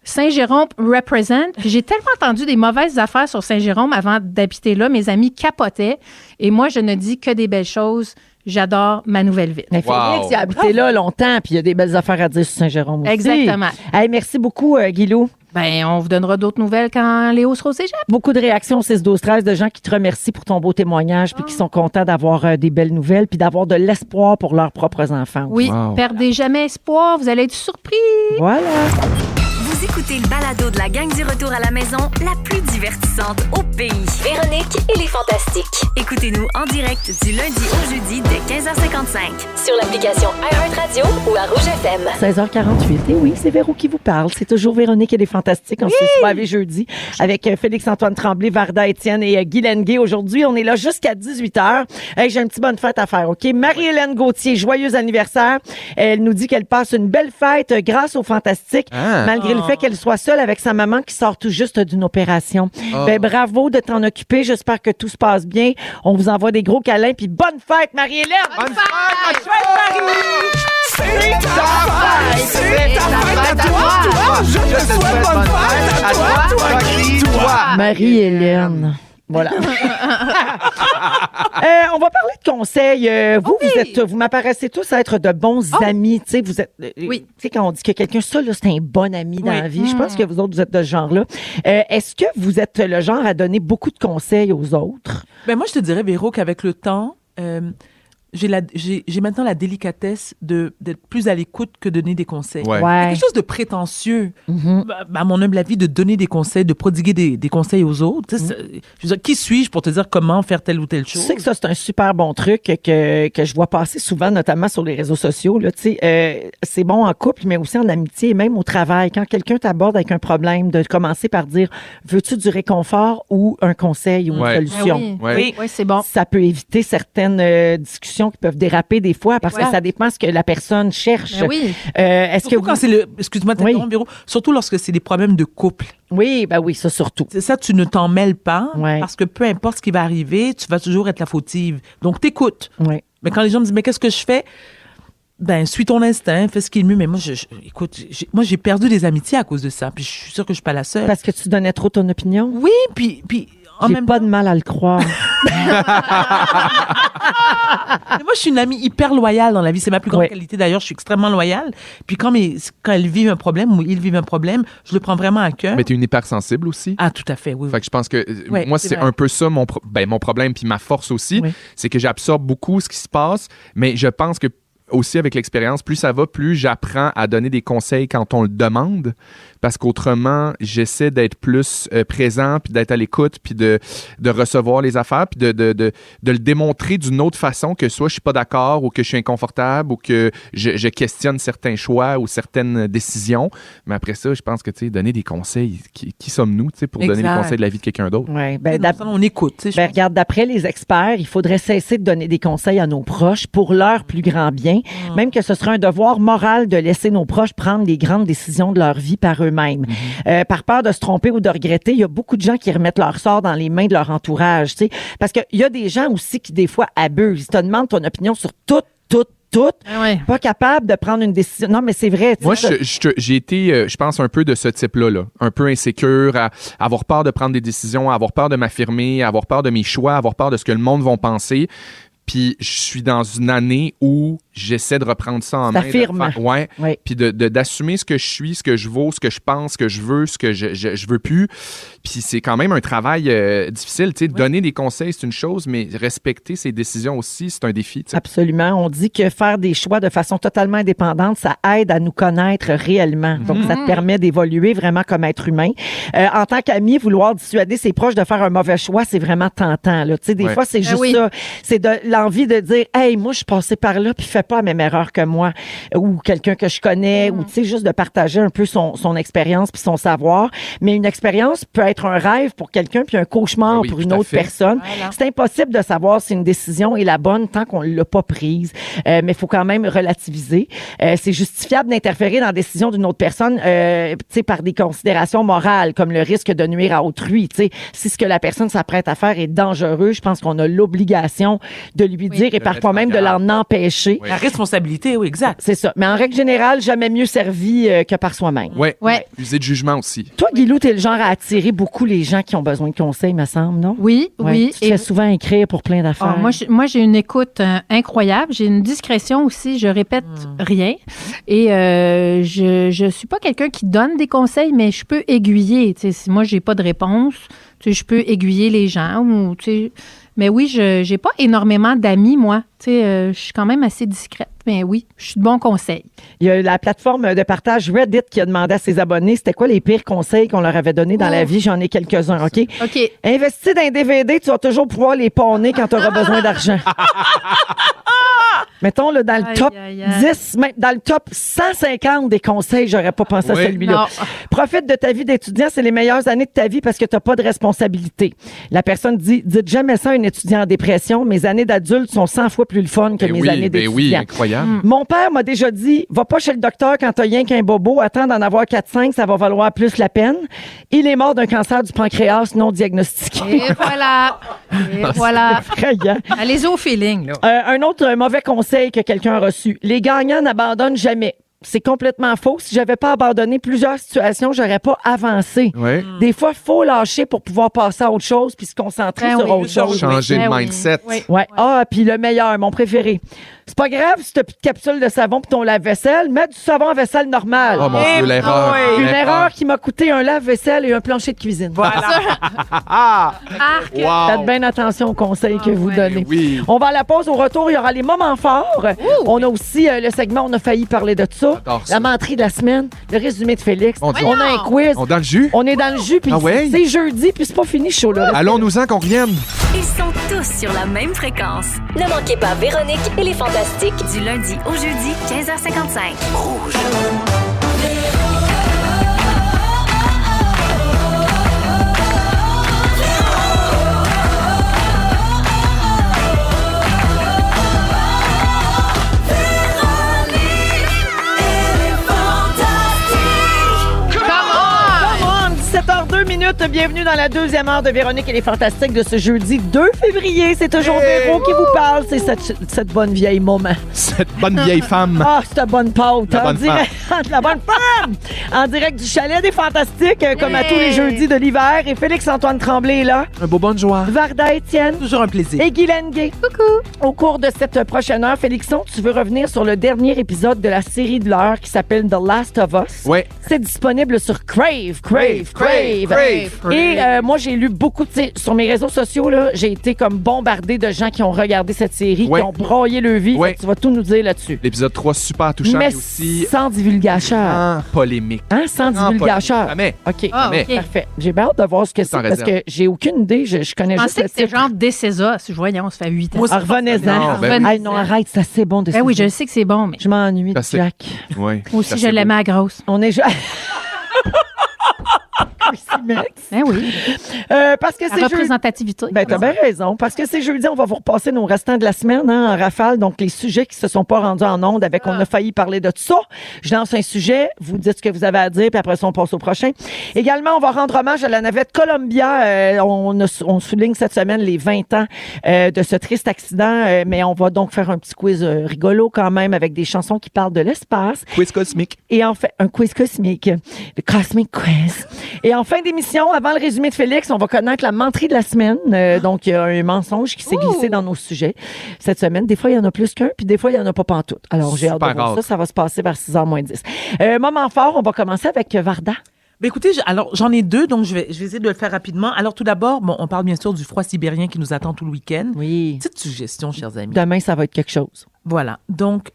S3: Saint-Jérôme represent. Puis j'ai tellement entendu des mauvaises affaires sur Saint-Jérôme avant d'habiter là. Mes amis capotaient. Et moi, je ne dis que des belles choses. J'adore ma nouvelle ville.
S1: Mais Félix, il a habité là longtemps, puis il y a des belles affaires à dire sur Saint-Jérôme aussi.
S3: Exactement.
S1: Hey, merci beaucoup, euh, Guilou.
S3: Ben, on vous donnera d'autres nouvelles quand Léo sera au cégep.
S1: Beaucoup de réactions au 6 12 13 de gens qui te remercient pour ton beau témoignage, puis qui sont contents d'avoir euh, des belles nouvelles, puis d'avoir de l'espoir pour leurs propres enfants.
S3: Oui,
S2: Wow.
S3: perdez jamais espoir. Vous allez être surpris.
S1: Voilà.
S7: Vous écoutez le balado de la gang du retour à la maison, la plus divertissante au pays.
S8: Véronique et les Fantastiques.
S7: Écoutez-nous en direct du lundi au jeudi dès 15h55.
S8: Sur l'application iHeartRadio ou à Rouge FM.
S1: 16h48. Et oui, c'est Véro qui vous parle. C'est toujours Véronique et les Fantastiques. On se soive jeudi avec euh, Félix-Antoine Tremblay, Varda Étienne et euh, Guy Lenguet. Aujourd'hui, on est là jusqu'à 18h. Hey, J'ai une petite bonne fête à faire, OK? Marie-Hélène Gauthier, joyeux anniversaire. Elle nous dit qu'elle passe une belle fête euh, grâce aux Fantastiques,
S2: Ah.
S1: malgré le fait qu'elle soit seule avec sa maman qui sort tout juste d'une opération. Ben, bravo de t'en occuper. J'espère que tout se passe bien. On vous envoie des gros câlins. Puis bonne fête, Marie-Hélène!
S2: Bonne fête, ma chouette Marie! C'est ta fête! C'est ta fête à toi! toi. Je te souhaite bonne fête à toi, toi qui toi!
S1: Marie-Hélène. Voilà. Euh, on va parler de conseils. Euh, vous, vous êtes, vous m'apparaissez tous à être de bons amis. Tu sais, vous êtes. euh,
S3: Oui.
S1: Tu sais, quand on dit que quelqu'un, ça, là, c'est un bon ami dans
S4: Oui.
S1: la vie, je pense que vous autres, vous êtes de ce genre-là. Euh, Est-ce que vous êtes le genre à donner beaucoup de conseils aux autres?
S4: Ben, moi, je te dirais, Véro, qu'avec le temps, euh, j'ai la- j'ai j'ai maintenant la délicatesse de- d'être plus à l'écoute que donner des conseils.
S2: Ouais.
S4: Il y a quelque chose de prétentieux,
S1: Mm-hmm.
S4: à- à mon humble avis, de donner des conseils, de prodiguer des, des conseils aux autres. Tu sais, c'est- Je veux dire, qui suis-je pour te dire comment faire telle ou telle
S1: Tu
S4: chose?
S1: sais que ça, Mm-hmm. c'est un super bon truc que, que je vois passer souvent, notamment sur les réseaux sociaux. Là, tu sais, euh, c'est bon en couple, mais aussi en amitié et même au travail. Quand quelqu'un t'aborde avec un problème, de commencer par dire veux-tu du réconfort ou un conseil ou une
S2: Ouais.
S1: solution?
S3: Ben
S2: Ouais.
S3: oui, oui c'est bon.
S1: Ça peut éviter certaines euh, discussions qui peuvent déraper des fois parce que ça dépend ce que la personne cherche.
S3: Ben oui.
S1: Euh, Est-ce que
S4: Surtout
S1: vous...
S4: quand c'est le. Excuse-moi, de
S1: Oui.
S4: t'interrompre, Véro. Surtout lorsque c'est des problèmes de couple.
S1: Oui, ben oui, ça surtout.
S4: C'est ça, tu ne t'en mêles pas
S1: Ouais.
S4: parce que peu importe ce qui va arriver, tu vas toujours être la fautive. Donc, t'écoutes.
S1: Oui.
S4: Mais quand les gens me disent, mais qu'est-ce que je fais? ben, suis ton instinct, fais ce qui est le mieux. Mais moi, je, je- écoute, j'ai- moi, j'ai perdu des amitiés à cause de ça. Puis je suis sûre que je suis pas la seule.
S1: Parce que tu donnais trop ton opinion.
S4: Oui, puis, puis en
S1: J'ai
S4: même
S1: pas
S4: temps,
S1: de mal à le croire.
S4: mais moi, je suis une amie hyper loyale dans la vie. C'est ma plus grande
S1: Ouais.
S4: qualité. D'ailleurs, je suis extrêmement loyale. Puis quand, mes, quand elles vivent un problème ou ils vivent un problème, je le prends vraiment à cœur.
S2: Mais t'es une hypersensible aussi.
S4: Ah, tout à fait, oui. oui.
S2: Fait que je pense que euh,
S4: Ouais,
S2: moi,
S4: c'est
S2: c'est
S4: vrai.
S2: un peu ça mon, pro- ben, mon problème, puis ma force aussi,
S4: Ouais.
S2: c'est que j'absorbe beaucoup ce qui se passe, mais je pense que aussi avec l'expérience, plus ça va, plus j'apprends à donner des conseils quand on le demande, parce qu'autrement, j'essaie d'être plus euh, présent, puis d'être à l'écoute, puis de, de recevoir les affaires, puis de, de, de, de le démontrer d'une autre façon que soit je suis pas d'accord, ou que je suis inconfortable, ou que je, je questionne certains choix ou certaines décisions. Mais après ça, je pense que, tu sais, donner des conseils, qui, qui sommes-nous, tu sais, pour donner
S4: Exact.
S2: des conseils de la vie de quelqu'un d'autre?
S1: Ouais,
S4: Dans
S1: ben,
S4: le
S1: d'ab-
S4: sens, on écoute. tu sais, je
S1: Ben,
S4: pense.
S1: regarde, d'après les experts, il faudrait cesser de donner des conseils à nos proches pour leur plus grand bien,
S2: Ah.
S1: même que ce serait un devoir moral de laisser nos proches prendre les grandes décisions de leur vie par eux-mêmes.
S2: Mhm.
S1: Euh, par peur de se tromper ou de regretter, il y a beaucoup de gens qui remettent leur sort dans les mains de leur entourage, tu sais. Parce qu'il y a des gens aussi qui, des fois, abusent. Ils te demandent ton opinion sur tout, tout, tout.
S5: Ah ouais.
S1: Pas capable de prendre une décision. Non, mais c'est vrai. tu
S2: Moi,
S1: sais,
S2: je- je- j'ai été, euh, je pense, un peu de ce type-là, là. un peu insécure, à, à avoir peur de prendre des décisions, à avoir peur de m'affirmer, à avoir peur de mes choix, à avoir peur de ce que le monde va penser. Puis je suis dans une année où j'essaie de reprendre ça en main. de
S1: T'affirmes.
S2: faire- Ouais.
S1: Oui.
S2: Puis de- de- d'assumer ce que je suis, ce que je vaux, ce que je pense, ce que je veux, ce que je, je, je veux plus. Puis c'est quand même un travail euh, difficile. tu sais. Donner des conseils, c'est une chose, mais respecter ses décisions aussi, c'est un défi. tu sais.
S1: Absolument. On dit que faire des choix de façon totalement indépendante, ça aide à nous connaître réellement. Donc, ça te permet d'évoluer vraiment comme être humain. Euh, en tant qu'ami, vouloir dissuader ses proches de faire un mauvais choix, c'est vraiment tentant. Là. Tu sais, Des
S2: Ouais.
S1: fois, c'est juste
S5: oui.
S1: ça. C'est de l'envie de dire Hey, moi, je suis passé par là, puis fais pas la même erreur que moi. Ou quelqu'un que je connais, ou tu sais, juste de partager un peu son, son expérience puis son savoir. Mais une expérience peut être un rêve pour quelqu'un, puis un cauchemar
S2: Ah oui,
S1: pour
S2: tout
S1: une
S2: à
S1: autre
S2: fait.
S1: personne personne. C'est impossible de savoir si une décision est la bonne tant qu'on ne l'a pas prise. Euh, mais il faut quand même relativiser. Euh, c'est justifiable d'interférer dans la décision d'une autre personne euh, tu sais, par des considérations morales, comme le risque de nuire à autrui. tu sais. Si ce que la personne s'apprête à faire est dangereux, je pense qu'on a l'obligation de lui dire et
S2: De
S1: parfois
S2: mettre
S1: même
S2: en
S1: de
S2: garde.
S1: l'en empêcher.
S2: Oui.
S4: La responsabilité, oui, exact.
S1: C'est ça. Mais en règle générale, jamais mieux servi euh, que par soi-même.
S2: Ouais.
S5: Ouais.
S2: User de jugement aussi.
S1: Toi, Guilou, t'es le genre à attirer beaucoup les gens qui ont besoin de conseils, me semble, non?
S3: Oui,
S1: Ouais.
S3: oui.
S1: Tu te
S3: Et-
S1: fais souvent écrire pour plein
S3: Ah,
S1: d'affaires.
S3: moi, j'ai- moi, j'ai une écoute euh, incroyable. J'ai une discrétion aussi. Je répète rien. Et euh, je je suis pas quelqu'un qui donne des conseils, mais je peux aiguiller. Tu sais, si moi, j'ai pas de réponse, tu sais, je peux aiguiller les gens. Ou, tu sais, mais oui, je n'ai pas énormément d'amis, moi. Tu sais, euh, je suis quand même assez discrète. Mais oui, je suis de bons conseils.
S1: Il y a la plateforme de partage Reddit qui a demandé à ses abonnés c'était quoi les pires conseils qu'on leur avait donnés dans
S3: Oh.
S1: la vie. J'en ai quelques-uns, OK?
S3: OK.
S1: Investis dans un DVD, tu vas toujours pouvoir les pawner quand tu auras besoin d'argent. Mettons, là, dans le
S3: Aïe,
S1: top
S3: aïe, aïe.
S1: 10, même dans le top 150 des conseils, j'aurais pas pensé
S2: Oui.
S1: à celui-là.
S3: Non.
S1: Profite de ta vie d'étudiant, c'est les meilleures années de ta vie parce que tu n'as pas de responsabilité. La personne dit, dites jamais ça à un étudiant en dépression. Mes années d'adulte sont 100 fois plus le fun que
S2: Ben
S1: mes
S2: oui,
S1: années
S2: ben
S1: d'étudiant.
S2: oui, incroyable.
S1: Mon père m'a déjà dit va pas chez le docteur quand t'as rien qu'un bobo, attends d'en avoir 4-5, ça va valoir plus la peine. Il est mort d'un cancer du pancréas non
S3: Eh
S1: diagnostiqué.
S5: Et voilà. Et voilà.
S1: Effrayant.
S5: Allez-y au feeling, là.
S1: Euh, un autre euh, mauvais conseil que quelqu'un a reçu les gagnants n'abandonnent jamais. C'est complètement faux. Si j'avais pas abandonné plusieurs situations, j'aurais pas avancé.
S2: Ouais.
S1: Des fois, faut lâcher pour pouvoir passer à autre chose puis se concentrer
S3: Ben
S1: sur
S3: oui,
S1: autre
S3: sur-
S1: chose.
S2: Changer
S3: Ben
S2: de
S3: oui.
S2: mindset.
S1: Ouais. Ah, puis le meilleur, mon préféré. C'est pas grave si t'as plus de capsule de savon pour ton lave-vaisselle, mets du savon à vaisselle normale.
S2: Oh mon dieu, Ah. l'erreur.
S1: Une erreur qui m'a coûté un lave-vaisselle et un plancher de cuisine. Faites
S2: Wow.
S1: bien attention aux
S3: Ah
S1: conseils que vous donnez.
S2: Ben Oui.
S1: On va à la pause. Au retour, il y aura les moments forts. On a aussi euh, le segment On a failli parler de ça.
S2: J'adore ça.
S1: La menterie de la semaine, le résumé de Félix.
S2: Mon Dieu.
S1: on a un quiz.
S2: On est dans le jus.
S1: On est dans le jus, puis
S2: Ah ouais?
S1: c'est jeudi, puis c'est pas fini chaud, là.
S2: Allons-nous-en qu'on revienne.
S7: Ils sont tous sur la même fréquence.
S8: Ne manquez pas Véronique et les Fantastiques.
S7: Du lundi au jeudi, 15h55.
S1: Come on! 17h02 minutes bienvenue dans la deuxième heure de Véronique et les Fantastiques de ce jeudi 2 février. C'est toujours
S2: Hey!
S1: Véro qui vous parle, c'est cette, cette bonne vieille maman.
S2: Cette bonne vieille femme.
S1: Ah, c'est une bonne pâte.
S2: La
S1: en
S2: bonne
S1: direct, la bonne femme! En direct du chalet des Fantastiques, euh, comme à tous les jeudis de l'hiver. Et Félix-Antoine Tremblay est là.
S4: Un beau bonne joie.
S1: Varda Étienne.
S4: Toujours un plaisir.
S1: Et Guylaine Gay. Coucou. Au cours de cette prochaine heure, Félixon, tu veux revenir sur le dernier épisode de la série de l'heure qui s'appelle The Last of Us.
S2: Ouais.
S1: C'est disponible sur Crave, Crave, Crave.
S2: Crave.
S1: Et euh, moi, j'ai lu beaucoup, tu sais, sur mes réseaux sociaux, là, j'ai été comme bombardée de gens qui ont regardé cette série,
S2: Ouais.
S1: qui ont broyé le vie.
S2: Ouais.
S1: Fait que Tu vas tout nous dire là-dessus.
S2: L'épisode 3, super touchant.
S1: Mais
S2: et aussi, Ah.
S1: sans divulgacheur.
S2: en polémique.
S1: Hein, sans
S2: En
S1: divulgacheur.
S2: polémique.
S1: OK,
S3: Ah,
S2: Mais-
S3: OK.
S1: parfait. J'ai bien hâte de voir ce que c'est
S2: en
S1: parce
S2: réserve.
S1: que j'ai aucune idée. Je, je connais
S3: Je
S1: juste
S3: pensais
S1: le
S3: que c'était
S1: titre.
S3: genre Décésa. Je voyais, on se fait 8 ans.
S1: Ah, Revenez-en.
S2: Non, ben-
S1: Hey, non, arrête, ça c'est bon de
S3: Ben
S1: se
S3: oui,
S1: dire.
S3: je sais que c'est bon, mais
S1: Je m'ennuie de
S2: Parce que-
S1: Jack.
S2: Jamais. Ouais.
S3: moi aussi,
S2: Ça,
S3: je
S2: c'est
S3: l'aimais
S2: beau.
S3: à grosse.
S1: On est. ju- Oui, Ah, c'est Max.
S3: Ben oui,
S1: Euh, parce que
S3: la
S1: c'est jeudi.
S3: représentativité.
S1: Ben, t'as bien raison. Parce que c'est jeudi, on va vous repasser nos restants de la semaine hein, en rafale. Donc, les sujets qui se sont pas rendus en ondes avec
S3: Ah.
S1: on a failli parler de ça. Je lance un sujet, vous dites ce que vous avez à dire, puis après ça, on passe au prochain. Également, on va rendre hommage à la navette Columbia. Euh, on, a- on souligne cette semaine les 20 ans euh, de ce triste accident, euh, mais on va donc faire un petit quiz euh, rigolo quand même avec des chansons qui parlent de l'espace.
S2: Quiz cosmique.
S1: Et en fait, un quiz cosmique, le Cosmic Quiz. Et en fin d'émission, avant le résumé de Félix, on va connaître la menterie de la semaine. Euh, donc, il y a un mensonge qui s'est glissé dans nos sujets cette semaine. Des fois, il y en a plus qu'un, puis des fois, il y en a pas pantoute. Alors, j'ai hâte de
S2: Super
S1: voir ça.
S2: rare.
S1: Ça va se passer vers 6h moins 10. Euh, moment fort, on va commencer avec Varda.
S4: Ben écoutez, j'- alors j'en ai deux, donc je vais, je vais essayer de le faire rapidement. Alors tout d'abord, bon, on parle bien sûr du froid sibérien qui nous attend tout le week-end.
S1: Oui.
S4: Petite suggestion, chers amis.
S1: Demain, ça va être quelque chose.
S4: Voilà. Donc,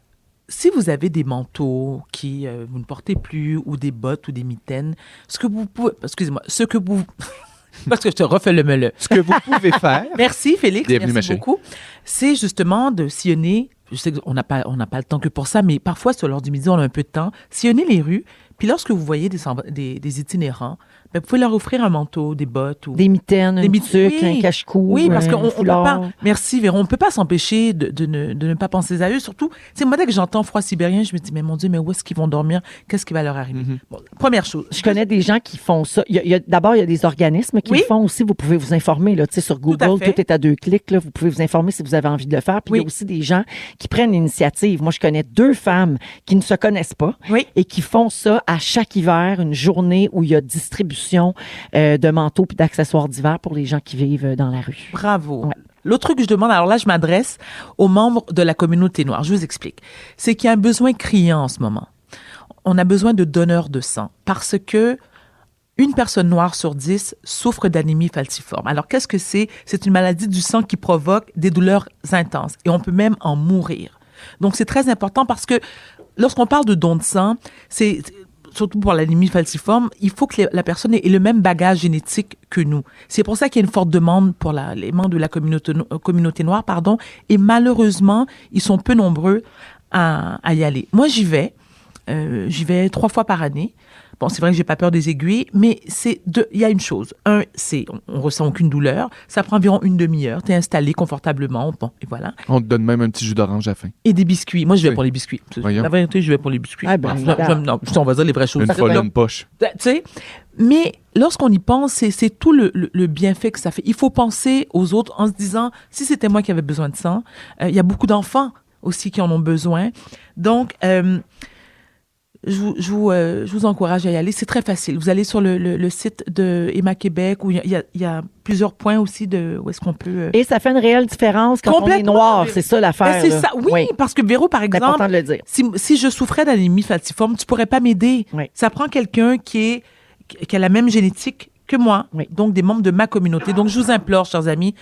S4: si vous avez des manteaux qui euh, vous ne portez plus ou des bottes ou des mitaines, ce que vous pouvez, excusez-moi, ce que vous, parce que je te refais le meuleux.
S2: Ce que vous pouvez faire.
S4: Merci Félix,
S2: Bienvenue, ma
S4: merci
S2: chérie.
S4: beaucoup. C'est justement de sillonner. Je sais qu'on n'a pas, on n'a pas le temps que pour ça, mais parfois, sur l'heure du midi, on a un peu de temps. Sillonner les rues. Puis lorsque vous voyez des, sans- des, des itinérants, ben, vous pouvez leur offrir un manteau, des bottes ou
S1: Des mitaines,
S4: des
S1: une
S4: mitaines.
S1: tuque,
S4: Oui.
S1: un cache-cou.
S4: Oui, parce
S1: un
S4: qu'on on peut
S1: foulard.
S4: pas. Merci, Véron. On peut pas s'empêcher de, de ne, de ne pas penser à eux. Surtout, c'est moi dès que j'entends froid sibérien, je me dis mais mon Dieu, mais où est-ce qu'ils vont dormir Qu'est-ce qui va leur arriver Bon, Première chose.
S1: Je connais des gens qui font ça. Il y a- il y a- D'abord, il y a des organismes qui
S4: Oui.
S1: le font aussi. Vous pouvez vous informer là, tu sais, sur
S4: à
S1: Google. Tout,
S4: fait.
S1: est à deux clics. Là. Vous pouvez vous informer si vous avez envie de le faire. Puis il y a
S4: Oui.
S1: aussi des gens qui prennent l'initiative. Moi, je connais deux femmes qui ne se connaissent pas
S4: Oui.
S1: et qui font ça à chaque hiver, une journée où il y a distribution euh, de manteaux puis d'accessoires d'hiver pour les gens qui vivent euh, dans la rue.
S4: Bravo.
S1: Ouais.
S4: L'autre truc que je demande, alors là, je m'adresse aux membres de la communauté noire. Je vous explique. C'est qu'il y a un besoin criant en ce moment. On a besoin de donneurs de sang parce que une personne noire sur dix souffre d'anémie falciforme. Alors, qu'est-ce que c'est? C'est une maladie du sang qui provoque des douleurs intenses et on peut même en mourir. Donc, c'est très important parce que lorsqu'on parle de don de sang, c'est surtout pour l'anémie falciforme, il faut que les- la personne ait le même bagage génétique que nous. C'est pour ça qu'il y a une forte demande pour la- les membres de la communauté, no- euh, communauté noire, pardon, et malheureusement, ils sont peu nombreux à, à y aller. Moi, j'y vais. Euh, j'y vais trois fois par année. Bon, c'est vrai que j'ai pas peur des aiguilles, mais c'est deux. Il y a une chose. Un, c'est on, on ressent aucune douleur. Ça prend environ une demi-heure. T'es installé confortablement. Bon, et voilà.
S2: On te donne même un petit jus d'orange à la fin.
S4: Et des biscuits. Moi, je vais
S2: Oui.
S4: pour les biscuits.
S2: Voyons.
S4: La vérité, je vais pour les biscuits.
S1: Ah ben,
S4: Non,
S1: regarde.
S4: non, non, on va dire les vraies choses.
S2: Une
S4: Parce que
S2: folle,
S4: là,
S2: une poche.
S4: tu sais, mais lorsqu'on y pense, c'est, c'est tout le, le- le bienfait que ça fait. Il faut penser aux autres en se disant, si c'était moi qui avais besoin de sang, euh, il y a beaucoup d'enfants aussi qui en ont besoin. Donc, euh, je, vous, je vous, euh, je vous encourage à y aller. C'est très facile. Vous allez sur le, le- le site de Emma Québec où il y a- il y, a- il y a plusieurs points aussi de où est-ce qu'on peut... euh,
S1: Et ça fait une réelle différence quand on est
S4: Complètement.
S1: noir. C'est ça l'affaire.
S4: Ben, c'est
S1: là.
S4: ça. Oui, parce que Véro, par
S1: C'est
S4: exemple,
S1: important de le dire.
S4: si, si je souffrais d'anémie falciforme, tu pourrais pas m'aider.
S1: Oui.
S4: Ça prend quelqu'un qui est qui a la même génétique que moi,
S1: Oui.
S4: donc des membres de ma communauté. Donc je vous implore, chers amis,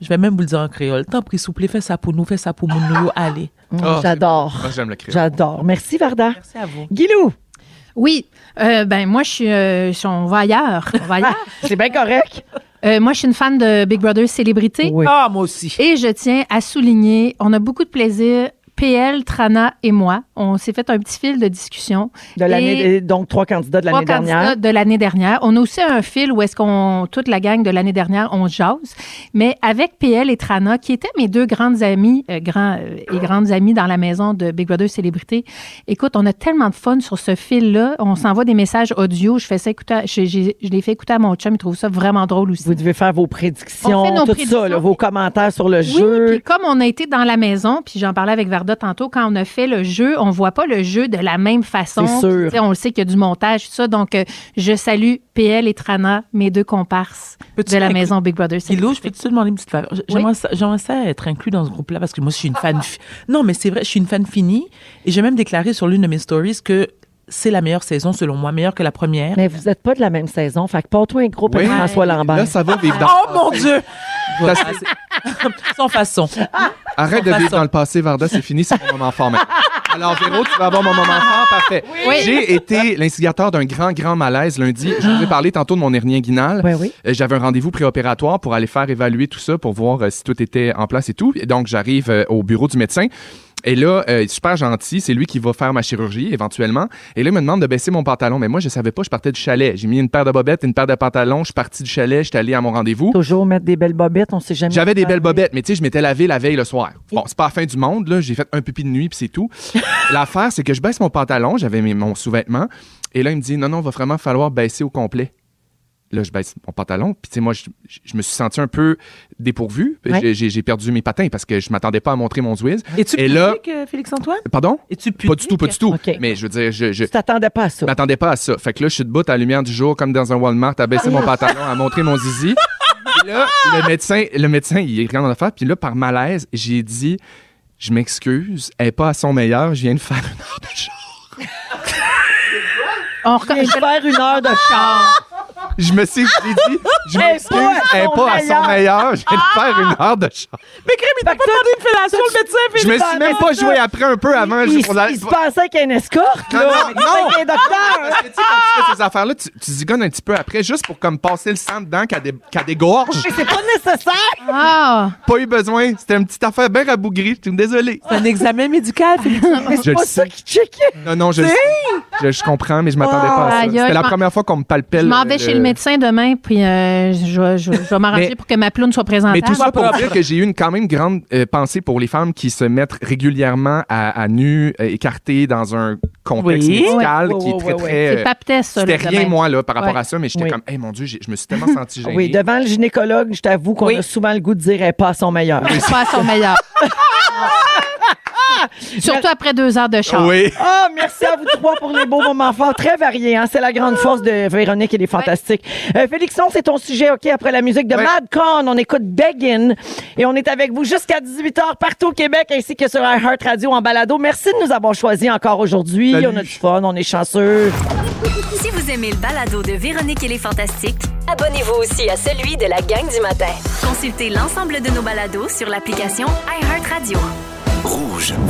S4: je vais même vous le dire en créole. Tant pis, s'il vous plaît, fais ça pour nous, fais ça pour nous, nous, allez.
S1: Hum,
S2: Ah,
S1: J'adore.
S2: Moi, j'aime le créer.
S1: J'adore. Merci, Varda.
S4: Merci à vous.
S1: Guilou,
S3: Oui, euh, ben moi, je suis, euh, je- on va ailleurs. On va ailleurs.
S1: c'est bien correct.
S3: Euh, moi, je suis une fan de Big Brother Célébrité.
S1: Oui.
S4: Ah, moi aussi.
S3: Et je tiens à souligner, on a beaucoup de plaisir PL, Trana et moi. On s'est fait un petit fil de discussion.
S1: De l'année, donc trois candidats de l'année
S3: Trois
S1: dernière.
S3: candidats de l'année dernière. On a aussi un fil où est-ce qu'on, toute la gang de l'année dernière, on jase. Mais avec PL et Trana, qui étaient mes deux grandes amies, euh, grands, euh, et grandes amies dans la maison de Big Brother Célébrité, écoute, on a tellement de fun sur ce fil-là. On s'envoie des messages audio. Je fais ça écouter, à- je, j'ai- je l'ai fait écouter à mon chum. Il trouve ça vraiment drôle aussi.
S1: Vous devez faire vos prédictions,
S3: On fait nos
S1: tout
S3: prédictions.
S1: ça, là, vos commentaires sur le
S3: Oui,
S1: jeu.
S3: puis comme on a été dans la maison, puis j'en parlais avec Varda tantôt, quand on a fait le jeu, on voit pas le jeu de la même façon.
S1: C'est
S3: Puis,
S1: sûr.
S3: tu sais, On le sait qu'il y a du montage, tout ça. Donc, euh, je salue PL et Trana, mes deux comparses
S4: Peux-tu
S3: de la
S4: inclure-
S3: maison Big Brother. Célébrité.
S4: Guilou, je peux te demander une petite faveur? J- J'aimerais ça- j'aimerais ça être inclus dans ce groupe-là parce que moi, je suis une fan. fi- Non, mais c'est vrai, je suis une fan finie et j'ai même déclaré sur l'une de mes stories que c'est la meilleure saison, selon moi, meilleure que la première.
S1: Mais vous n'êtes pas de la même saison. Fait que porte-toi un groupe
S2: Oui.
S1: avec François Lambert.
S2: Là, ça va vivre dans.
S4: Oh mon Dieu!
S2: Parce-
S4: Voilà, c'est- Sans façon.
S2: Arrête de
S4: façon.
S2: vivre dans le passé, Varda, c'est fini, c'est mon moment fort maintenant. Alors, Véro, tu vas avoir mon moment fort, parfait. J'ai été l'instigateur d'un grand, grand malaise lundi. Je vous ai parlé tantôt de mon hernie inguinale.
S1: Oui, oui.
S2: Euh, J'avais un rendez-vous préopératoire pour aller faire évaluer tout ça, pour voir euh, si tout était en place et tout. Et donc, j'arrive euh, au bureau du médecin. Et là, euh, il est super gentil, c'est lui qui va faire ma chirurgie éventuellement. Et là, il me demande de baisser mon pantalon. Mais moi, je savais pas, je partais du chalet. J'ai mis une paire de bobettes, une paire de pantalons, je suis parti du chalet, j'étais allé à mon rendez-vous.
S1: Toujours mettre des belles bobettes, on sait jamais.
S2: J'avais des belles bobettes, mais tu sais, je m'étais lavé la veille le soir. Bon, c'est pas la fin du monde, là. J'ai fait un pipi de nuit, puis c'est tout. L'affaire, c'est que je baisse mon pantalon, j'avais mes- mon sous-vêtement, et là, il me dit, non, non, va vraiment falloir baisser au complet. Là, je baisse mon pantalon, puis tu sais, moi, je, je- je me suis senti un peu dépourvu.
S1: Ouais.
S2: J'ai- J'ai j'ai perdu mes patins parce que je m'attendais pas à montrer mon Zwiz.
S4: Es-tu
S2: Et là-
S4: pudique, euh, Félix-Antoine?
S2: Pardon?
S4: Es-tu
S2: Pas du tout, pas du tout.
S1: Ok.
S2: Mais je veux dire, je, je,
S1: Tu t'attendais pas à ça.
S2: je m'attendais pas à ça. Fait que là, je suis debout à la lumière du jour, comme dans un Walmart, à baisser mon pantalon, à montrer mon zizi. Puis là, le médecin, le médecin, il est rien dans l'affaire. Puis là, par malaise, j'ai dit, je m'excuse, elle est pas à son meilleur, je viens de faire une heure de char.
S3: On Ah!
S1: Je
S3: reconnaît
S1: viens de faire une heure de char.
S2: Je me suis j'ai dit, je
S1: Elle est pas
S2: m'excuse,
S1: à
S2: elle est
S1: son
S2: pas à son meilleur, je viens de faire une heure de char.
S4: Mais crème, il t'a pas demandé une fellation, le médecin,
S2: Je me suis même pas joué après un peu avant.
S1: Il,
S2: je-
S1: il
S2: on a-
S1: se passait qu'il y a une escorte,
S2: Non,
S1: là.
S2: non, non.
S1: Avec un docteur.
S2: Parce que, tu sais, quand tu fais ces affaires-là, tu, tu zigonnes un petit peu après, juste pour comme passer le sang dedans qu'à des, qu'à des gorges.
S1: C'est pas nécessaire.
S3: Ah!
S2: Pas eu besoin. C'était une petite affaire bien rabougrie. Je suis désolé.
S4: C'est un examen médical, Félix.
S2: Je
S1: C'est
S2: le
S1: pas
S2: sais.
S1: ça qui checkait.
S2: Non, non, je, le sais. je, je comprends, mais je m'attendais
S1: Oh,
S2: pas à ça.
S3: aïe,
S2: C'était
S3: je
S2: la
S3: m'en-
S2: première fois qu'on me palpait
S3: Je m'en
S2: le-
S3: vais chez le médecin demain, puis euh, je, vais- je vais- je vais m'arranger
S2: euh, Mais-
S3: pour que ma ploune soit présentable.
S2: Mais tout ça pour
S4: propre.
S2: dire que j'ai eu une quand même grande euh, pensée pour les femmes qui se mettent régulièrement à, à nu, euh, écartées dans un contexte
S4: Oui.
S2: médical
S1: Oui,
S2: qui est
S1: oui,
S2: très,
S1: oui, oui.
S2: très...
S3: C'est
S2: euh,
S3: papetès, ça.
S2: C'était
S3: là,
S2: rien,
S3: demain.
S2: moi, là, par rapport
S3: Ouais.
S2: à ça, mais j'étais
S1: Oui.
S2: comme, hey, mon Dieu, j'ai- je me suis tellement senti gêné.
S1: Oui, devant le gynécologue, je t'avoue qu'on
S4: Oui.
S1: a souvent le goût de dire elle est pas à son meilleur.
S3: Je suis pas à son meilleur. Surtout après deux heures de char.
S2: Oui.
S1: Ah, merci à vous trois pour les beaux moments forts. Très variés, hein. C'est la grande force de Véronique et des Fantastiques. Euh, Félixon, c'est ton sujet, OK, après la musique de
S2: Ouais.
S1: Madcon. On écoute Beggin et on est avec vous jusqu'à 18h partout au Québec ainsi que sur iHeart Radio en balado. Merci de nous avoir choisis encore aujourd'hui.
S2: Salut.
S1: On a du fun, on est chanceux.
S7: Si vous aimez le balado de Véronique et les Fantastiques,
S8: Abonnez-vous aussi à celui de la gang du matin.
S7: consultez l'ensemble de nos balados sur l'application iHeartRadio.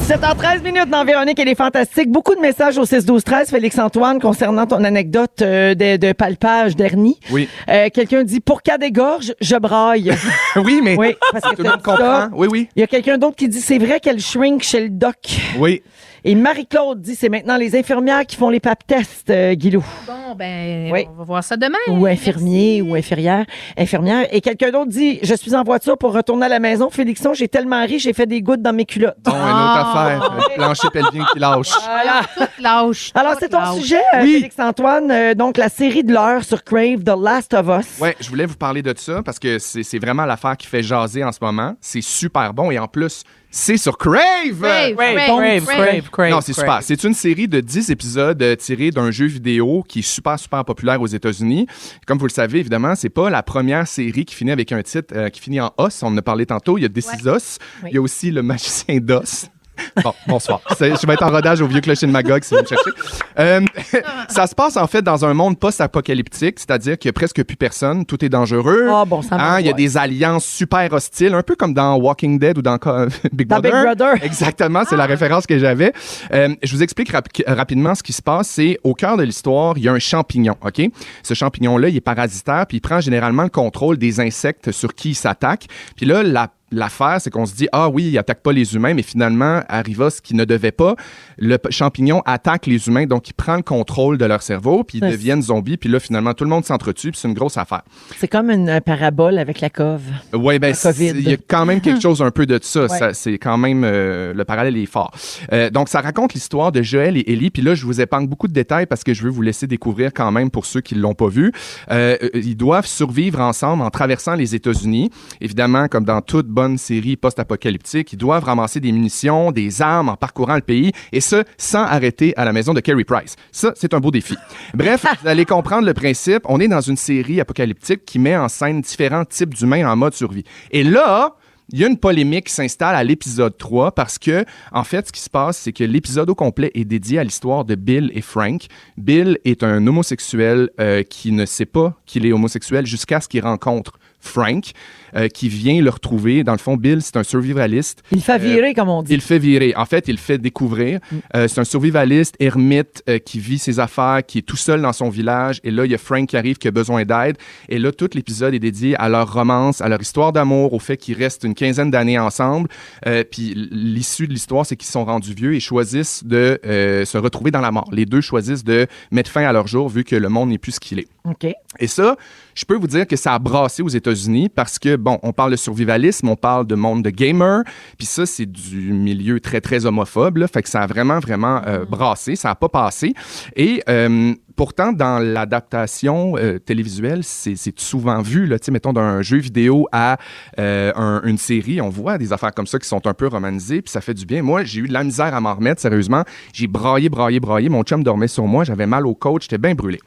S1: 7h13 minutes dans Véronique et les Fantastiques. Beaucoup de messages au 6-12-13. Félix-Antoine, concernant ton anecdote euh, de, de palpage d'hernie.
S2: Oui.
S1: Euh, Quelqu'un dit, pour cas des gorges, je braille.
S2: oui, mais
S1: oui, parce que
S2: tout le monde
S1: t'as dit ça.
S2: comprend. Oui, oui,
S1: Il y a quelqu'un d'autre qui dit c'est vrai qu'elle shrink chez le doc.
S2: oui.
S1: Et Marie-Claude dit c'est maintenant les infirmières qui font les pap tests, euh, Guilou.
S3: Bon, ben,
S1: Oui.
S3: on va voir ça demain.
S1: Ou infirmier ou infirmière, infirmière. Et quelqu'un d'autre dit je suis en voiture pour retourner à la maison. Félixon, j'ai tellement ri, j'ai fait des gouttes dans mes culottes.
S2: Bon, une autre
S3: Ah.
S2: affaire. Le plancher pelvien qui lâche.
S1: Voilà.
S3: Toute lâche.
S1: Alors,
S3: toute
S1: c'est ton
S3: lâche.
S1: sujet, euh,
S2: Oui.
S1: Félix-Antoine. Euh, donc, la série de l'heure sur Crave, The Last of Us.
S2: Ouais, je voulais vous parler de ça parce que c'est c'est vraiment l'affaire qui fait jaser en ce moment. C'est super bon et en plus, c'est sur Crave!
S3: Crave, crave, crave.
S2: Non, c'est super. C'est une série de 10 épisodes euh, tirés d'un jeu vidéo qui est super, super populaire aux États-Unis. Comme vous le savez, évidemment, c'est pas la première série qui finit avec un titre euh, qui finit en os. On en a parlé tantôt. Il y a This is Us. Il y a aussi Le Magicien d'os. Bon, bonsoir. C'est- Je vais être en rodage au vieux clocher de Magog si vous me cherchez. Euh, ça se passe en fait dans un monde post-apocalyptique, c'est-à-dire qu'il n'y a presque plus personne, tout est dangereux.
S1: Ah, bon, ça
S2: Hein, Il y a
S1: m'angoisse.
S2: des alliances super hostiles, un peu comme dans Walking Dead ou dans euh, Big
S1: Dans Big
S2: Brother.
S1: Brother. Ah.
S2: Exactement, c'est la référence que j'avais. Euh, je vous explique rapi- rapidement ce qui se passe. C'est au cœur de l'histoire, il y a un champignon, OK? Ce champignon-là, il est parasitaire, puis il prend généralement le contrôle des insectes sur qui il s'attaque. Puis là, la l'affaire, c'est qu'on se dit ah oui, il attaque pas les humains, mais finalement arriva ce qui ne devait pas. Le p- champignon attaque les humains, donc il prend le contrôle de leur cerveau, puis ils
S1: Ça,
S2: deviennent zombies, puis là finalement tout le monde s'entretue, puis c'est une grosse affaire.
S1: C'est comme une euh, parabole avec la cove.
S2: Oui, ben,
S1: La COVID.
S2: c'est- il y a quand même quelque chose un peu de ça. Ça, c'est quand même, euh, le parallèle est fort. Euh, donc, ça raconte l'histoire de Joël et Ellie. Puis là, je vous épargne beaucoup de détails parce que je veux vous laisser découvrir quand même pour ceux qui l'ont pas vu. Euh, euh, ils doivent survivre ensemble en traversant les États-Unis. Évidemment, comme dans toute bonne série post-apocalyptique, ils doivent ramasser des munitions, des armes en parcourant le pays et ce, sans arrêter à la maison de Kerry Price. Ça, c'est un beau défi. Bref, vous allez comprendre le principe. On est dans une série apocalyptique qui met en scène différents types d'humains en mode survie. Et là, il y a une polémique qui s'installe à l'épisode 3 parce que, en fait, ce qui se passe, c'est que l'épisode au complet est dédié à l'histoire de Bill et Frank. Bill est un homosexuel euh, qui ne sait pas qu'il est homosexuel jusqu'à ce qu'il rencontre Frank, euh, qui vient le retrouver. Dans le fond, Bill, c'est un survivaliste
S1: Il fait virer, comme on dit.
S2: il fait virer. En fait, il le fait découvrir. Euh, c'est un survivaliste, ermite, euh, qui vit ses affaires, qui est tout seul dans son village. Et là, il y a Frank qui arrive, qui a besoin d'aide. Et là, tout l'épisode est dédié à leur romance, à leur histoire d'amour, au fait qu'ils restent une quinzaine d'années ensemble. Euh, puis l'issue de l'histoire, c'est qu'ils sont rendus vieux et choisissent de euh, se retrouver dans la mort. Les deux choisissent de mettre fin à leur jour, vu que le monde n'est plus ce qu'il est.
S1: OK.
S2: Et ça, je peux vous dire que ça a brassé aux États-Unis parce que, bon, on parle de survivalisme, on parle de monde de gamers, puis ça, c'est du milieu très, très homophobe, là, fait que ça a vraiment, vraiment euh, brassé, ça n'a pas passé. Et euh, pourtant, dans l'adaptation euh, télévisuelle, c'est c'est souvent vu, là, tu sais, mettons, d'un jeu vidéo à euh, un- une série, on voit des affaires comme ça qui sont un peu romanisées, puis ça fait du bien. Moi, j'ai eu de la misère à m'en remettre, sérieusement. J'ai braillé, braillé, braillé, mon chum dormait sur moi, j'avais mal au coach, j'étais bien brûlé.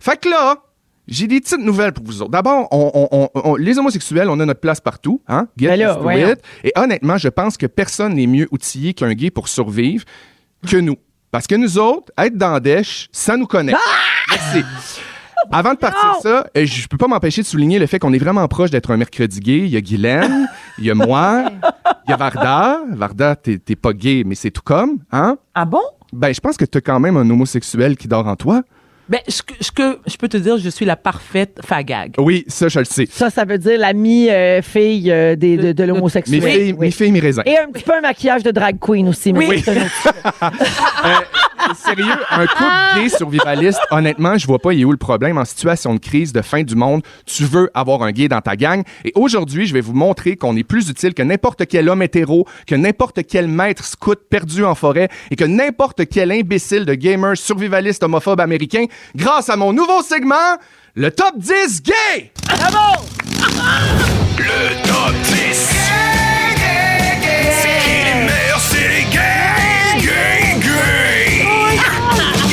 S2: Fait que là, j'ai des petites nouvelles pour vous autres. D'abord, on- on- on- on- les homosexuels, on a notre place partout. Hein? Get
S1: Ben là,
S2: used to
S1: voyons.
S2: it. Et honnêtement, je pense que personne n'est mieux outillé qu'un gay pour survivre que nous. Parce que nous autres, être dans la Dèche, ça nous connaît.
S1: Ah!
S2: Merci. Avant de partir ça, euh, je peux pas m'empêcher de souligner le fait qu'on est vraiment proche d'être un mercredi gay. Il y a Guylaine, il y a moi, il y a Varda. Varda, t'es t'es pas gay, mais c'est tout comme. Hein?
S4: Ah bon?
S2: Ben, je pense que t'as quand même un homosexuel qui dort en toi.
S4: Ben, je, je, que- je peux te dire, je suis la parfaite fagag.
S2: Oui, ça, je le sais.
S1: Ça, ça veut dire l'ami euh, fille euh, des- de, de,
S2: Mes
S1: l'homosexuel.
S2: filles,
S1: Oui.
S2: mes filles, mes raisins.
S1: Et un petit peu un maquillage de drag queen aussi. mais
S2: Oui.
S1: c'est un autre-
S2: Euh, sérieux, un
S1: Ah!
S2: couple gay survivaliste, honnêtement, je vois pas il est où le problème. En situation de crise, de fin du monde, tu veux avoir un gay dans ta gang. Et aujourd'hui, je vais vous montrer qu'on est plus utile que n'importe quel homme hétéro, que n'importe quel maître scout perdu en forêt et que n'importe quel imbécile de gamer survivaliste homophobe américain grâce à mon nouveau segment, le top 10 gay!
S6: Le top 10. C'est qui les meilleurs? C'est les gays, gays, gays. Gays,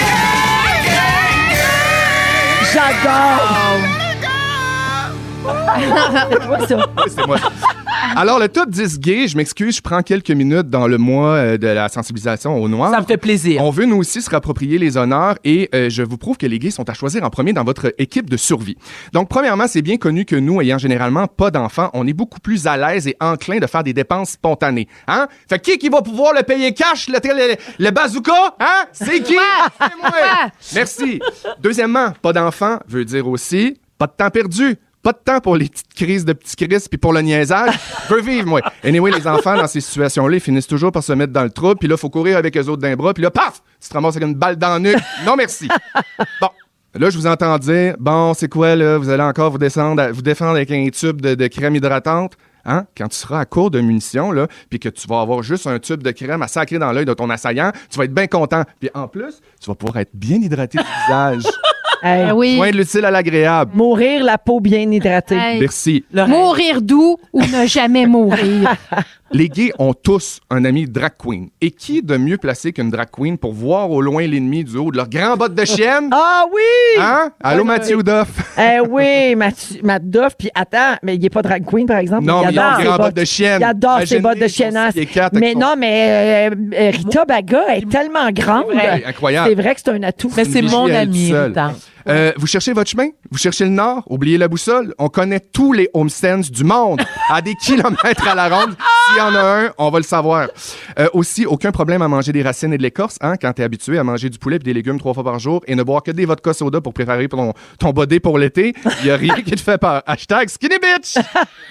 S6: gays, gays.
S1: J'adore! C'est quoi ça?
S2: Ah, C'est moi. Alors, le top 10 gay, je m'excuse, je prends quelques minutes dans le mois euh, de la sensibilisation au noir.
S4: Ça me fait plaisir.
S2: On veut nous aussi se rapproprier les honneurs et euh, je vous prouve que les gays sont à choisir en premier dans votre équipe de survie. Donc, premièrement, c'est bien connu que nous, ayant généralement pas d'enfants, on est beaucoup plus à l'aise et enclin de faire des dépenses spontanées. Hein? Fait que qui qui va pouvoir le payer cash, le, le, le bazooka? Hein? C'est qui? C'est moi! Merci. Deuxièmement, pas d'enfants veut dire aussi pas de temps perdu. Pas de temps pour les petites crises de petits crises puis pour le niaisage. Je veux vivre, moi. Anyway, les enfants, dans ces situations-là, ils finissent toujours par se mettre dans le trou, puis là, faut courir avec eux autres d'un bras, puis là, paf! Tu te ramasses avec une balle dans le nuque. Non, merci. Bon. Là, je vous entends dire, bon, c'est quoi, là? Vous allez encore vous descendre, à- vous défendre avec un tube de, de crème hydratante? Hein? Quand tu seras à court de munitions, là, puis que tu vas avoir juste un tube de crème à sacrer dans l'œil de ton assaillant, tu vas être bien content. Puis en plus, tu vas pouvoir être bien hydraté du visage.
S1: Hey,
S3: Ah oui. ben
S2: Point de l'utile à l'agréable.
S1: Eh Mourir la peau bien hydratée.
S3: Hey.
S2: Merci.
S4: Le-
S3: Mourir doux ou ne jamais mourir.
S2: Les gays ont tous un ami drag queen. Et qui de mieux placé qu'une drag queen pour voir au loin l'ennemi du haut de leur grand botte de chienne?
S1: Ah oui!
S2: Hein? Allô, Mathieu Duff?
S1: Eh oui, Mathieu- Matt Duff, puis attends, mais il n'est pas drag queen, par exemple.
S2: Non, mais il y a
S1: adore
S2: une
S1: ses
S2: grande
S1: bottes.
S2: botte de chienne.
S1: Il adore ses
S2: Imaginez,
S1: bottes de
S2: son
S1: chiennasse.
S2: six pieds quatre avec
S1: Mais
S2: son-
S1: non, mais euh, euh, Rita Baga est tellement grande.
S2: Ouais, incroyable.
S1: C'est vrai que c'est un atout.
S4: Mais
S2: Une
S4: c'est
S2: vigie
S4: mon
S2: à elle
S4: ami,
S2: toute seule.
S4: Rita.
S2: Euh, vous cherchez votre chemin? Vous cherchez le nord? Oubliez la boussole? On connaît tous les homestands du monde à des kilomètres à la ronde. S'il y en a un, on va le savoir. Euh, aussi, aucun problème à manger des racines et de l'écorce hein, quand t'es habitué à manger du poulet et des légumes trois fois par jour et ne boire que des vodka soda pour préparer ton, ton body pour l'été. Il y a rien qui te fait peur. Hashtag skinny bitch!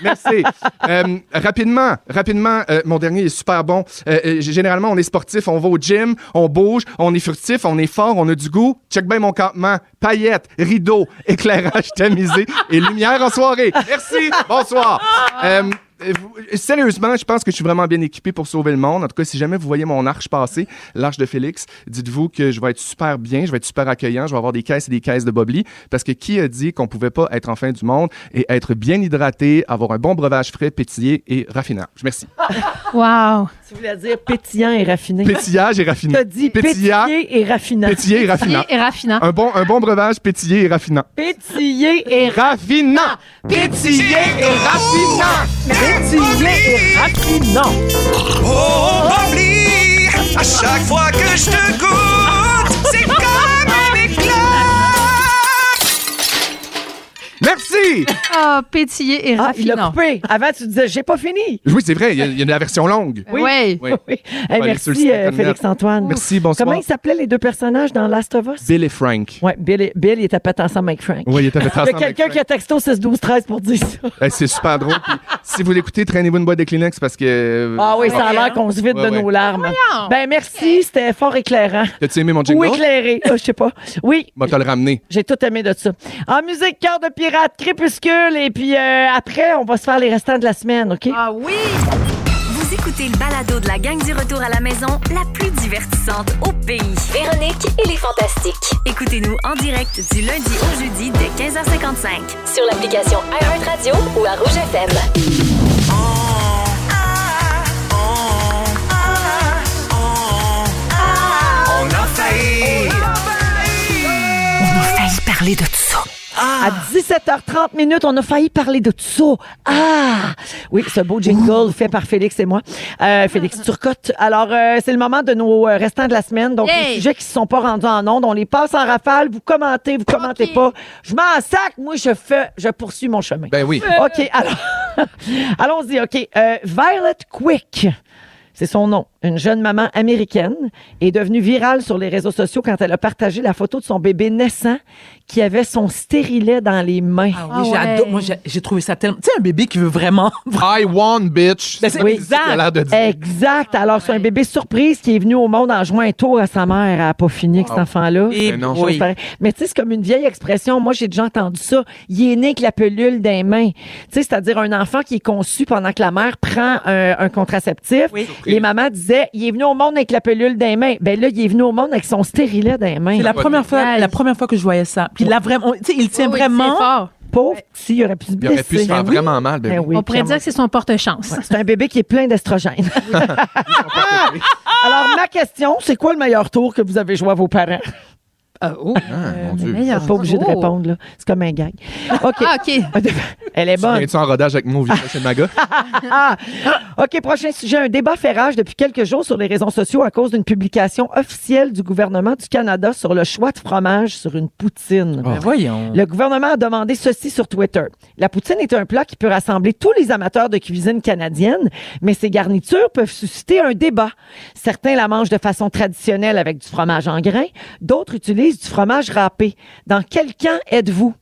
S2: Merci. Euh, rapidement, rapidement, euh, mon dernier est super bon. Euh, euh, généralement, on est sportif, on va au gym, on bouge, on est furtif, on est fort, on a du goût. Check bien mon campement. Paillettes, rideaux, éclairage tamisé et lumière en soirée. Merci. Bonsoir. Euh, euh, vous- Sérieusement, je pense que je suis vraiment bien équipé pour sauver le monde. En tout cas, si jamais vous voyez mon arche passer, l'arche de Félix, dites-vous que je vais être super bien, je vais être super accueillant, je vais avoir des caisses et des caisses de bobli. Parce que qui a dit qu'on pouvait pas être en fin du monde et être bien hydraté, avoir un bon breuvage frais, pétillé et raffinant? Je merci.
S3: Wow.
S1: Tu voulais dire pétillant et raffiné.
S2: Pétillage et raffinant.
S1: T'as dit
S2: Pétillant.
S1: pétillé et raffinant.
S2: Pétillé et raffinant.
S3: Et raffinant.
S2: Un bon, un bon breuvage pétillé et raffinant.
S1: Pétillé et
S2: Raffinant! Pétillé et raffinant!
S1: Ah,
S4: Pétillé et raffinant.
S6: Oh, Bobli, à chaque fois que je te goûte, c'est comme un éclat.
S2: Merci!
S3: Ah, pétillé et
S1: Ah, il l'a
S3: raffinant.
S1: coupé. Avant, tu disais, j'ai pas fini.
S2: Oui, c'est vrai, il y a- il y a la version longue.
S1: Oui.
S3: Ouais.
S2: Oui.
S1: Oui. Hey,
S2: aller sur le site
S1: merci, euh,
S2: Internet.
S1: Félix-Antoine.
S2: Merci, bonsoir.
S1: Comment ils s'appelaient les deux personnages dans Last of Us?
S2: Bill et Frank.
S1: Ouais, Bill, et- Bill il était pété ensemble avec Frank.
S2: Oui, il était
S1: Il
S2: ensemble
S1: y a
S2: avec
S1: quelqu'un
S2: Frank.
S1: qui a texto 6 12 13 pour dire ça.
S2: Eh, c'est super drôle. Puis, si vous l'écoutez, traînez-vous une boîte de Kleenex parce que. euh,
S1: Ah oui, ça a
S5: Ouais,
S1: l'air
S5: hein?
S1: qu'on se vide
S2: Ouais,
S1: de
S2: ouais.
S1: nos larmes.
S3: Voyons.
S1: Ben merci, c'était fort éclairant.
S2: T'as-tu aimé mon
S1: Ou
S2: jingle?
S1: éclairé, Ah, je sais pas. Oui,
S2: Moi, t'as le ramené.
S1: j'ai tout aimé de ça. En musique, cœur de pirate, crépuscule, et puis euh, après, on va se faire les restants de la semaine, OK?
S3: Ah oui.
S7: Vous écoutez le balado de la gang du retour à la maison, la plus divertissante au pays.
S8: Véronique et les Fantastiques.
S7: Écoutez-nous en direct du lundi au jeudi dès 15h55.
S8: Sur l'application iHeartRadio ou à Rouge FM.
S6: On a failli.
S3: Ah!
S1: À 17h30 minutes, on a failli parler de tout ça. Ah! Oui, ce beau jingle fait par Félix et moi. Euh,
S3: Ah.
S1: Félix Turcotte. Alors, euh, c'est le moment de nos euh, restants de la semaine. Donc,
S3: Yay!
S1: les sujets qui ne sont pas rendus en ondes, on les passe en rafale. Vous commentez, vous commentez
S3: Ok.
S1: pas. Je m'en sac. Moi, je fais, je poursuis mon chemin.
S2: Ben oui.
S1: OK, alors, allons-y. OK. Euh, Violet Quick. C'est son nom. Une jeune maman américaine est devenue virale sur les réseaux sociaux quand elle a partagé la photo de son bébé naissant qui avait son stérilet dans les mains.
S4: Ah oui,
S3: Ah ouais.
S4: j'adore. Moi, j'ai- j'ai trouvé ça tellement. Tu sais, un bébé qui veut vraiment.
S2: I won, bitch.
S4: Ben, c'est-
S2: ce
S1: Oui.
S2: qu'il a l'air de dire.
S1: Exact. Alors, c'est un bébé surprise qui est venu au monde en jouant un tour à sa mère. Elle n'a pas fini avec cet enfant-là.
S4: Et
S2: Mais non.
S1: Chose
S4: oui.
S1: pareille. Mais tu sais, c'est comme une vieille expression. Moi, j'ai déjà entendu ça. Il est né avec la pelule des mains. Tu sais, c'est-à-dire un enfant qui est conçu pendant que la mère prend un, un contraceptif.
S4: Oui.
S1: Les mamans disaient, il est venu au monde avec la pelule des mains. Ben là, il est venu au monde avec son stérilet des mains.
S4: C'est la
S2: Pas de
S4: première fois,
S3: détails.
S4: la première fois que je voyais ça. Puis là vraiment, tu sais, il tient
S3: Oh, Oui,
S4: vraiment.
S3: c'est fort.
S1: pauvre, s'il aurait pu se
S2: Il aurait pu se
S1: blesser.
S2: faire
S1: Ben oui.
S2: vraiment mal. Ben,
S1: Ben
S2: oui.
S1: oui,
S3: On pourrait
S1: clairement.
S3: dire que c'est son porte-chance.
S1: C'est un bébé qui est plein d'estrogène. Alors, ma question, c'est quoi le meilleur tour que vous avez joué à vos parents?
S2: Ah, mon Dieu.
S3: meilleur.
S1: Pas obligé de
S3: Oh.
S1: répondre, là. C'est comme un gag. OK.
S3: Ah, OK.
S1: Elle est bonne.
S2: Viens-tu en rodage avec moi au vieux chez Maga?
S1: Ah! OK, prochain sujet. Un débat fait rage depuis quelques jours sur les réseaux sociaux à cause d'une publication officielle du gouvernement du Canada sur le choix de fromage sur une poutine.
S4: Ben voyons.
S1: Le gouvernement a demandé ceci sur Twitter. La poutine est un plat qui peut rassembler tous les amateurs de cuisine canadienne, mais ses garnitures peuvent susciter un débat. Certains la mangent de façon traditionnelle avec du fromage en grains, d'autres utilisent du fromage râpé. Dans quel camp êtes-vous?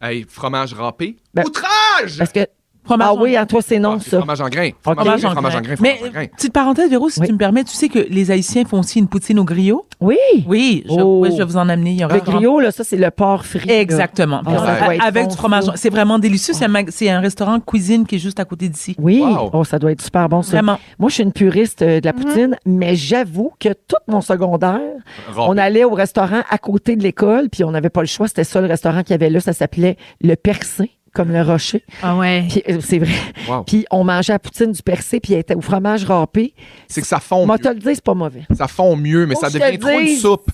S2: hey, fromage râpé.
S1: Ben-
S2: Outrage!
S1: Parce que
S4: Fromage
S1: ah
S4: en-
S1: oui, à toi c'est non
S2: Ah, c'est
S1: ça.
S2: Fromage en grain.
S4: Fromage en
S2: Fromage
S4: grain.
S2: en grain.
S4: Mais
S2: fromage en grain.
S4: petite parenthèse, Véro, si
S1: Oui.
S4: tu me permets, tu sais que les Haïtiens font aussi une poutine au griot.
S1: Oui.
S4: Oui, je,
S1: Oh.
S4: oui, je vais vous en amener. Il y aura
S1: Le
S4: grand-
S1: griot là, ça c'est le porc frit. là.
S4: Exactement.
S1: Ah, ça
S4: Avec-
S1: doit être
S4: Avec
S1: bon,
S4: du fromage.
S1: ça.
S4: C'est vraiment délicieux. C'est un mag- C'est un restaurant cuisine qui est juste à côté d'ici.
S1: Oui,
S2: Wow.
S1: oh, ça doit être super bon ça.
S4: Vraiment.
S1: Moi je suis une puriste euh, de la poutine, mais j'avoue que tout mon secondaire,
S2: Râpé.
S1: on allait au restaurant à côté de l'école, puis on n'avait pas le choix, c'était ça le restaurant qu'il y avait là, ça s'appelait le Percé comme le rocher.
S3: Ah ouais.
S1: Puis euh, c'est vrai.
S2: Wow.
S1: Puis on mangeait la poutine du percé, puis elle était au fromage râpé.
S2: C'est que ça fond
S1: Moi
S2: mieux.
S1: te le dis, c'est pas mauvais.
S2: Ça fond mieux, mais
S1: Faut
S2: ça
S1: que je
S2: devient
S1: te
S2: trop une
S1: dise.
S2: soupe.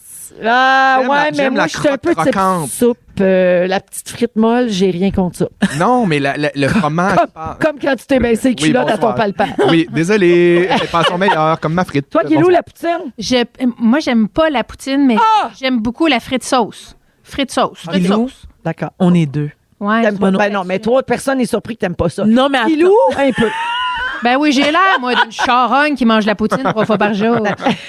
S1: Ah
S2: J'aime la-
S1: ouais, mais
S2: j'aime
S1: moi
S2: la
S1: je suis un peu de cette
S2: croque-croquante.
S1: soupe, euh, la petite frite molle, j'ai rien contre ça.
S2: Non, mais la- la- le fromage... part.
S1: Comme quand tu t'es baissé les
S2: Ah. Oui,
S1: culottes à ton
S2: bonsoir.
S1: palpable.
S2: Oui, désolé, c'est pas son meilleur, comme ma frite.
S1: Toi, Guilou,
S2: Bonsoir.
S1: la poutine? Ah!
S3: Je- moi, j'aime pas la poutine, mais j'aime beaucoup la frite sauce. Frites sauce. Frites
S4: Pilou.
S3: sauce.
S1: D'accord.
S4: On est deux.
S3: Ouais,
S1: Ah, T'aimes
S3: c'est
S1: pas-
S3: bon.
S1: ben non, mais toi, personne n'est surpris que t'aimes pas ça.
S4: Non, mais attends.
S1: Pilou, un peu.
S3: Ben oui, j'ai l'air, moi, d'une charogne qui mange la poutine trois fois par jour.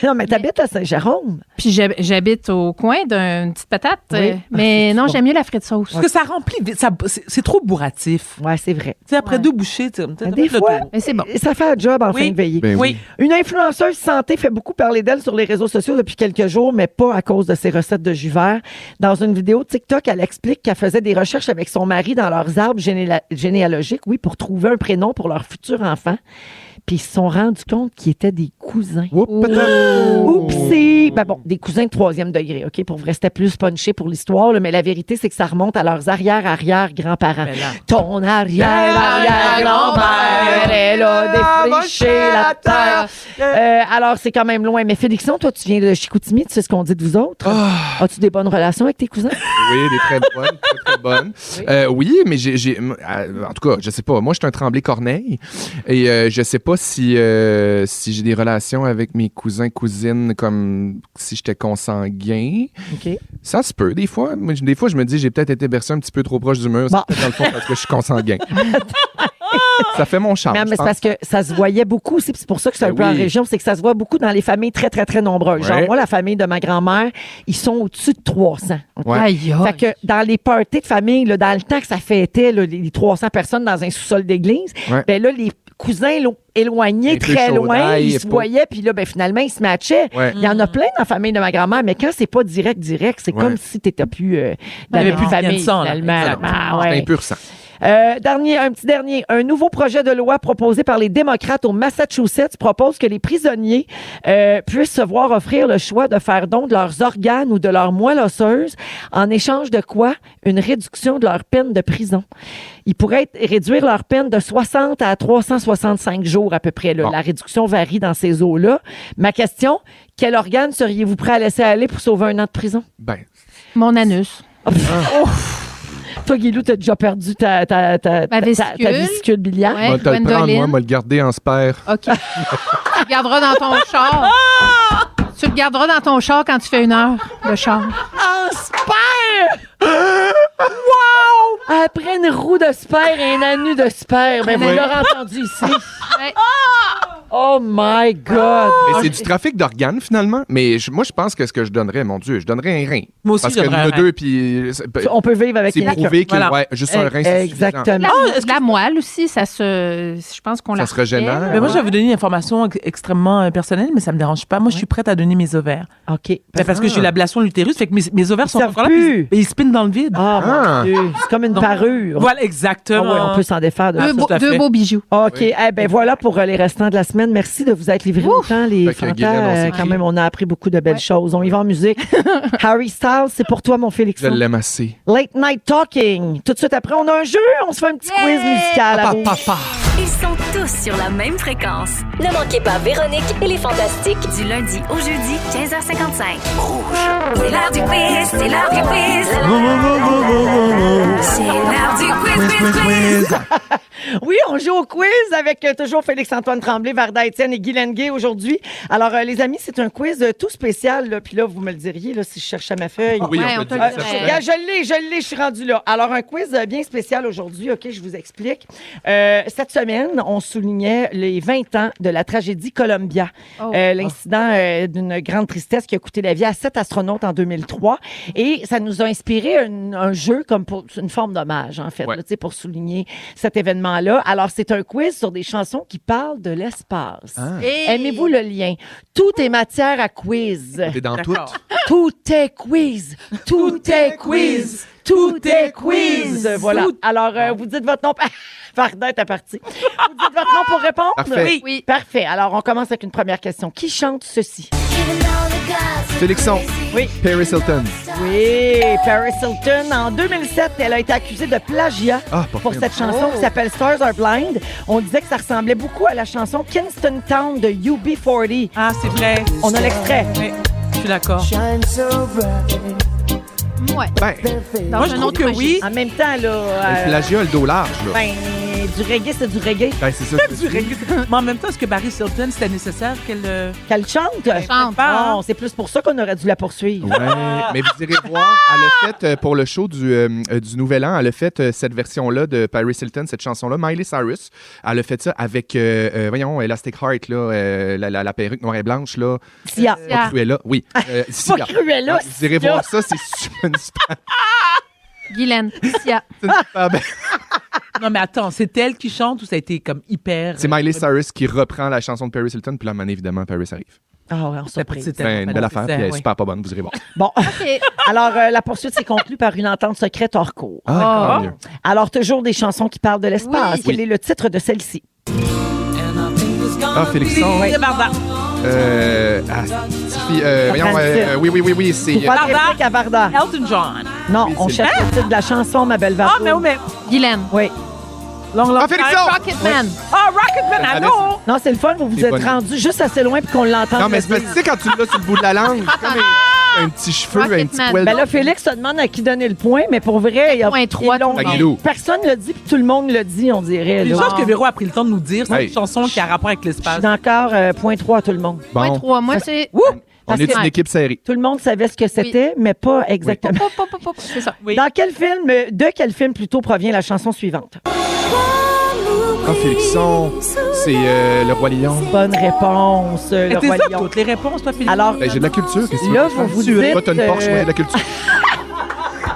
S1: Non, mais t'habites à Saint-Jérôme.
S3: Puis j'hab- j'habite au coin d'une petite patate. euh, Mais non, j'aime mieux la frite sauce.
S4: Parce que ça remplit vite, ça- c'est c'est trop bourratif.
S1: Ouais, c'est vrai.
S4: Tu sais, après
S3: Ouais.
S4: deux bouchées, tu sais, t'as
S1: Des
S4: fait le
S1: fois,
S4: tour.
S3: Mais c'est bon.
S1: Ça fait un job en
S4: Oui.
S1: fin de veillée.
S2: Ben
S4: Oui.
S1: Une influenceuse santé fait beaucoup parler d'elle sur les réseaux sociaux depuis quelques jours, mais pas à cause de ses recettes de jus vert. Dans une vidéo TikTok, elle explique qu'elle faisait des recherches avec son mari dans leurs arbres généla- généalogiques, oui, pour trouver un prénom pour leur futur enfant. Puis ils se sont rendus compte qu'ils étaient des cousins.
S2: Oups,
S1: Oupsie! Ben bon, des cousins de troisième degré, OK? Pour vrai, c'était plus punché pour l'histoire, là, mais la vérité, c'est que ça remonte à leurs arrière-arrière-grands-parents.
S4: Ben là.
S1: Ton
S2: Ah,
S1: arrière-arrière-grand-père, elle a défriché la terre. Euh, alors, c'est quand même loin. Mais Félixon, toi, tu viens de Chicoutimi, tu sais ce qu'on dit de vous autres?
S2: Ah.
S1: As-tu des bonnes relations avec tes cousins?
S2: Oui, des très bonnes, très, très bonnes. Euh, oui, mais j'ai, j'ai- m- euh, en tout cas, je sais pas. Moi, je suis un tremblé corneille et euh, je sais pas si euh, si j'ai des relations avec mes cousins cousines comme si j'étais consanguin.
S1: OK.
S2: Ça se peut des fois. Moi, je- Des fois, je me dis j'ai peut-être été bercé un petit peu trop proche du mur. C'est
S1: Bon.
S2: peut-être dans le fond parce que je suis consanguin. ça fait mon charme.
S1: Mais, mais
S2: Ah, je
S1: c'est
S2: pense.
S1: parce que ça se voyait beaucoup aussi, puis c'est pour ça que c'est un
S2: Ben
S1: peu en
S2: oui.
S1: région, c'est que ça se voit beaucoup dans les familles très, très, très nombreuses. Genre,
S2: Ouais.
S1: moi, la famille de ma grand-mère, ils sont au-dessus de 300. OK?
S2: Ouais.
S3: Aïe, aïe.
S1: Fait que dans les parties de famille, là, dans le temps que ça fêtait là, les 300 personnes dans un sous-sol d'église,
S2: Ouais.
S1: ben là, les cousins lo- éloignés,
S2: Un peu
S1: très loin,
S2: chaudaille,
S1: ils se
S2: pas-
S1: voyaient, puis là, ben, finalement, ils se matchaient.
S2: Ouais.
S1: Il y en a plein dans la famille de ma grand-mère, mais quand c'est pas direct, direct, c'est
S2: Ouais.
S1: comme si t'étais plus euh, dans
S4: Il y
S1: la
S4: avait plus
S1: même
S4: de lien
S1: famille,
S4: de sang, là.
S1: finalement.
S4: Exactement.
S1: Ah,
S2: C'est
S1: ouais.
S2: impur sang.
S1: Euh, dernier, un petit dernier. Un nouveau projet de loi proposé par les démocrates au Massachusetts propose que les prisonniers euh, puissent se voir offrir le choix de faire don de leurs organes ou de leur moelle osseuse, en échange de quoi? Une réduction de leur peine de prison. Ils pourraient être- réduire leur peine de 60 à 365 jours à peu près. là.
S2: Bon.
S1: La réduction varie dans ces eaux-là. Ma question, quel organe seriez-vous prêt à laisser aller pour sauver un an de prison?
S2: Ben,
S3: Mon anus.
S1: Toi, Guilou, Oh. t'as déjà perdu ta, ta, ta, ta, ta- ta
S3: vésicule.
S1: vésicule biliaire.
S3: Ouais,
S2: moi, te le prendre, moi,
S3: Hein, Gwendoline.
S2: moi, le garder en spare.
S3: OK. tu le garderas dans ton char. Tu le garderas dans ton char quand tu fais une heure de char.
S1: en sperme! Wow! Ah, Après une roue de sperme et un anus de sperme. Ben, vous
S2: Oui.
S1: l'aurez entendu ici.
S3: Ouais.
S1: Oh my God!
S4: Ah,
S2: Mais c'est du trafic d'organes finalement. Mais je- moi, je pense que ce que je donnerais, mon Dieu, je donnerais un rein.
S4: Moi aussi,
S2: Parce
S4: je
S2: que
S4: donnerais
S2: le
S4: un rein.
S2: deux, puis c'est
S1: Ah, On peut vivre avec
S2: c'est
S1: quelqu'un.
S2: prouvé que
S4: Voilà.
S2: ouais, juste un rein, c'est suffisant.
S1: Exactement.
S3: La, la moelle aussi, ça se. Je pense qu'on
S2: Ça
S3: la.
S2: se régénère.
S3: refait,
S4: Mais Ben, moi, je
S3: là.
S4: vais vous donner une information ex- extrêmement euh, personnelle, mais ça me dérange pas. Moi, je suis prête à donner mes ovaires.
S1: OK.
S4: Ben, parce que j'ai l'ablation de l'utérus, fait que mes, mes ovaires sont
S1: ah. savent
S4: encore là,
S1: plus.
S4: puis ils- mais ils spinent dans le vide.
S1: Ah, mon
S2: Ah.
S1: Dieu, C'est comme une parure.
S4: Voilà,
S1: Ah
S4: exactement.
S1: ouais, on peut s'en défaire de
S3: Deux,
S1: ça.
S3: beaux-
S4: tout à
S3: deux
S4: fait.
S3: beaux bijoux.
S1: OK.
S2: Oui.
S1: Eh ben voilà pour euh, les restants de la semaine. Merci de vous être livrés autant, les
S2: Fait que, Guylaine, on
S1: fantas. Euh,
S2: s'écrit.
S1: Quand même, on a appris beaucoup de belles choses. On y va en musique. Harry Styles, c'est pour toi, mon Félix.
S2: Je l'aime assez.
S1: Late Night Talking. Tout de suite après, on a un jeu. On se fait un petit quiz musical. à
S3: Ah,
S1: Rouge.
S7: Ils sont tous sur la même fréquence.
S8: Ne manquez pas Véronique et les Fantastiques.
S7: Du lundi au jeudi, 15h55. C'est l'heure du quiz, c'est l'heure du quiz. C'est l'heure du quiz, quiz, quiz.
S1: Oui, on joue au quiz avec euh, toujours Félix-Antoine Tremblay, Varda Étienne et Guy Lenguet aujourd'hui. Alors, euh, les amis, c'est un quiz euh, tout spécial. Là. Puis là, vous me le diriez là, si je cherchais ma feuille.
S2: Oui,
S3: Ouais,
S2: on
S3: on te
S2: peut
S3: le
S2: dire
S1: Euh,
S2: ça.
S3: dirait.
S2: c'est vrai.
S1: regarde, je l'ai, je l'ai, je suis rendu là. Alors, un quiz euh, bien spécial aujourd'hui, OK, je vous explique. Euh, cette semaine, on soulignait les 20 ans de la tragédie Columbia.
S3: Oh.
S1: Euh, L'incident euh, d'une grande tristesse qui a coûté la vie à sept astronautes en 2003. Et ça nous a inspiré un, un jeu comme pour une forme d'hommage, en fait,
S2: Ouais.
S1: là, tu sais, pour souligner cet événement-là. Alors, c'est un quiz sur des chansons qui parlent de l'espace. Aimez-vous le lien? Tout est matière à quiz.
S2: T'es dans tout.
S4: D'accord.
S1: Tout est quiz. Tout est quiz. Tout est quiz. Voilà. Alors, euh, vous dites votre nom. Varda est à partie. Vous dites votre nom pour répondre?
S2: Parfait.
S1: Oui.
S3: Oui.
S1: Parfait. Alors, on commence avec une première question. Qui chante ceci?
S2: Félixon.
S1: Oui.
S2: Paris Hilton.
S1: Oui, Paris Hilton. En 2007, elle a été accusée de plagiat
S2: Ah, pas
S1: pour
S2: fin.
S1: cette chanson qui s'appelle Stars Are Blind. On disait que ça ressemblait beaucoup à la chanson Kingston Town de UB40.
S4: Ah, c'est vrai.
S1: On a l'extrait.
S4: Oui, je suis d'accord.
S3: Ouais.
S2: Ben,
S3: Dans
S4: Moi, je
S3: un
S4: trouve
S3: autre
S4: que
S3: registre.
S4: oui.
S1: En même temps, là... euh,
S2: le plagiat, le dos large, là.
S1: Ben, mais du reggae, c'est du reggae.
S2: Ben, c'est ça.
S4: du reggae. Mais en même temps, est-ce que Barry Hilton, c'était nécessaire qu'elle. euh,
S1: Qu'elle chante.
S3: chante.
S1: Non, Ah, c'est plus pour ça qu'on aurait dû la poursuivre.
S2: Ah. Ouais, mais vous irez voir, elle a fait euh, pour le show du, euh, euh, du Nouvel An, elle a fait euh, cette version-là de Paris Hilton, cette chanson-là, Miley Cyrus. Elle a fait ça avec, euh, euh, voyons, Elastic Heart, là, euh, la, la- la perruque noire et blanche, là.
S1: Sia.
S3: Ah.
S2: Cruella, oui. Euh, Sia.
S1: Pas Cruella,
S2: Ah, Vous irez
S1: Sia.
S2: voir ça, c'est super- une super-
S3: Guylaine, Sia.
S2: une super belle-
S4: Ah. Non, mais attends, c'est elle qui chante ou ça a été comme hyper. euh,
S2: C'est Miley Cyrus qui reprend la chanson de Paris Hilton, puis là, à un moment donné, évidemment, Paris arrive.
S1: Ah ouais, en
S4: C'est
S1: surprise.
S2: C'est une belle affaire, puis elle est super pas bonne, vous irez voir.
S1: Bon.
S3: OK.
S1: Alors, euh, la poursuite s'est conclue par une entente secrète hors cours.
S2: Ah, tant mieux.
S1: Alors, toujours des chansons qui parlent de l'espace.
S3: Oui.
S1: Quel est le titre de celle-ci?
S2: Ah, Félixon.
S4: Oui, Barda.
S2: Euh, ah, puis, euh, voyons, euh, euh, oui, oui, oui, oui, c'est... euh,
S1: Pour pas de réplique à Varda.
S4: Elton John.
S1: Non,
S2: Oui,
S1: on
S2: c'est
S1: cherche le titre de la chanson, ma belle
S4: Ah,
S1: Varda.
S4: mais oui, mais.
S3: Guylaine.
S1: Oui.
S4: Long, long
S2: Ah, Félixon!
S3: Rocketman.
S4: Ah, Rocketman,
S2: Ah,
S4: allô?
S1: Non, c'est le fun, vous vous
S2: C'est
S1: êtes
S2: bonne.
S1: rendu juste assez loin pour qu'on l'entende.
S2: Non, mais
S1: le
S2: c'est parce que
S1: dire.
S2: tu sais, quand tu l'as sur le bout de la langue, c'est comme un, un petit cheveu, un petit
S3: Rocketman.
S2: poil.
S1: Ben là, Félix se demande à qui donner le point, mais pour vrai, il y a
S3: Point trois,
S1: ils l'ont-
S3: tout le
S2: monde.
S1: Personne le dit, puis tout le monde le dit, on dirait.
S4: Les
S1: là.
S4: choses que Véro a pris le temps de nous dire, c'est
S2: Hey.
S4: une chanson qui a rapport avec
S1: Je
S4: l'espace.
S1: suis encore euh, point 3 à tout le monde.
S2: Bon,
S3: Point trois. Moi, c'est.
S4: Ouh!
S2: on
S3: parce
S2: est
S3: que-
S2: une équipe serrée.
S1: Tout le monde savait ce que c'était, mais pas exactement.
S3: Pop, pop, pop, pop. C'est ça.
S4: Oui.
S1: Dans quel film, euh, de quel film plutôt provient la chanson suivante?
S2: Ah, Félixon, c'est euh, le Roi Lion.
S1: Bonne réponse, euh, le
S4: Et C'est
S1: roi
S4: ça,
S1: lion.
S4: toutes les réponses, toi, Philippe.
S1: Alors,
S2: Ben, j'ai de la culture, qu'est-ce que tu
S1: Là,
S2: veux que je
S1: vous
S2: fasse?
S1: vous dites,
S2: Toi, t'as une Porsche,
S1: euh,
S2: moi, j'ai de la culture.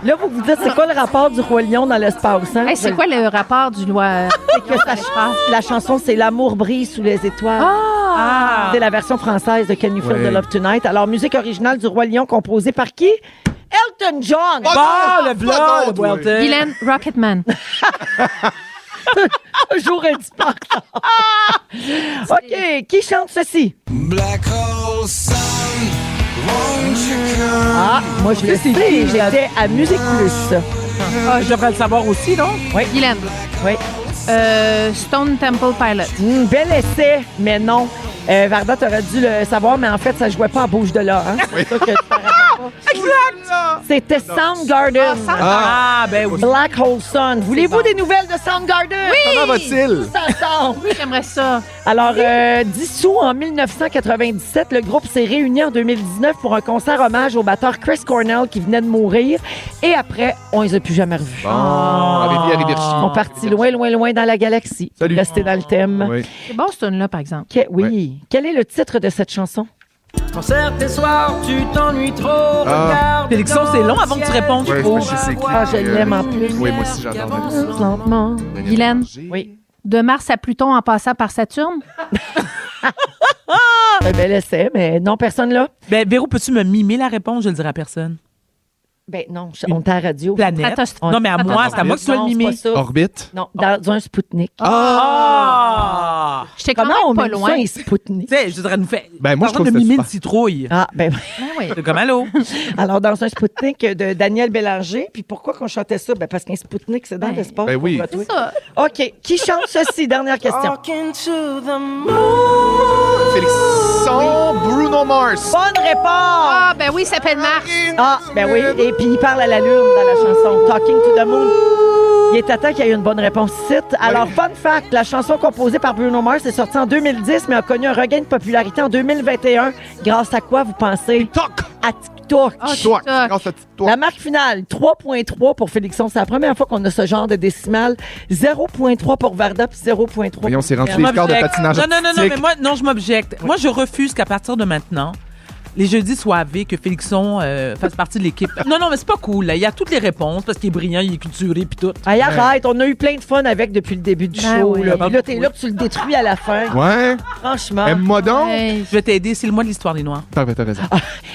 S1: là, vous vous dites, c'est quoi le rapport du roi lion dans l'espace? hein?
S3: Hey, c'est quoi le rapport du loi euh,
S1: C'est que ça- la chanson, c'est L'amour brille sous les étoiles.
S4: Ah!
S1: C'est la version française de Can You Feel
S2: Ouais.
S1: the Love Tonight. Alors, musique originale du Roi Lion composée par qui? Elton John!
S2: Oh,
S4: Ah,
S2: non, pas
S4: le blood,
S2: d'autre, ouais.
S4: Walter.
S3: Guylaine, Rocketman.
S1: Toujours un petit peu en retard. OK, qui chante ceci?
S6: Black hole sun, won't you come?
S1: Ah, moi, je le sais, j'étais à Musique Plus.
S4: Ah, je devrais le savoir aussi, non?
S3: Guylaine.
S1: Oui.
S3: Euh, Stone Temple Pilot.
S1: Hum, bel essai, mais non. Euh, Varda, t'aurais dû le savoir, mais en fait, ça jouait pas à Bouche de là. Hein? C'est ça que tu t'en rappelles pas. C'était Soundgarden.
S4: Ah, ben oui.
S1: Black Hole Sun. Voulez-vous des nouvelles de Soundgarden?
S2: Comment va-t-il?
S1: Ça sort.
S3: Oui, j'aimerais ça.
S1: Alors, euh, dissous en 1997, le groupe s'est réuni en 2019 pour un concert hommage au batteur Chris Cornell qui venait de mourir. Et après, on les a plus jamais revus.
S2: Bon,
S1: Ah,
S2: avec Pierre et Virginie.
S1: Ils sont partis loin, loin, loin dans la galaxie.
S2: Ah, Salut.
S1: Restés dans le thème.
S2: Oui.
S3: C'est bon, ce là par exemple.
S1: Que- oui. Quel est le titre de cette chanson?
S2: Ah,
S4: Félixon, c'est long avant que tu répondes.
S2: ouais,
S4: Oh.
S2: je sais c'est qui.
S1: Ah, je
S2: euh,
S1: l'aime en plus.
S2: Oui, moi aussi, j'adore.
S3: Plus lentement.
S2: Daniel
S3: Guylaine,
S2: Bélanger.
S1: Oui.
S3: de Mars à Pluton en passant par Saturne.
S1: Un bel essai, mais non, personne là?
S4: Ben, Véro, peux-tu me mimer la réponse? Je le dirai à personne.
S1: Ben non, je- on est à la radio.
S4: Planète.
S3: Catastrophe.
S4: Non, mais à moi, c'est à moi que tu dois
S1: Non,
S4: le
S1: c'est
S4: mimer.
S1: pas ça.
S2: Orbite.
S1: Non, dans un Spoutnik.
S4: Ah!
S3: J'étais quand
S1: Comment on
S3: même pas
S1: met ça,
S3: loin.
S1: un Spoutnik?
S4: Tu sais, je voudrais nous faire.
S2: Ben, moi, je
S4: T'es en
S2: trouve
S4: train de
S2: ça
S4: mimer une
S2: super.
S4: citrouille.
S1: Ah, ben
S3: Ah oui.
S4: C'est comme allô?
S1: Alors, dans un Spoutnik de Daniel Bélanger. Puis pourquoi qu'on chantait ça? Ben parce qu'un Spoutnik, c'est dans
S3: Ben,
S1: l'espace.
S2: ben oui.
S1: pour retrouver.
S3: C'est ça.
S1: OK. Qui chante ceci? Dernière question.
S2: Félixon, Bruno Mars.
S1: Bonne réponse!
S3: Ah, ben oui, ça s'appelle Mars.
S1: Ah, ben oui. Et puis, il parle à la lune dans la chanson Talking to the Moon. Il est à temps qu'il y ait une bonne réponse ici. Alors, fun fact, la chanson composée par Bruno Mars est sortie en 2010, mais a connu un regain de popularité en 2021. Grâce à quoi, vous pensez?
S2: Toc!
S1: À TikTok.
S3: Ah,
S2: Toi,
S3: TikTok.
S2: grâce à toi.
S1: La marque finale, 3.3 pour Félixon. C'est la première fois qu'on a ce genre de décimale. 0.3 pour Varda, puis 0.3 pour...
S2: Voyons, c'est rendu
S4: Je
S2: les quarts de
S4: m'objecte.
S2: patinage
S4: Non, non, non, non,
S2: artistique.
S4: mais moi, non, je m'objecte. Moi, je refuse qu'à partir de maintenant, les jeudis soient avés, que Félixon euh, fasse partie de l'équipe. Non, non, mais c'est pas cool. Là. Il y a toutes les réponses parce qu'il est brillant, il est culturé, puis tout.
S1: Hey, arrête, on a eu plein de fun avec depuis le début du
S3: Ben
S1: show.
S3: oui.
S1: Là, Puis là, t'es là, puis tu le détruis à la fin.
S2: Ouais,
S1: Franchement.
S2: aime-moi donc.
S3: Hey.
S4: Je vais t'aider, c'est le mois de l'histoire des Noirs.
S2: T'as t'as raison.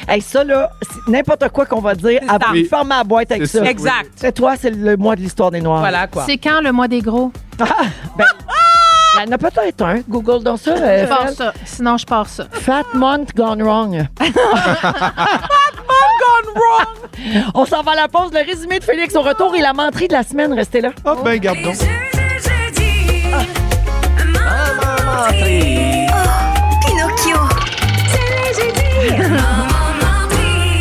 S1: Hey, ça, là, c'est n'importe quoi qu'on va dire,
S4: C'est
S1: à
S4: ça.
S1: vous fermer la boîte avec
S2: C'est
S1: ça.
S2: ça.
S4: Exact.
S1: C'est toi, c'est le mois de l'histoire des Noirs.
S4: Voilà, quoi.
S3: C'est quand le mois des gros?
S1: Ah, ben, il y en a peut-être un. Google dans ça. euh,
S3: Je pars
S1: Fel.
S3: ça. Sinon, je pars ça.
S1: Fat Month Gone Wrong.
S4: Gone wrong!
S1: On s'en va à la pause. Le résumé de Félix au retour et la menterie de la semaine. Restez là.
S4: Oh,
S2: Ah, ben, garde donc.
S7: Pinocchio.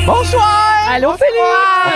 S4: Bonsoir!
S1: Hey, Allô, Félix!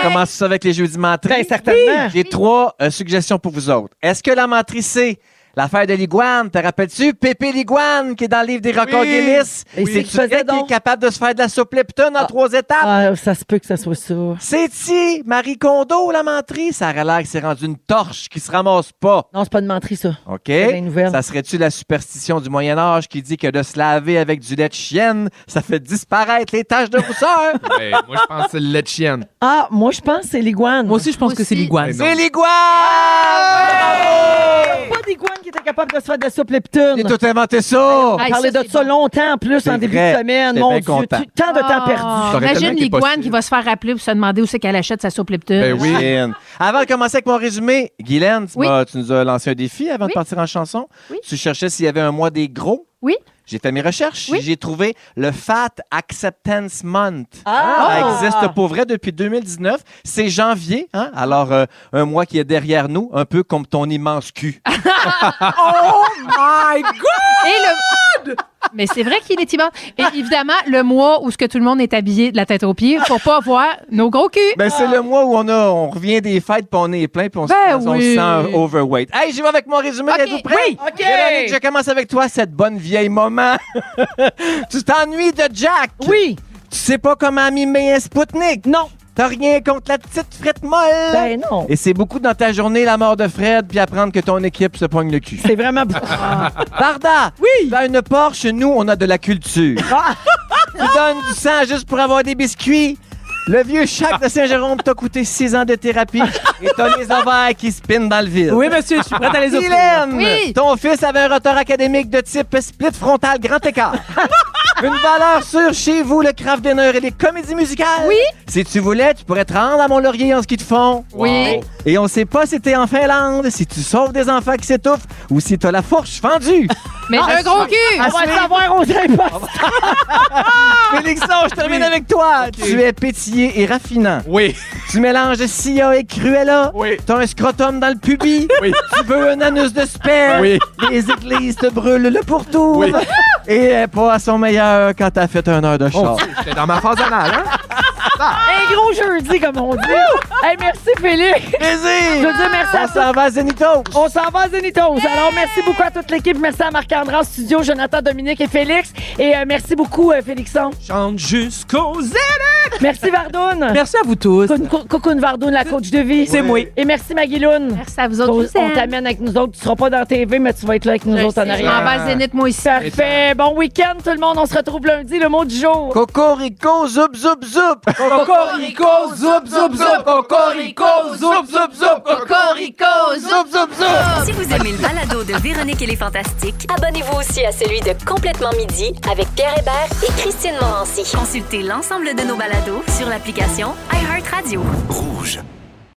S9: On commence ça avec les jeudis menteries.
S1: Bien certainement.
S9: J'ai trois euh, suggestions pour vous autres. Est-ce que la menterie c'est l'affaire de l'iguane, te rappelles-tu? Pépé l'iguane qui est dans le livre des records
S2: Oui.
S9: Guinness.
S1: Et c'est qui
S9: C'est-tu vrai
S1: faisait
S9: qu'il
S1: donc?
S9: est capable de se faire de la soupe Lepton en
S1: Ah.
S9: trois étapes?
S1: Ah, ça se peut que ça soit ça. Non,
S9: C'est-tu Marie Kondo, la menterie? Ça aurait l'air que c'est rendu une torche qui se ramasse pas.
S1: c'est pas de menterie, ça.
S9: OK?
S2: Eh
S1: des nouvelles.
S9: Ça serait-tu la superstition du Moyen Âge qui dit que de se laver avec du lait de chienne, ça fait disparaître les taches de rousseur?
S2: Ben, moi, je pense que c'est le lait de chienne.
S1: Ah, moi, je pense que c'est l'iguane.
S4: Moi aussi, je pense
S3: Moi
S4: que c'est
S3: aussi.
S4: l'iguane.
S2: Ben non. Ah!
S9: c'est l'iguane!
S1: pas d'iguane qui était capable de se faire de la soupe Leptune.
S9: J'ai tout inventé ça!
S1: On
S3: Hey,
S1: parlait
S3: ça,
S1: de
S3: c'est
S1: ça
S3: bon.
S1: longtemps en plus
S9: C'est
S1: en début
S9: vrai.
S1: de semaine.
S9: J'étais
S1: Mon
S9: bien
S1: Dieu,
S9: content.
S1: tu- tant de temps perdu.
S3: Ah,
S2: T'aurais
S3: Imagine
S2: tellement qu'il est
S3: l'iguane
S2: possible.
S3: qui va se faire rappeler pour se demander où c'est qu'elle achète sa soupe Leptune.
S2: Ben oui.
S9: Guylaine. Avant de commencer avec mon résumé, Guylaine, tu,
S3: Oui.
S9: m'as- tu nous as lancé un défi avant de
S3: Oui.
S9: partir en chanson.
S3: Oui.
S9: Tu cherchais s'il y avait un mois des gros.
S3: Oui.
S9: J'ai fait mes recherches.
S3: Oui.
S9: J'ai trouvé le Fat Acceptance Month. Ça
S1: Ah!
S9: existe pour vrai depuis 2019. C'est janvier, hein? alors euh, un mois qui est derrière nous, un peu comme ton immense cul.
S4: Oh my God!
S3: Et le- Mais c'est vrai qu'il est immense. Et évidemment, le mois où ce que tout le monde est habillé de la tête aux pieds pour pas voir nos gros culs.
S9: Ben, c'est le mois où on, a, on revient des fêtes, puis on est plein, puis on, se-
S3: Ben
S9: on
S3: oui.
S9: se sent overweight. Hey, j'y vais avec mon résumé,
S3: Ok,
S9: êtes-vous prêts?
S3: oui.
S1: Ok.
S9: Véronique, je commence avec toi, cette bonne vieille maman. tu t'ennuies de Jack.
S1: Oui,
S9: Tu sais pas comment mimer un Spoutnik.
S1: non.
S9: T'as rien contre la petite frette molle.
S1: Ben non.
S9: Et c'est beaucoup dans ta journée la mort de Fred, puis apprendre que ton équipe se pogne le cul.
S1: C'est vraiment.
S9: Barda, oui. tu as une Porsche, nous, on a de la culture.
S1: Ah!
S9: tu donnes du sang juste pour avoir des biscuits. Le vieux Jacques de Saint-Jérôme t'a coûté six ans de thérapie et t'as les ovaires qui spinent dans le vide.
S4: Oui, monsieur, je suis prête à les offrir.
S9: Hélène,
S3: Oui.
S9: ton fils avait un rotor académique de type split frontal grand écart. Une valeur sûre chez vous, le craft dinner et les comédies musicales.
S3: Oui.
S9: Si tu voulais, tu pourrais te rendre à Mont-Laurier en ski de fond.
S3: Oui.
S9: Et on sait pas si t'es en Finlande, si tu sauves des enfants qui s'étouffent ou si t'as la fourche fendue.
S3: Mais j'ai un gros
S1: On
S3: cul.
S1: Ah, va le savoir aux imposteurs.
S9: Félixon, je termine avec toi. Tu es pétillé et raffinant.
S2: Oui,
S9: Tu mélanges Sia et Cruella.
S2: oui.
S9: T'as un scrotum dans le pubis.
S2: Oui.
S9: Tu veux un anus de sperme.
S2: Oui.
S9: Les églises te brûlent le pourtour.
S2: Oui.
S9: Et elle est pas à son meilleur quand t'as fait un heure de
S2: Oh,
S9: char.
S2: tu sais, j'étais dans ma phase anale, hein?
S1: Un gros jeudi, comme on dit. hey, merci, Félix. Je veux
S9: Plaisir!
S1: dire merci à
S9: On
S1: ça.
S9: s'en va à Zenitos.
S1: On s'en va, Zenitos. Alors, merci beaucoup à toute l'équipe. Merci à Marc-André en studio, Jonathan, Dominique et Félix. Et euh, merci beaucoup, euh, Félixon.
S4: Chante jusqu'aux Z.
S1: Merci, Vardoune.
S4: Merci à vous tous.
S1: Coucou- cou- Coucoune Vardoune, la coach de vie.
S4: C'est moi.
S1: Et merci, Maguiloune.
S3: Merci à vous
S1: On,
S3: autres.
S1: on t'amène avec nous autres. Tu seras pas dans la TV, mais tu vas être là avec nous
S3: Je
S1: autres en
S3: sais, Ah, je
S1: arrière.
S3: m'en vais à Zénith, moi ici.
S1: Parfait. Bon week-end, tout le monde. On se retrouve lundi, le mot du jour.
S9: Cocorico, zoup, zoup, zoup. Cocorico, zoup, zoup, zoup. Cocorico, zoup, zoup, zoup. Cocorico, zoup, zoup, zoup.
S7: Si vous aimez le balado de Véronique et les Fantastiques,
S8: Abonnez-vous aussi à celui de Complètement Midi avec Pierre Hébert et Christine Morancy.
S7: consultez l'ensemble de nos balados sur l'application iHeartRadio.
S6: Rouge.